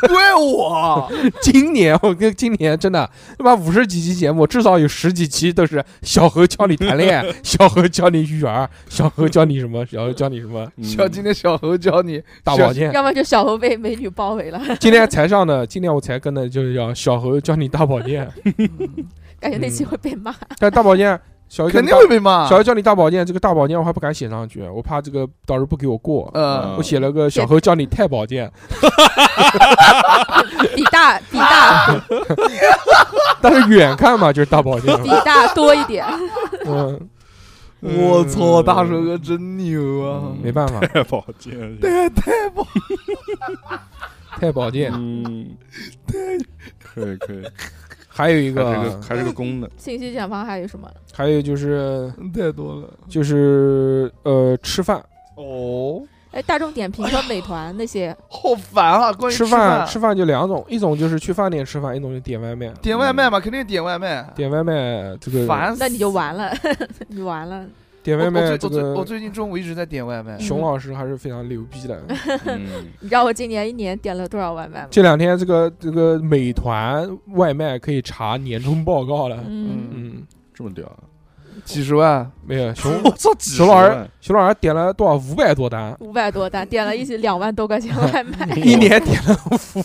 怪我，
今年我跟今年真的他妈五十几期节目，至少有十几期都是小何教你谈恋爱，小何教你育儿，小何教你什么，小何教你什么
嗯
小今天小猴教你
嗯大保健。
要么就小猴被美女包围了，
今天才上的，今天我才跟的就是叫小何教你大保 健，
感觉那
嗯
期会被骂。
但大保健小何教
肯
你
定
大
会被骂
小。何教你大保健，这个大保健我还不敢写上去，我怕这个到时候不给我过。
嗯
我写了个小何教你太保健，
比大比
啊
大
但是远看嘛就是大保 健。
比大多一点，
嗯，嗯
我操，大手哥真牛啊！
没办法，
太保健，
太太棒，
太保健。
嗯，可以可以，
还有一
还是
个
个，还是个公的，
信息茧房还有什么？
还有就是
太多了。
就是呃吃饭
哦，
哎，大众点评和美团那 些，
好烦啊！关于
吃
饭
饭，吃饭就两种，一种就是去饭店吃饭，一种就点外卖。
点外卖嘛，肯定点外卖。
点外卖这个
烦死，
那你就完了， 你完了。
点外
我我
卖
最
这
我最我
个
最近嗯中午一直在点外卖，
熊老师还是非常牛逼的。
嗯，
你知道我今年一年点了多少外卖吗？
这两天这个这个美团外卖可以查年终报告了。
嗯，，
嗯，
这么屌啊，
几 十万，
没有熊
我操，几
熊老师，熊老师点了多少五百多单
五百多单，点 了一起两万多块钱外卖。
一年点了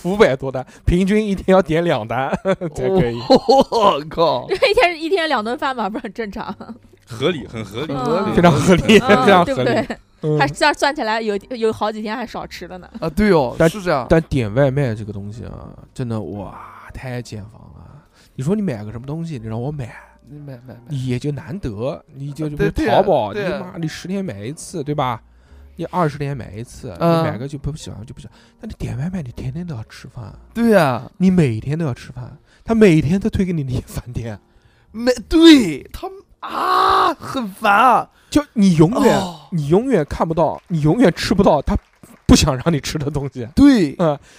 五百多单，平均一天要点两单 才可以。
哦
我靠！
因为一天一天两顿饭嘛，不是很 正常，
合理，很合理，
合理
非常合 理，非常
嗯，对
合
不
理。
对？
嗯
还算算起来有有好几天还少吃了呢。
啊，对哦，
但
是这样。
但点外卖这个东西啊，真的哇，太解放了。你说你买个什么东西，你让我买，
你买买买，
你也就难得，你就
啊
就
对对啊
淘宝，你
对啊
妈你十天买一次，对吧？你二十天买一次，你
嗯
买个就不喜欢就不喜欢。但你点外卖，你天天都要吃饭，
对啊，
你每天都要吃饭，他每天都推给你那些饭店，
没对他们啊，很烦啊。
就你永远、
哦
你永远看不到，你永远吃不到他不想让你吃的东西，
对，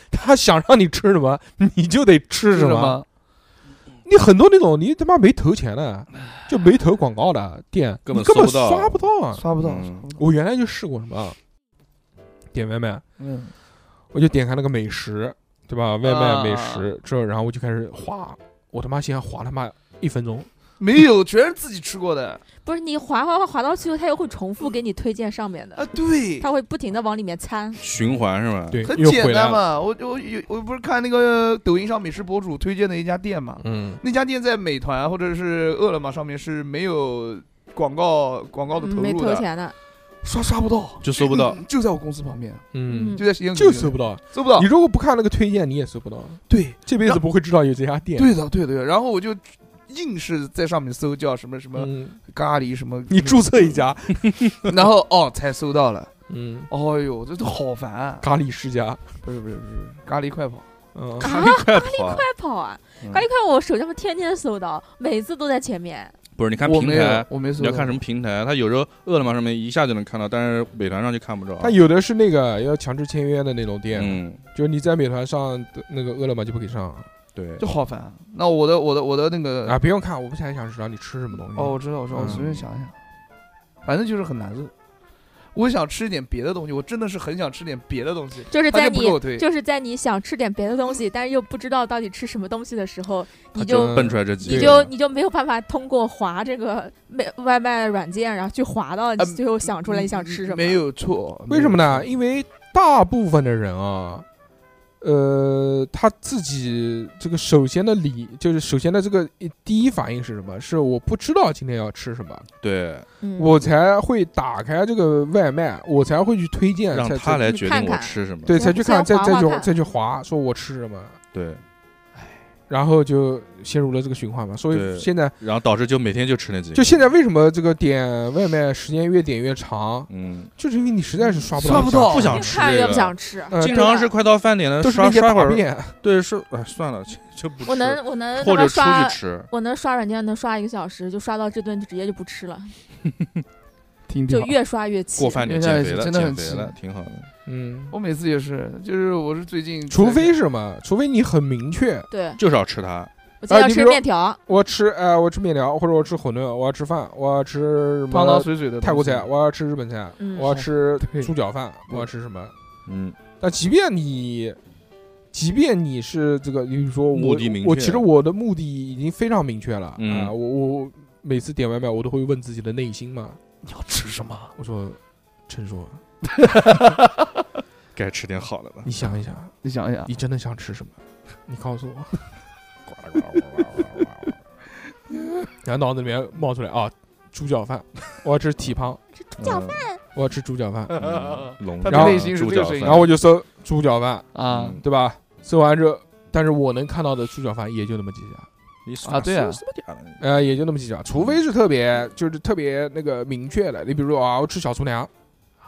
他想让你吃什么，你就得吃
是
什
什
么。
么？
你很多那种你他妈没投钱的，就没投广告的店，
根本
你根本
搜不到
刷不到啊！
刷不到，
嗯
刷不到。
我原来就试过什么点外卖，
嗯，
我就点开那个美食，对吧？外卖
啊
美食之后，然后我就开始划，我他妈先划他妈一分钟，
没有，全是自己吃过的
不是你滑滑滑滑到最后，它又会重复给你推荐上面
啊
的，。
对，
它会不停的往里面掺。
循环是吧？，
对，
很
又
简
回来
单
了。
嘛。我我有我不是看那个抖音上美食博主推荐的一家店嘛，
嗯，
那家店在美团或者是饿了么上面是没有广告广告的
嗯
投
没
入
投
的，
钱的，
刷刷不到，
就搜不到，
就在我公司旁边，
嗯
嗯，
就在实验
就
就
搜不到。
搜不到
你。如果不看那个推荐，你也搜不到，
对
这辈子不会知道有这家店。
对的对的，然后我就硬是在上面搜叫什么什么
嗯，
咖喱什么，
你注册一家，
然后哦才搜到了，
嗯，
哦呦这都好烦啊！
咖喱世家，
不是不是不是咖喱快跑，
嗯，
咖喱 快跑啊，
快跑啊！
嗯
咖喱快，我手机上天天搜到，每次都在前面。
不是？你看
我
平
没有
台，
我没搜
你
到，
要看什么平台？它有时候饿了么上面一下就能看到，但是美团上就看不着。
它有的是那个要强制签约的那种店，
嗯，
就是你在美团上的那个饿了么就不给上
对，
就好烦。啊那我的我的我的那个
啊！不用看，我不太想知道你吃什么东西。
哦，我，知道，我知道，我随便
嗯
想一想，反正就是很难受。我想吃点别的东西，我真的是很想吃点别的东西，
就是
他
在
就不给
你
我推，
就是在你想吃点别的东西，但是又不知道到底吃什么东西的时候，你
就
就
蹦出来这几
你
个，
就你就没有办法通过划这个美外卖软件，然后去划到你
呃
最后想出来你想吃什么。
没有错，
为什么呢？
因
因为大部分的人啊，呃，他自己这个首先的理就是首先的这个第一反应是什么？是我不知道今天要吃什么，
对，
嗯
我才会打开这个外卖，我才会去推荐，
让
才
他来
才
决
看
定我
看
吃什么。
对，才去看，再
先划
再
划
去
看
再去划，说我吃什么，
对，
然后就陷入了这个循环嘛。所以
对
现在
然后导致就每天就吃那几个。
就现在为什么这个点外卖时间越点越长，
嗯，
就是因为你实在是刷不到，
刷不到，
不想
越
吃
看
这
越
个
不想吃。
呃，
经常是快到饭点了，
都是那
刷
些
刷会
大
儿，
便，
对，是哎算了，就就不吃，
我能我能
或
他妈
者出
刷
去，吃，
我能刷软件能刷一个小时，就刷到这顿就直接就不吃了，
听啊
就越刷越气。
过饭点
现在
减肥了，
真的
减
很
肥
气
了，挺好的。
嗯，
我每次也是，就是我是最近才，
除非是什么，除非你很明确，
对，
就是要吃它，
我今天
哎
要
你比
吃
如
面条，
我吃哎，我吃面条，或者我吃馄饨，我要吃饭，我要吃什
汤汤
么
水水的
泰国
东西
菜，我要吃日本菜，
嗯
我要吃
对
猪脚饭，我
对
要吃什么？
嗯，
但即便你，即便你是这个，比如说我
目的明确
我其实我的目的已经非常明确了啊、
嗯
我我每次点外卖，我都会问自己的内心嘛，
你要吃什么？嗯
我说，陈硕，
该吃点好的了。
你想一想，
你想 一想，
你真的想吃 什么？你告诉我。然后脑子里面冒出来啊，猪脚饭，我要吃蹄膀，
吃猪脚饭，
我要吃猪脚饭，
嗯，龙
他
的内
心是
猪
这个
脚
声音
饭
然后我嗯就搜猪脚饭，
啊
嗯
对吧？搜完之后，但是我能看到的猪脚饭也就那么几家。
你
啊对啊
什么点儿了
呃，也就那么几家，除非是特别就是特别那个明确的，你比如说啊，我吃小厨娘，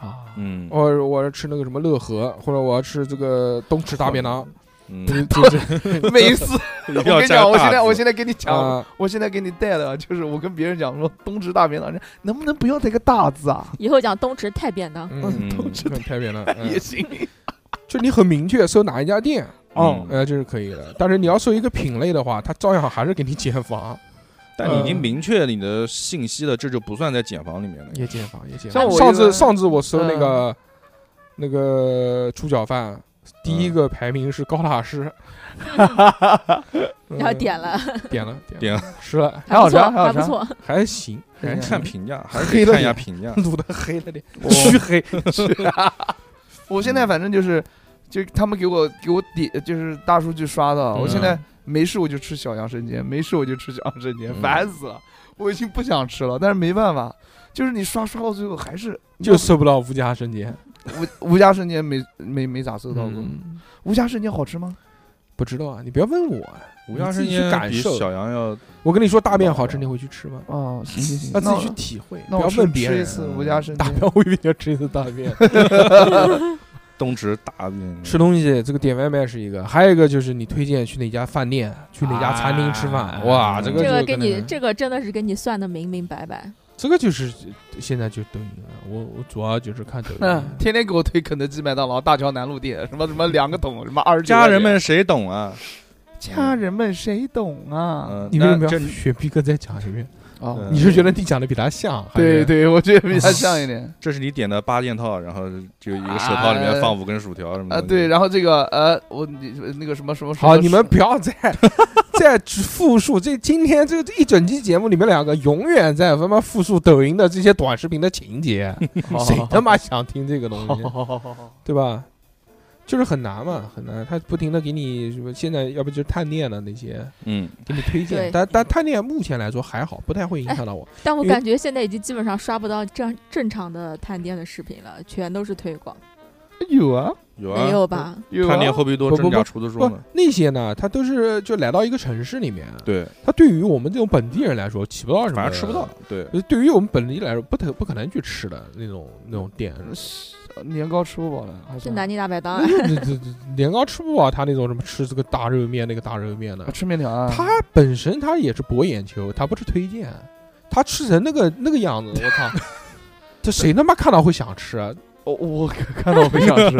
啊，
嗯
我我要吃那个什么乐和，或者我要吃这个东池大便当，
嗯，
就是就是
每次
一
我
定要
跟你
加
讲，我
大
现在
字
我现在给你讲，
啊，
我现在给你带的就是我跟别人讲说东直大便当，人家能不能不要带个大字啊？
以后讲东池太便当，
嗯，
嗯
太便了，嗯
也行，
就你很明确搜哪一家店，
嗯
呃，这是可以的。但是你要搜一个品类的话，它照样还是给你减房，
但你已经明确了你的信息了，这就不算在检房里面了。
也减房，也减
像
房。
我
上
一
次
般
上次我搜
嗯
那个那个猪脚饭，第
嗯
一个排名是高大 师，嗯
然后点了，
点了点
点
了吃了，
还好
不
吃
错，
啊还好
还
吃
不
啊
错。
还行，还行
看评价，还
黑
是
了
得看一下
点
评价。
卤的黑了点，
我
黢黑。
我
嗯
现在反正就是，就他们给我给我点，就是大数据刷的。我现在
嗯
没事我就吃小杨生煎，没事我就吃小杨生煎，
嗯
烦死了，我已经不想吃了，但是没办法，就是你刷刷到最后还是
就搜不到无家生煎，
无无家生煎没没没咋搜到过。
嗯，
无家生煎好吃吗？
不知道啊，你不要问我啊。
无家
你
生
自己去
烟
感
比
受
小杨要
我跟你说大便好吃，你会去吃吗？
哦，行行行
那啊自
那
己去
我
体会，
那
不要
我
问
去
别
吃一
人。嗯
次无家生
大
煎
便，。我以为你要吃一次大便。
东直大便
吃东西这个点外卖是一个，还有一个就是你推荐去哪家饭店、去哪家餐厅吃饭。
啊
哇，这个
这
就
个
可
给
能
你，这个真的是给你算的明明白白。
这个就是现在就抖音了。我我主要就是看抖音
嗯，。天天给我推肯德基、麦当劳、大桥南路店，什么什么两个桶，什么二十九
家
块钱。
人们谁懂啊？
家人们谁懂啊？
嗯，
你为什
那
么
这
要雪逼哥再讲一遍？
哦，
你是觉得你讲的比他像？嗯还
对
是，
对，我觉得比他像一点。
这是你点的八件套，然后就一个手套里面放五根薯条什么的
啊，对，，然后这个呃，我你那个什么什么，
好，
什么
你们不要再再只复述这今天这这一整期节目，你们两个永远在他妈复述抖音的这些短视频的情节，
哦
谁他妈想听这个东西？
好好好好，
对吧？就是很难嘛，很难。他不停的给你什么，现在要不就是探店的那些
嗯，
给你推荐，
对
但但探店目前来说还好，不太会影响到我。
但我
因为
感觉现在已经基本上刷不到正正常的探店的视频了，全都是推广，
有啊
有啊，
没有吧？
有
探
啊
店，后壁多
不不
真假
不
厨子说
不
呢。，
那些呢，他都是就来到一个城市里面，
对，
他对于我们这种本地人来说起不到什么，
反正吃不到。。对，
呃对于我们本地来说，不可不可能去吃的那种那种店，
呃年糕吃不饱了，还
这
是
南京大 排档，
这这这年糕吃不饱，他那种什么吃这个大肉面那个大肉面的
啊，吃面条啊，
他本身他也是博眼球，他不是推荐，他吃成那个那个 样子，我操！这谁他妈看到会想吃啊？
我我看到我很想 吃，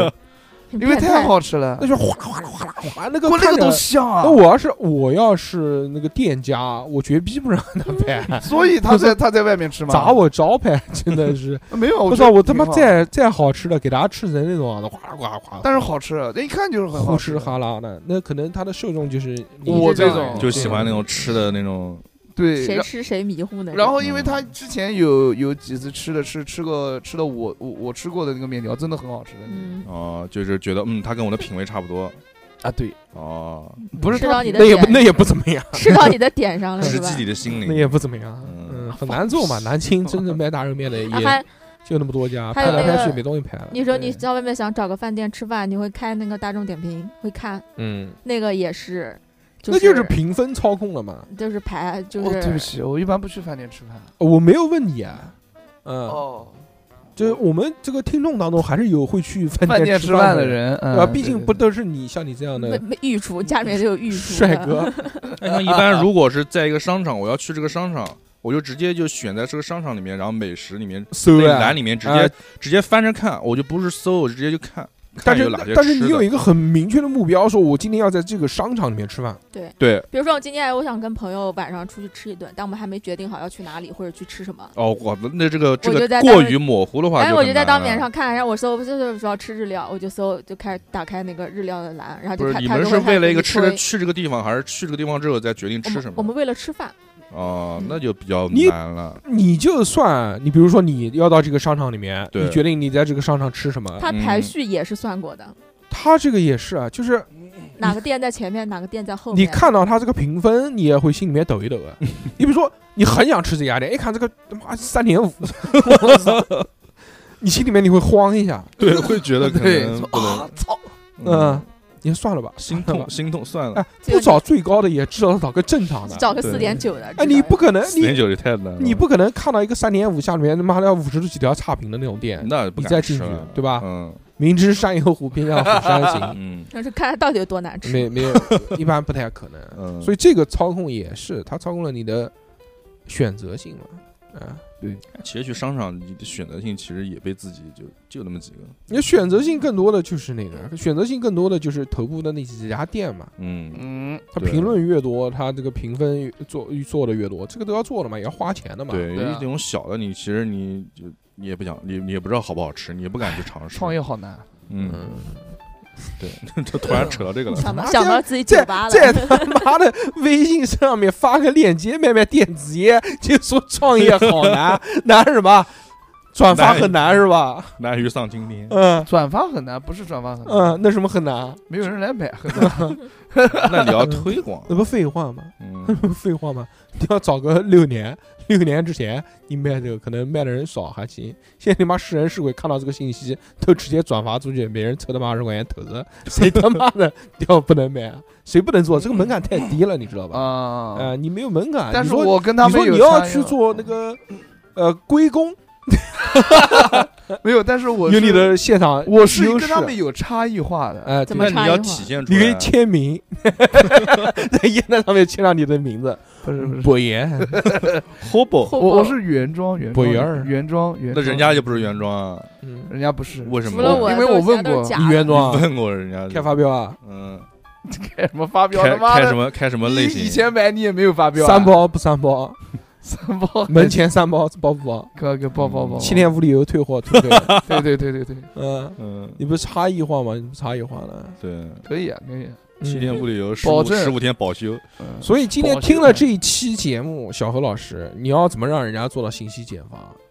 因为
变态
太好吃了
那，就哗啦哗啦哗啦哗啦，那个
我那
看
个
着
都。香啊
那，我要是我要是那个店家，我绝逼不让 他拍，
所以他在他在外面吃嘛，
砸我招牌，真的 是！
没有，
我
觉
操，
得
我他妈
挺好，
再再好吃的，给大家吃成那种样子，哗啦哗啦哗啦，
但是好吃，啊那一看就是很好
呼
吃
哧，哈啦的，那可能他的受众就是你
我
这
这
样
种
人
就喜欢那种吃的那种，
对，
谁
然
吃谁迷糊呢？
然后，因为他之前有有几次吃的是吃过吃的我我我吃过的那个面条，真的很好吃的。
嗯，
哦，就是觉得嗯，他跟我的品味差不多。
啊，对，
哦，
不是
吃
他
到你的
那也不
点，
那也不怎么样。
吃到你的 点上了
直
是吧
击？你的心
那
灵。
也不怎么样，
嗯
嗯，很难做 嘛。南京真正卖大肉面的
啊
也
还
就那么多家，
还
拍
有
来
那
拍去
个
没东西拍了。
你说你
对
在外面想找个饭店吃饭，你会开那个大众点评，会看
嗯，
那个也是，
那
就
就是评分操控了嘛。
就是排就
我哦对不
是
起，我一般不去饭店吃饭。
我没有问你啊，嗯，
哦，
就是我们这个听众当中还是有会去饭
饭
店
店
吃
吃
的
饭
嗯
的，人
对吧？
啊，
毕竟不都是你像你这样
没
的
没御厨，家里面就有御厨的
帅哥，
那像一般如果是在一个商场，我要去这个商场，我就直接就选在这个商场里面，然后美食里面
搜
那
啊
栏里面直接
啊
直接翻着看，我就不是搜，我就直接就看。
但
看有
是
哪些
但是
吃
你有
的
一个很明确的目标，说我今天要在这个商场里面吃饭，
对
比如说我今天我想跟朋友晚上出去吃一顿，但我们还没决定好要去哪里或者去吃什么。
哦，我的那这个这
我就
个
在
过
当
于模糊的话，
哎，我
就啊
就在
当
当面上看，然后我搜，就是说要吃日料，我就搜，就开始打开那个日料的栏，然后
不
就是看
你
它
们
就会
是
开
为
始
了一
给
个
你
吃的
推
去这个地方，还是去这个地方之后再决定吃什
我们我
么？
们为了吃饭，
哦
嗯，
那就比较
你
难了。
你就算你比如说你要到这个商场里面，
对
你决定你在这个商场吃什么，
它排
嗯
序也是算过的，
他这个也是啊，就是
哪个店在前面，哪个店在后面。
你看到他这个评分，你也会心里面抖一抖 啊。你比如说，你很想吃这家店，一看这个他妈三点 五，我操你心里面你会慌一下，
对，会觉得可
对
能，不能
啊，操，
嗯，，你说算了吧，
心
算了
痛
吧。
心痛，算了
哎，，不找最高的，也至少找个正常的。
找个
对
四点九的。
哎，
至少
你不
要
可能，
四点
你
九也太难了，
你不可能看到一个三点五下里面他妈的五十几条差评的那种店，
哎那不
你
敢
再
吃
进去
了
对吧啊
嗯
明知山有虎，偏向虎山行，
嗯
那是看它到底有多难吃。
没没有，一般不太可能。
嗯，
所以这个操控也是，它操控了你的选择性嘛，啊。
其实去商场，你的选择性其实也被自己就就那么几个，
你选择性更多的就是那个，选择性更多的就是头部的那几家店嘛。
嗯，
嗯，
它
对
评论越多，它这个评分越做做的越多，这个都要做的嘛，也要花钱的嘛。
对，
对啊
这种小的你其实你就你也不想，你你也不知道好不好吃，你也不敢去尝试。
创业，好难，
嗯，
嗯，
就 突然扯到这个了，
想到
他妈
想到
在
自己酒
在
吧了，
在他妈的微信上面发个链接卖卖电子烟，就说创业好难，难什么？转发很难是吧？
难于丧青 天。
嗯
转发很难，不是转发很难，
嗯，那什么很难？
没有人来买 很难，
那你要推广，
那不废话吗？
嗯，
废话嘛，你要找个六年， 六年之前你卖这个，可能卖的人少还行。现在你妈是人是鬼，看到这个信息都直接转发出去，每人抽他妈二十块钱投 着，谁他妈的 要不能买啊？谁不能
嗯
做？这个门槛太低了，你知道吧？
啊、
呃，你没有门槛，
但
你
是
说
我跟他
你
们
说
有
你要
参与
去
了
做那个呃归功，
没有，但是我
有
是
你的现场
我是
优
跟
势，
他们有差异化的，
呃，
怎
对
那
么差
你
异化
要体现出
你
来。
可以签名， 在烟袋上面签上你的名字，
不是不是，
博 言。
Hobo，
后
我
果
我是原装原装
不一样
原装原
那
装，
人家就不是原装啊？
嗯，
人家不是
为什
除
么？
了我，
因为我问过
你原 装啊
问过人家，
开发票啊，
嗯，
开什么发飙
开
他妈
开什
的。
么开什么
你
类型？
以前买你也没有发飙啊，
三包不三包啊？
三包
门前三包包不包？
哥哥包包包，
七天无理由退货退退。
对对对对对，
嗯，
嗯，
你不是差异化吗？你不差异化了。
对，
可以啊可以啊，
七天
嗯
无理由，十
保
五
证
十五天保修。
嗯，
所以今天听了这一期节目，小何老师，你要怎么让人家做到信息茧房？
嗯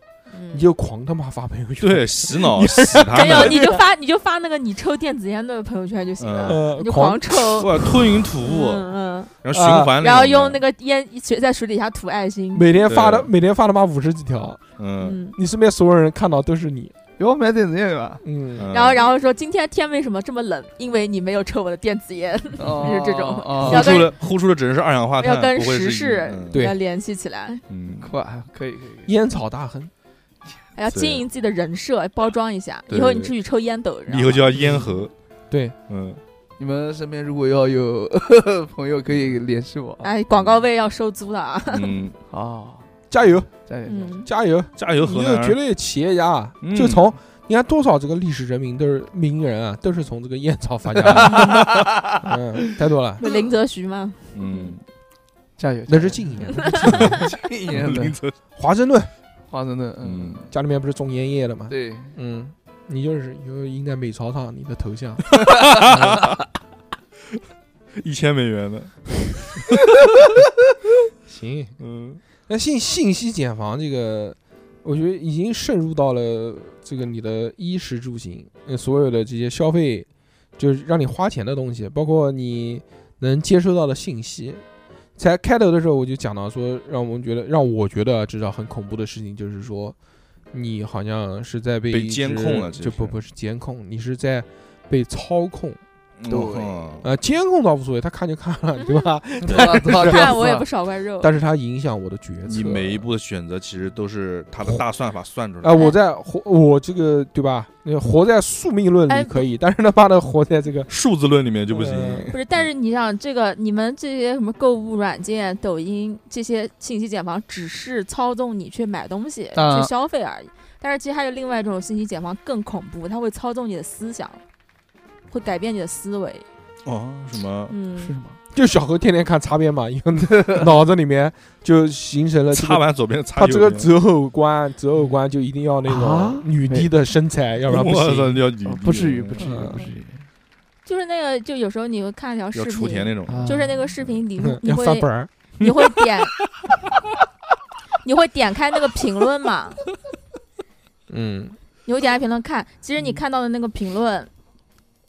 你就狂他妈发朋友圈。
对，， 洗脑洗他
真 有，
们，
你就发你就发那个你抽电子烟的朋友圈就
嗯
行了，
呃
你，就
狂
狂抽，
哇，吞云吐雾，
嗯
然后循环那种的，
嗯，然后用那个烟水在水底下吐爱心，
每天发的
对
每天发他妈五十几条，
嗯，
嗯，
你身边所有人看到都是你。
要买电子烟吧？
嗯，
然后然后说今天天为什么这么冷？因为你没有抽我的电子烟，
哦
就是
这种
啊，
呼
要
出
跟
的呼出的只能是二氧化碳，
要跟
不会是
时事
嗯
对
要联系起来，
嗯，
快可以可以可以，
烟草大亨，
还要
对
经营自己的人设，哎包装一下。
对
以后你出去抽烟斗，
以后就要咽喉，
对，
嗯，
你们身边如果要有 朋友可以联系我啊
哎，广告位要收租的啊。
嗯，
啊，
加油
加油！
嗯，
加油！
加油，河
你有
南
绝
人，
对企业家啊，
嗯
就从你看多少这个历史人民都是名人啊，都是从这个烟草发家的。嗯，太多了，
不是林则徐吗？
嗯，
加油！
那是近一年。
一年
林
的
则徐
华盛顿
花生的，嗯
嗯，
家里面不是种烟叶的吗？
对，
嗯，你就是有印在美钞上你的头 像，嗯
一千美元的，
行。
嗯，
那信信息茧房这个，我觉得已经渗入到了这个你的衣食住行，呃所有的这些消费，就是让你花钱的东西，包括你能接收到的信息。才开头的时候我就讲到说，让我们觉得让我觉得啊至少很恐怖的事情，就是说你好像是在被
被
一
监
只
控了这
就是不不是监控，你是在被操控。
对
哦
呃，监控倒无所谓，他看就看了，对吧？
看我也不少块肉。
但是它影响我的决策。
你每一步的选择其实都是他的大算法算出来
啊、我在活，我这个对吧？那活在宿命论里
哎
可以，但是他妈的活在这个
数字论里 面就不行，
呃
不是，但是你想，这个你们这些什么购物软件、抖音这些信息茧房，只是操纵你去买东西、
啊
去消费而已。但是其实还有另外一种信息茧房更恐怖，它会操纵你的思想。会改变你的思维。
哦，什么
是
嗯，
吗？
就小何天天看擦边嘛，因为 脑子里面就形成呃了这
擦
个。
完左边擦
他
右
这
边，
个择偶观，择偶观就一定要那
啊
种女帝的身材，要不然不
我操，
行。
要女
啊
帝
不至于，不至于，
嗯
不至于。
就是那个，就有时候你会看一条视
要
频，啊
雏田那种。
啊
就是那个视频里面你
嗯 要
会
翻本 儿，
你会点，你会点开那个评论嘛？
嗯，
你会点开评论看，其实
嗯
你看到的那个评论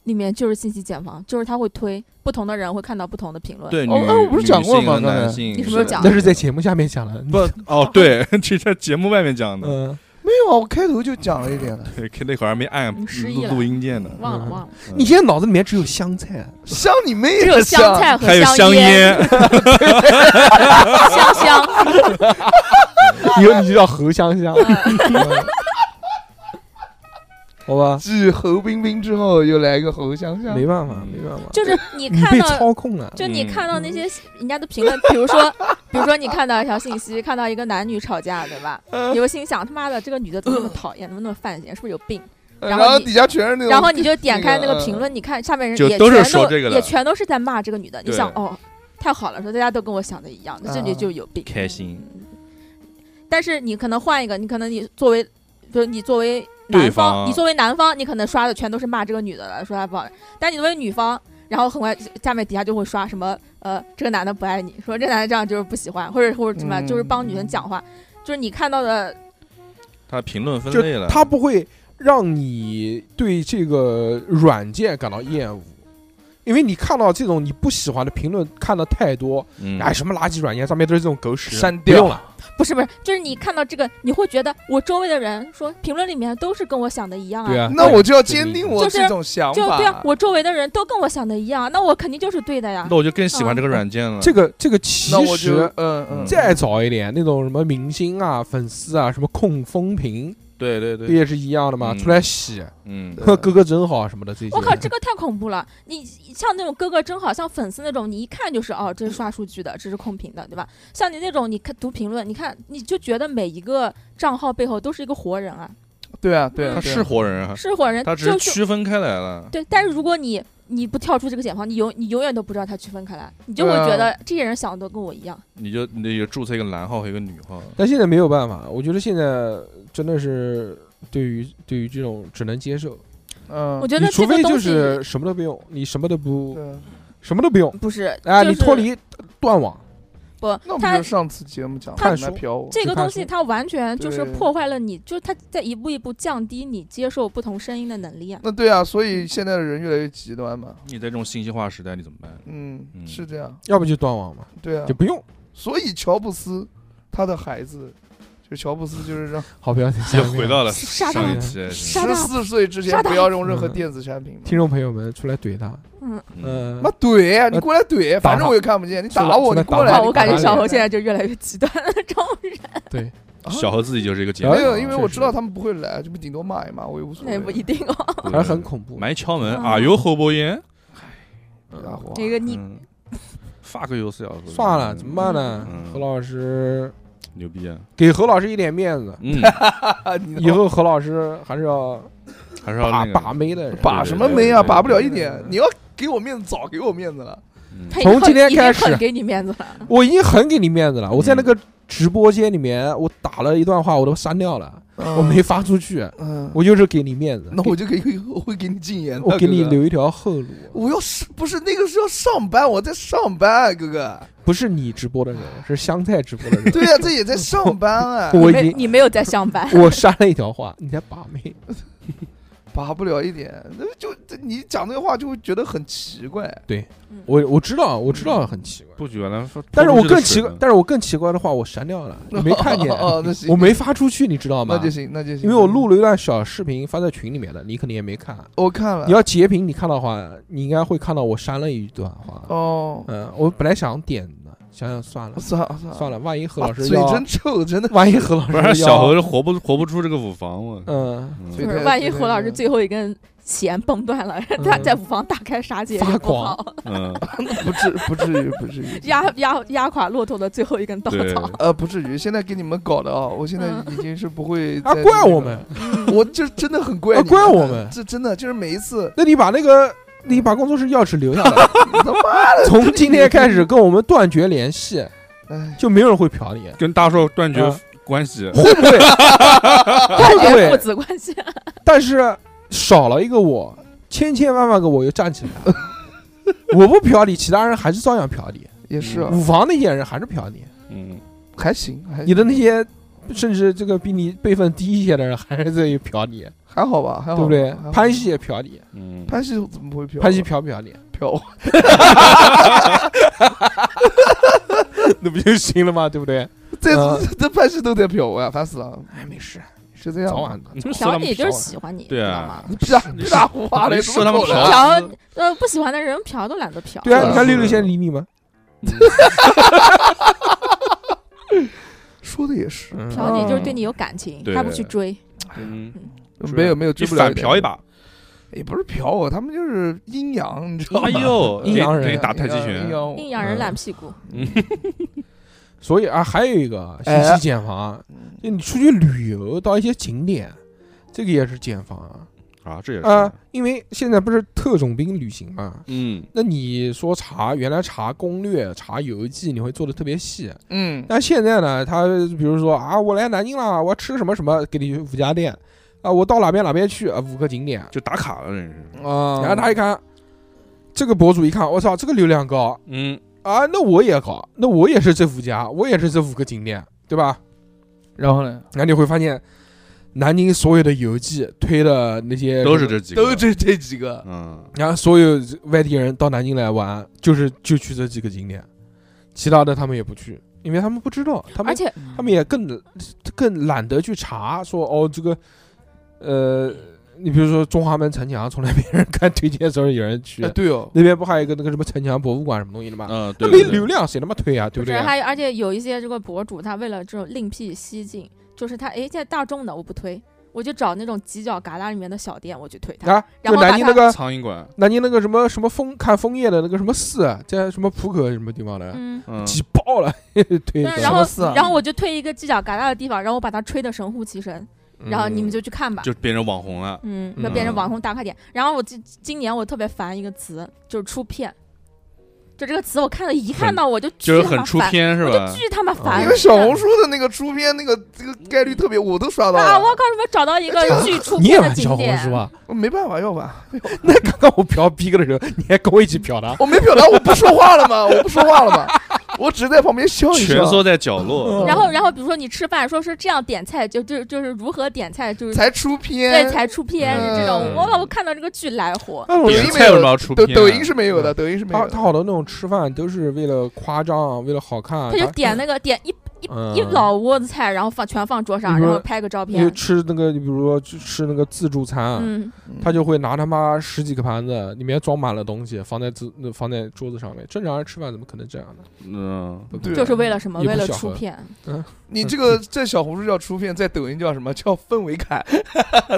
里面就是信息茧房，就是他会推不同的人会看到不同的评论。
对，女
哦哦我不是讲过吗
女性和
刚才
男性
你是不
的
是讲
那是在节目下面讲了。
不 哦，对，这在节目外面讲的，
嗯，
没有啊，我开头就讲了一点了。
对，那会儿还没按
嗯失忆
录
了
录音键呢。嗯
忘了忘了，
你现在脑子里面只有香 菜，
香你妹
只
的！
有香菜和
还有
香
香烟，
香 香。
以后你就叫何香香，
嗯
好吧？
继侯冰冰之后，又来一个侯香香
没。办法，没办法，
啊就是你
你
看
被
到，
操控了。
就你
嗯
看到那些人家的评论，比如说，比如说你看到一条信息，看到一个男女吵架，对吧？
嗯
你会心想，他妈的，这个女的怎么那么讨厌，怎么那么犯贱，是不是有病？
然
然后你
底下全是那种，
然后你就点开那
那
个
个嗯
评论，你看下面人
就
也
都是
全
说这个的
也全都是在骂这个女的。你
对
想，哦，太好了，说大家都跟我想的一样，那这
啊
里就有病。
开心
但是你可能换一个，你可能你作为，就是你作为
对
男方，
方
你作为男方，你可能刷的全都是骂这个女的了，说她不好。但你作为女方，然后很快下面底下就会刷什么，呃，这个男的不爱你，说这男的这样就是不喜欢，或者或者什么，
嗯
就是帮女生讲话，就是你看到的，
他评论分
就
类
嗯
了，
它不会让你对这个软件感到厌恶，因为你看到这种你不喜欢的评论看的太多，
嗯
哎，什么垃圾软件上面都是这种狗屎，
删
不
掉
用了。
不是不是，就是你看到这个，你会觉得我周围的人说评论里面都是跟我想的一样
对啊，
那我就要坚定我
就是
这种想
就
法。
对啊，我周围的人都跟我想的一样，啊那我肯定就是对的呀
那。我就更喜欢
嗯
这个软件了。
这个这个其
嗯那我就
实
嗯嗯，
再早一点，那种什么明星啊、粉丝啊，什么控风评，
对对
不
对，
也是一样的吗？
嗯
出来洗，
嗯，
呵，哥哥真好啊什么的这些。
我靠，这个太恐怖了！你像那种哥哥真好，像粉丝那种，你一看就是哦，这是刷数据的，这是控评的，对吧？像你那种，你看读评论，你看你就觉得每一个账号背后都是一个活人啊，
对啊对啊，
他
对啊
是活人啊，
是活人，
他只
哎就是是
区分开来了。
对。但是如果你你不跳出这个茧房，你永你永远都不知道它区分开来，你就会
对啊
觉得这些人想的都跟我一样。
你就你就注册一个男号和一个女号，
但现在没有办法，我觉得现在真的是对于对于这种只能接受，
嗯，
我觉
你
得
除
这个
非就
东西
是什么都不用，你什么都不
对啊
什么都不用，
不是
哎，
就
你
是
脱离断网，
不
那，不
它
就上次节目讲
他
的那嫖我？
这
只
个
看
东西
书
它完全就是
对
破坏了你，就是它在一步一步降低你接受不同声音的能力啊。
那对啊，所以现在的人越来越极端嘛。
你在这种信息化时代，你怎么办？
嗯，
嗯
是这样，
要不就断网嘛，
对啊
就。不用。
所以乔布斯他的孩子，就乔布斯就 是让
好，不要再
又
想
回到了
杀
上
大
一期，
杀
十
大
四岁之前
杀大
不要用任何电子产品嘛。
嗯听众朋友们出来怼他，
嗯，
嗯，
嗯
妈，怼你过来怼，
打
反正
他
我也看不见，你
出来
打
出
我，
来
你过
打
来。
他
哇，
你
我
过来
感觉小侯现
啊
在就越来越极端 了，中人
对，
小何自己就是一个节目，啊
哎
没有，因为我
确
知道
实
他们不会来，就顶多骂一骂，我也无所
那
谓。
也不一定哦。
还是很恐怖。
蛮敲门
嗯
啊，有侯伯言，
这家伙啊，
这个你
嗯，fuck you，四小时
算了，怎么办呢？
嗯
何老师
牛 逼啊！
给何老师一点面子，
嗯，
啊你
以后何老师还是要
还是要
把
那
把
个，
妹的人。
把
对
什
对
么
对
妹啊？
对
把不了
对
一
对
点
对。
你要给我面子，早给我面子了。
嗯
他已
从
经很
今天
已经
开始
很给你面子了。
我已经很给你面子了，我在
嗯
那个直播间里面，我打了一段话，我都删掉了，我
我
没，发出去，
嗯，
嗯我就是给你面子。
那我就可以，我会给你 禁言的。
我给
哥
你
哥，
留一条后路，
我要是不是那个是要上班，我在上班，啊哥哥。
不是你直播的人，是香菜直播的 人。，
对呀，这也在上班 啊
我已
没
经
你没有在上 班，
我删了一条话，你在把妹。
拔不了一点，那就这你讲这个话就会觉得很奇怪。
我我知道，我知道很奇怪，
不举了，
但是我更奇
奇
怪，但是我更奇怪的话，我删掉了，你没看见，
哦，那行，
我没发出去，你知道吗
那？就行，那就行，
因为我录了一段小视频发在群里面的，你肯定也没看。
我看了，
你要截屏，你看到的话，你应该会看到我删了一段话。
哦，
嗯，我本来想点的，想想算了，
算了算了
算
了，
了，万一何
哇
老师
啊嘴
要，
真臭，真的。
嗯万一何
不
老
然
师
小
要，
何活不活不出这个五房我。
嗯，
嗯
所以
就
对
是
对
万一
对对
侯老师
对
最后一根弦崩断了，
嗯
他在舞房大开杀戒
发
也不
狂
好，。
嗯，
不至不至于，不至于
压压压垮骆驼的最后一根稻
对，
草。
呃，不至于，现在给你们搞的啊！我现在
嗯
已经是不 会
啊
再，
怪
那个
我们
了，，我这真的很怪
啊
你
怪
们
我们
这真的就是每一次
那你把那个你把工作室钥匙留下来， 从今天开始跟我们断绝联系，
哎，
就没有人会嫖你。
跟大硕断绝
嗯
关系，
会不 会？
断绝
对
父子关系，
但是少了一个我，千千万万个我又站起来 了。我不嫖你，其他人还是照样嫖你。
也是啊，
五房那些人还是嫖你，
嗯，
还行，还
嗯你的那些甚至这个比你辈分低一些的人还是在嫖你，
还好吧，还好
对不对
还好？
潘西也嫖你，
嗯，
潘西怎么会飘？啊
潘西嫖不嫖你？
飘， 啊
那不就行了吗？对不对？
这次这潘西都得飘呀，烦死了，
嗯哎，没事，
是这样
早
吗，
晚的。嗯
怎么死
嫖
了
你就是喜欢你，
对啊
知道吗？
你屁大屁大胡话嘞，
你说他们
够
嫖
了，
嫖呃不喜欢的人嫖都懒得嫖，
啊对
是
啊，
的
你看
是
六
的
六先理你吗？
说的也是，
嗯
嫖你就是对你有感情，
对
他不去追，
嗯，
没有没有，
你
追不了
反
人
嫖一，把，
也不是嫖我，他们就是阴阳，你知道吗
哎？呦，
阴阳人
给你打
阴
太极
阳阴
拳，
阳我
硬让
嗯
人懒屁股。
所以啊，还有一个信息茧房，啊就你出去旅游到一些景点，这个也是茧房啊。
啊，这也是，
啊，因为现在不是特种兵旅行嘛，
嗯，
那你说查原来查攻略、查游记，你会做的特别细。
嗯，
但现在呢，他比如说啊，我来南京了，我要吃什么什么，给你五家店啊，我到哪边哪边去啊，五个景点。
就打卡了，真是，
啊，
然后他一看，这个博主一看，我操，这个流量高
嗯，
啊，那我也搞，那我也是这五家，我也是这五个景点，对吧？
然后呢？
然后你会发现，南京所有的游记推的那些
都是，这几个，
都，这这几个，
嗯，
然后所有外地人到南京来玩，就是就去这几个景点，其他的他们也不去，因为他们不知道，他
而
们
且
嗯
他们也更更懒得去查，说哦这个，呃，你比如说中华门城墙，从来没人看推荐的时候有人去
呃
哎，，对哦，
那边不还有一个那个什么城墙博物馆什么东西
啊
的吗？
啊
嗯，
那
对，
没
对
流，量，谁他妈推啊，对
不是
对？
还有而且有一些这个博主，他为了这种另辟蹊径，就是他哎现在大众的我不推，我就找那种犄角旮旯里面的小店我去推它。
啊，
然
就
后把
南京那
对
个
苍蝇馆，
南京那个什么什么枫看枫叶的那个什么寺，啊在什么浦口什么地方的，
嗯，
嗯，
挤爆了， 推
但
的。
是然
什么
后
事啊
然后我就推一个犄角旮旯的地方，然后我把它吹得神乎其神，然后你们就去看吧。
嗯就变成网红了，
嗯，
嗯
那变成网红打卡点。然后我今今年我特别烦一个词，就是出片。就这个词，我看了一看到我就
就是
巨他妈
很出
烦，
片是
我
吧
就？巨他妈烦。
因为小红书的那个出片那个这个概率特别，我都刷到
啊！我
了，
靠，什么找到一个巨出
你也
片的
玩
景
小红
点？
书啊？
我没办法，要吧。
那刚刚我嫖逼哥的时候，你还跟我一起嫖的？啊
我没表达，我不说话了吗？我不说话了 吗？我只是在旁边笑一
蜷缩
笑。
在角
嗯
落，
然后，然后比如说你吃饭，说是这样点菜，就就就是如何点菜，就是
才出
对
片，
才出片
嗯
这种。我老我看到这个剧来火，
那我
抖
点
音没
菜为什么
有，
要出
抖
片啊？
抖音是没有的，抖音是没有
他他
的。
好多那种吃饭都是为了夸张，为了好看。
嗯
他就点那个点一一一
嗯
老窝子菜，然后放全放桌上，
你说
然后拍个照
你
片。
吃那个，你比如说去吃那个自助餐，啊
嗯，
他就会拿他妈十几个盘子，里面装满了东西，放在自那放在桌子上面。正常人吃饭怎么可能这样呢？
嗯，
对不
对
对
就是为了什么？
也不
为了
小
出
盒
片，
你
嗯
这个在小红书叫出片，在抖音叫什么叫氛围感？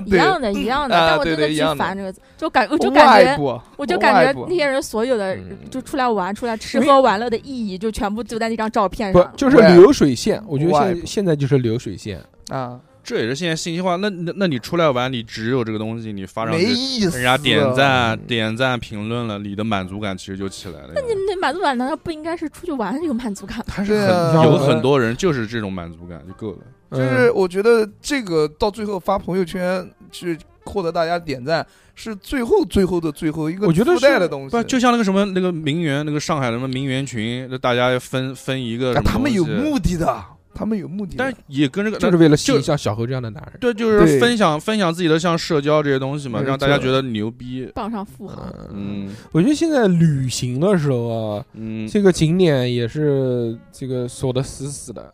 一
对
样的，一样的。
啊
但我
对
真的
对一
巨
样的
烦这个字，就感我就感
外
觉，
部，
我就感
外
觉
部
那些人所有的
嗯
就出来玩、出来吃
因为
喝玩乐的意义，就全部就在那张照片
不
上。
就是
外
流水线？我觉得
外
现现在就是流水线。
啊，
这也是现在信息化。那那那你出来玩，你只有这个东西，你发上
没
去，
意思。啊
人家点，赞、点赞、评论了，你的满足感其实就起来了。
那你那满足感难道不应该是出去玩有满足感吗？
还
对啊
有很多人就是这种满足感就够了。
嗯
就是我觉得这个到最后发朋友圈去获得大家点赞，是最后最后的最后一个
我觉得
附带
是
的东
不
西。
就像那个什么那个名媛，那个上海的什么名媛群，那大家分分一个
啊
什么
他们有
东西，
目的的，他们有目的的。
但也跟这个
就是为了吸
就
引像小何这样的男人。
对，就是
对
分享分享自己的像社交这些东西嘛，
没
让大家
错
觉得你牛逼。
傍上富豪，
嗯，
嗯
我觉得现在旅行的时候啊，
嗯，
这个景点也是这个锁得死死的，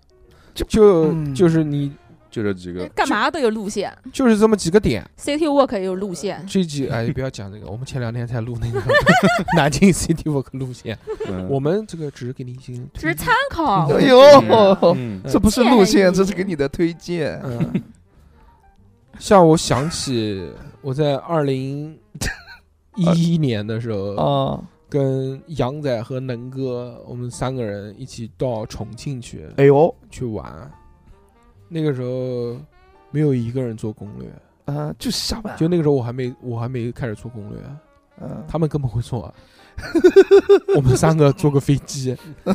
就
嗯
就是你
就这几个，
干嘛都有路线
就是这么几个点。
，City Walk 也有路线，
这 集哎，不要讲这个，我们前两天才录那个 南京 City Walk 路线，
嗯
我们这个只是给你一些推荐，
只是参考。
哎
嗯
呦，
嗯
这不是路
建
线，
议
这是给你的推荐。
嗯，像我想起我在二零一一年的时
哦
候，
啊，
跟杨仔和能哥，我们三个人一起到重庆去
哎呦，
去玩，那个时候没有一个人做攻略，
啊，就下班，
就那个时候我还没我还没开始做攻略，
嗯，
他们根本会做。我们三个坐个飞机
嗯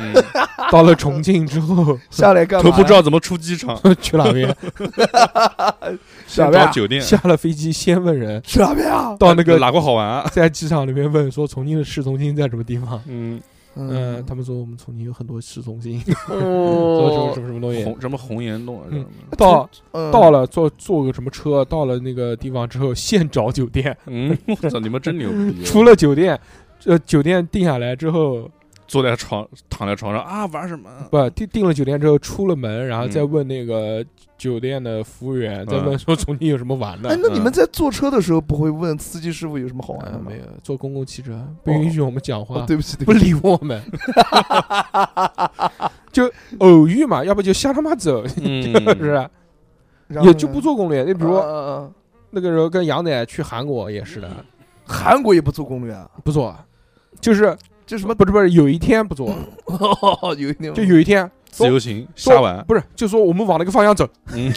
到了重庆之后，
下来干嘛
都
呀？
不知道怎么出机场，
去哪边？
傻逼
找
啊，
酒店，
下了飞机先问人，
傻逼啊！
到那个
哪块好玩啊？
在机场里面问说重庆的市中心在什么地方？
嗯，
嗯、他们说我们重庆有很多市中心，说什么
哦
什，么什么东西。
红什么红岩洞啊？
嗯
什么
到
嗯
到了坐坐个什么车，到了那个地方之后，现找酒店。
嗯，我操，你们真牛 逼！啊
出了酒店，这酒店定下来之后，
坐在床躺在床上啊，玩什么？
不定定了酒店之后出了门，然后再
嗯
问那个酒店的服务员，再
嗯
问说重庆有什么玩的
哎，。那你
嗯
们在坐车的时候不会问司机师傅有什么好玩
啊
的吗
没？有坐公共汽车，不允许我们讲
哦
话，，
对不起，对
不
不起，
理我们， 就偶遇嘛，要不就瞎他妈走，是
嗯，
不 是？啊
然后
也
呢
就不，做攻略。你
比
比如说
说
那个时候跟杨仔去韩国也是的，
韩国也不做攻略啊，
嗯不做，就是
这什么
不是嗯不是有一天不做，
有一点
就有一天
自由行
说
瞎玩，
不是就说我们往那个方向走，
嗯，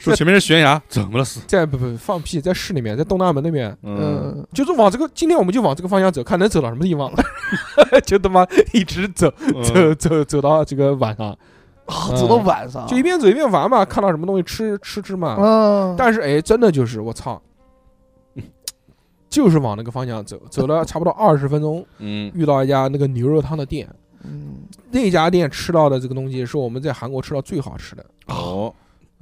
说前面是悬崖，怎么了？死，
在不不放屁，在市里面，在东大门那边，
嗯，
嗯，
就是往这个，今天我们就往这个方向走，看能走到什么地方， 就他妈一直走
嗯
走走走到这个晚上，
啊
嗯
走到晚上
就一边走一边玩嘛，看到什么东西吃吃吃嘛。
啊，
但是哎，真的就是我操，就是往那个方向走，走了差不多二十分钟，
嗯
遇到一家那个牛肉汤的店，
嗯
那家店吃到的这个东西是我们在韩国吃到最好吃的，
哦，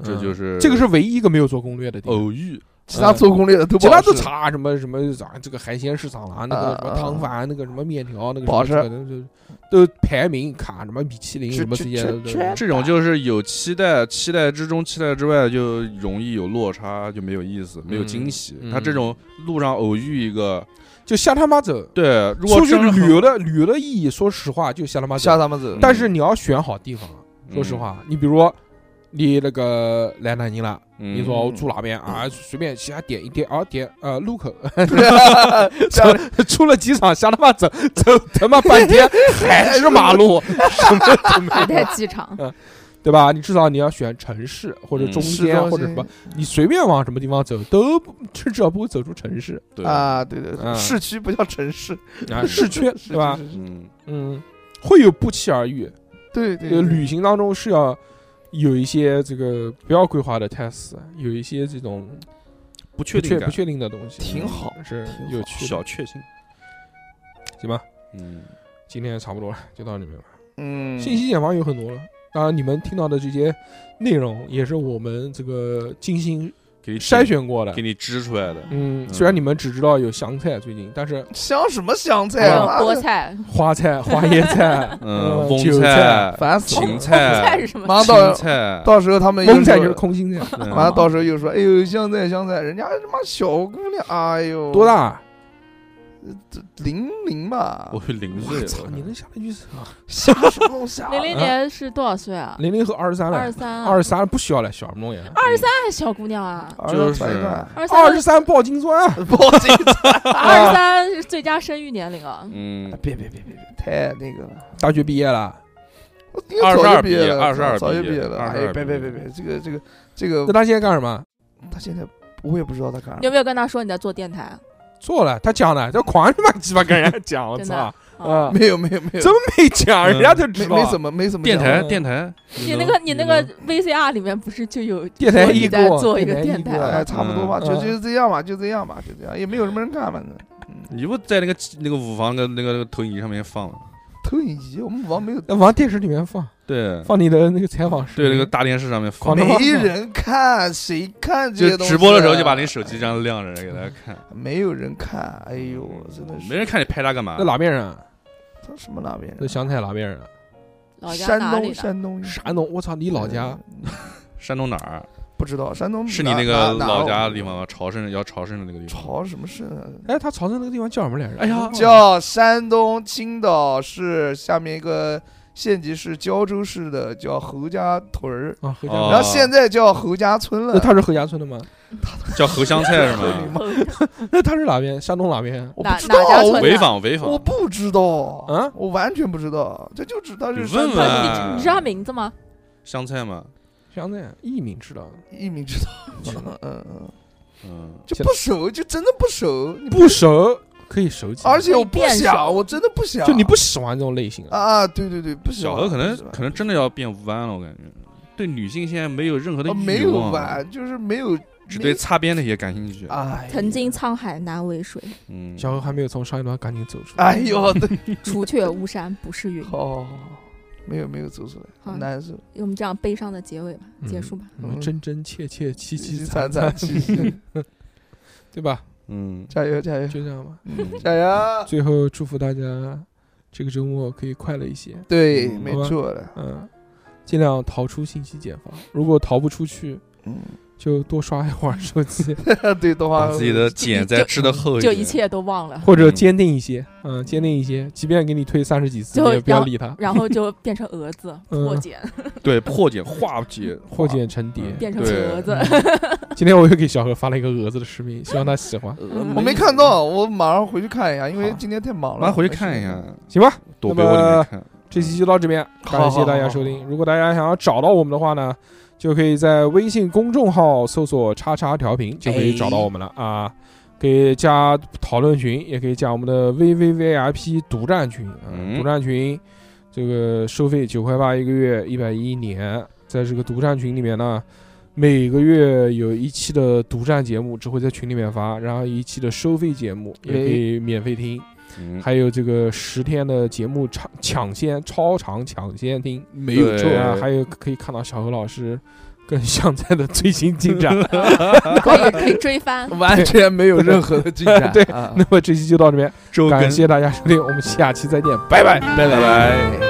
这就
嗯
是
这个是唯一一个没有做攻略的店。
偶遇，
其他做攻略的都不
其
好
他都
吃
查什么什么啥，这个海鲜市场啊啦，那个什么汤饭，那个什么面条，啊那个
不好吃
什么这个都都排名卡什么米其林
吃
什么这些
吃
都
吃
都
吃
这种就是有期待，期待之中，期待之外，就容易有落差，就没有意思，没有惊喜。
嗯
他这种路上偶遇一个，
就瞎他妈走。
对，如果
出去
真的很
旅游的旅游的意义，说实话就瞎他妈
吓
走。
他们走。
但是你要选好地方，啊
嗯
说实话，你比如说你那个来南京了，
嗯
你说我住哪边啊？随便瞎点一点啊，点呃路口，
吓得
出了机场瞎他妈走走他妈半天还是马路，什么都没
还
有
在。机场，
对吧？你至少你要选城市或者中
市
间
中
或者什
心
么，你随便往什么地方走都不至少不会走出城市
对，
啊，对对，对
嗯
市区不叫城市，
啊，市区
是
对吧？？
是是
嗯
嗯，会有不期而遇。
对
这个
对，对
旅行当中是要有一些这个不要规划的太死，有一些这种
不确
不
定
确
感
不，确定的东西，嗯
挺好
是
挺好
有趣的。
小确幸，
行吧，
嗯，
今天差不多了，就到这边吧。
嗯，
信息茧房有很多了，当然你们听到的这些内容也是我们这个精心
给你
筛，选过的
给。你支出来的，
嗯，
嗯、
虽然你们只知道有湘菜最近，但是
香什么香
哎
菜
还
呀
有
啊？
嗯菠菜，
花菜、花椰菜
嗯，
呃
翁
韭菜、
烦死
芹
了！
菠
菜
菜、是什么？
啊
妈
青
到
菜，
到时候他们又
蒙菜
说
就是空心菜。
嗯
完了，到时候又说，哎呦，香菜香菜，人家他妈小姑娘，哎呦，
多？大？
零零吧
我，零
我
岁，
操！你啊能下得去啥？
瞎什么东西啊？
零零年是多少岁啊？
零零后二十三
二
了
十，三，啊
二十三不小了，小什么东西？
二十三，
哎小姑娘啊，
二
就是
十三，
二十
嗯二十
三，
三抱金 砖啊，
报警！
二十三是最佳生育年龄啊。
嗯，
别别别别别，太那个了。
大学毕业了。
我应该早就
22
毕业了，
毕业22
早就
毕
毕
业
业了。哎，
22
别别
毕业
别别，这个这个这个
那，他现在干什么？
他现在我也不知道他干
你
啥
有。没有跟她说你在做电台？
做了，他讲了，他狂他妈 鸡巴跟人家 讲，我
真的
操！
啊，
啊，
没有没有没有
真，没讲，
嗯
人家就
没
知道。
没怎么没怎么
电
讲
台
嗯
电台，
你那个你那个 VCR 里面不是就有
电台
说
一
你在
过
做一个
电台一
电
啊
过
台？
哎，差不多吧，
嗯
就
嗯
就是这样吧，就这样吧，就这样，也没有什么人 看，反正。
你不在那个那个舞房跟那个那个投影仪上面放了？
投影仪，我们网没有，
那往电视里面放，
对，
放你嗯的那个采访视频。
对，那
嗯
个大电视上面放
狂他。妈
没人看，谁看这
就
些东西？啊
直播的时候就把你手机这样亮着给大家看，
没有人看， 哎呦，真的是
没人看你拍它干嘛？
那哪边人啊？
他什么那边
那
人？
湘菜哪边人啊？
老家
山
哪里
东，
的？
山东，
山东，我操！你老家
嗯
山东哪儿？啊
不知道，山东
是你
哪
那个
嗯哪哪
老家的地方吗？潮汕要潮汕的那个地方。
朝什么市啊？
哎，他潮汕那个地方叫什么来着？
哎呀
叫山东青岛市下面一个县级市胶州市的叫侯家屯儿，
啊，合家
哦
村
然后现在叫侯家村了
那。他是合家村的吗？
叫合香菜是
你
吗？
那他是哪边？山东哪边？
我
哪
不知
哪家
道，
村
潍坊潍
我
坊，
不知道，
啊
我完全不知道，这就知道就是
你问
山
问
东
啊
你你知道他名字吗？
香菜嘛，
湘菜，艺名知道。
一名知道，嗯嗯，
嗯，
就不熟，就真的不熟，你
不熟可以熟起来，
而且我不
变
想，
熟
我真的不想，
就你不喜欢这种类型啊，
啊，对对对，不喜
小
欢，
何可能
不喜欢
可能真的要变弯了，我感觉对女性现在没有任何的
呃
欲望
没有吧，，就是没有，
只对擦边那些感兴趣。
哎，
曾经，沧海难为水，
嗯，
小何还没有从上一段感情走出来，
哎呦，对，
除却巫山不是云。
好，没有没有走出来，
好
很难受，
我们这样悲伤的结尾吧，
嗯
结束吧。
我们真真切切、凄凄
惨
惨惨，
惨戚 戚，
对 吧？
嗯，
加油加油
就这样吧。
嗯
加油，
最后祝福大家这个周末可以快乐一些，
对，
嗯
没
好吧
错 的，
嗯，尽量逃出信息茧房。如果逃不出去，
嗯，
就多刷一会儿手机，
对，动画
把自己的茧再吃的厚一
就
点，
一切都忘了，
或者坚定一些，嗯，坚定一些，即便给你推三十几次，
就
你也不要理他，
然后就变成蛾 子
嗯
破茧，
对破茧化解
破茧成蝶。嗯
嗯
变成
对
蛾子。
今天我又给小何发了一个蛾子的视频，希望他喜欢，
嗯
我没看到，我马上回去看一下，因为
好
今天太忙了，
妈回去看一
没时
下
间，
行吧？
躲被窝里面看。
这期就到这边，
好
感谢大家收听。如果大家想要找到我们的话呢，就可以在微信公众号搜索“叉叉调频”就可
哎
以找到我们了啊。可以加讨论群，也可以加我们的 VVVIP 独占群啊、
嗯
独占群这个收费九块八一个月，一百一年。在这个独占群里面呢，每个月有一期的独占节目，只会在群里面发，然后一期的收费节目
哎
也可以免费听。
嗯
还有这个十天的节目抢抢先超长抢先听，
没
有对
啊，还有可以看到小何老师跟香菜的最新进展。
可以可以追番，
完全没有任何的进 展，
对
啊
那么这期就到这边，
周更
感谢大家收听，我们下期再见，拜拜，拜
拜拜。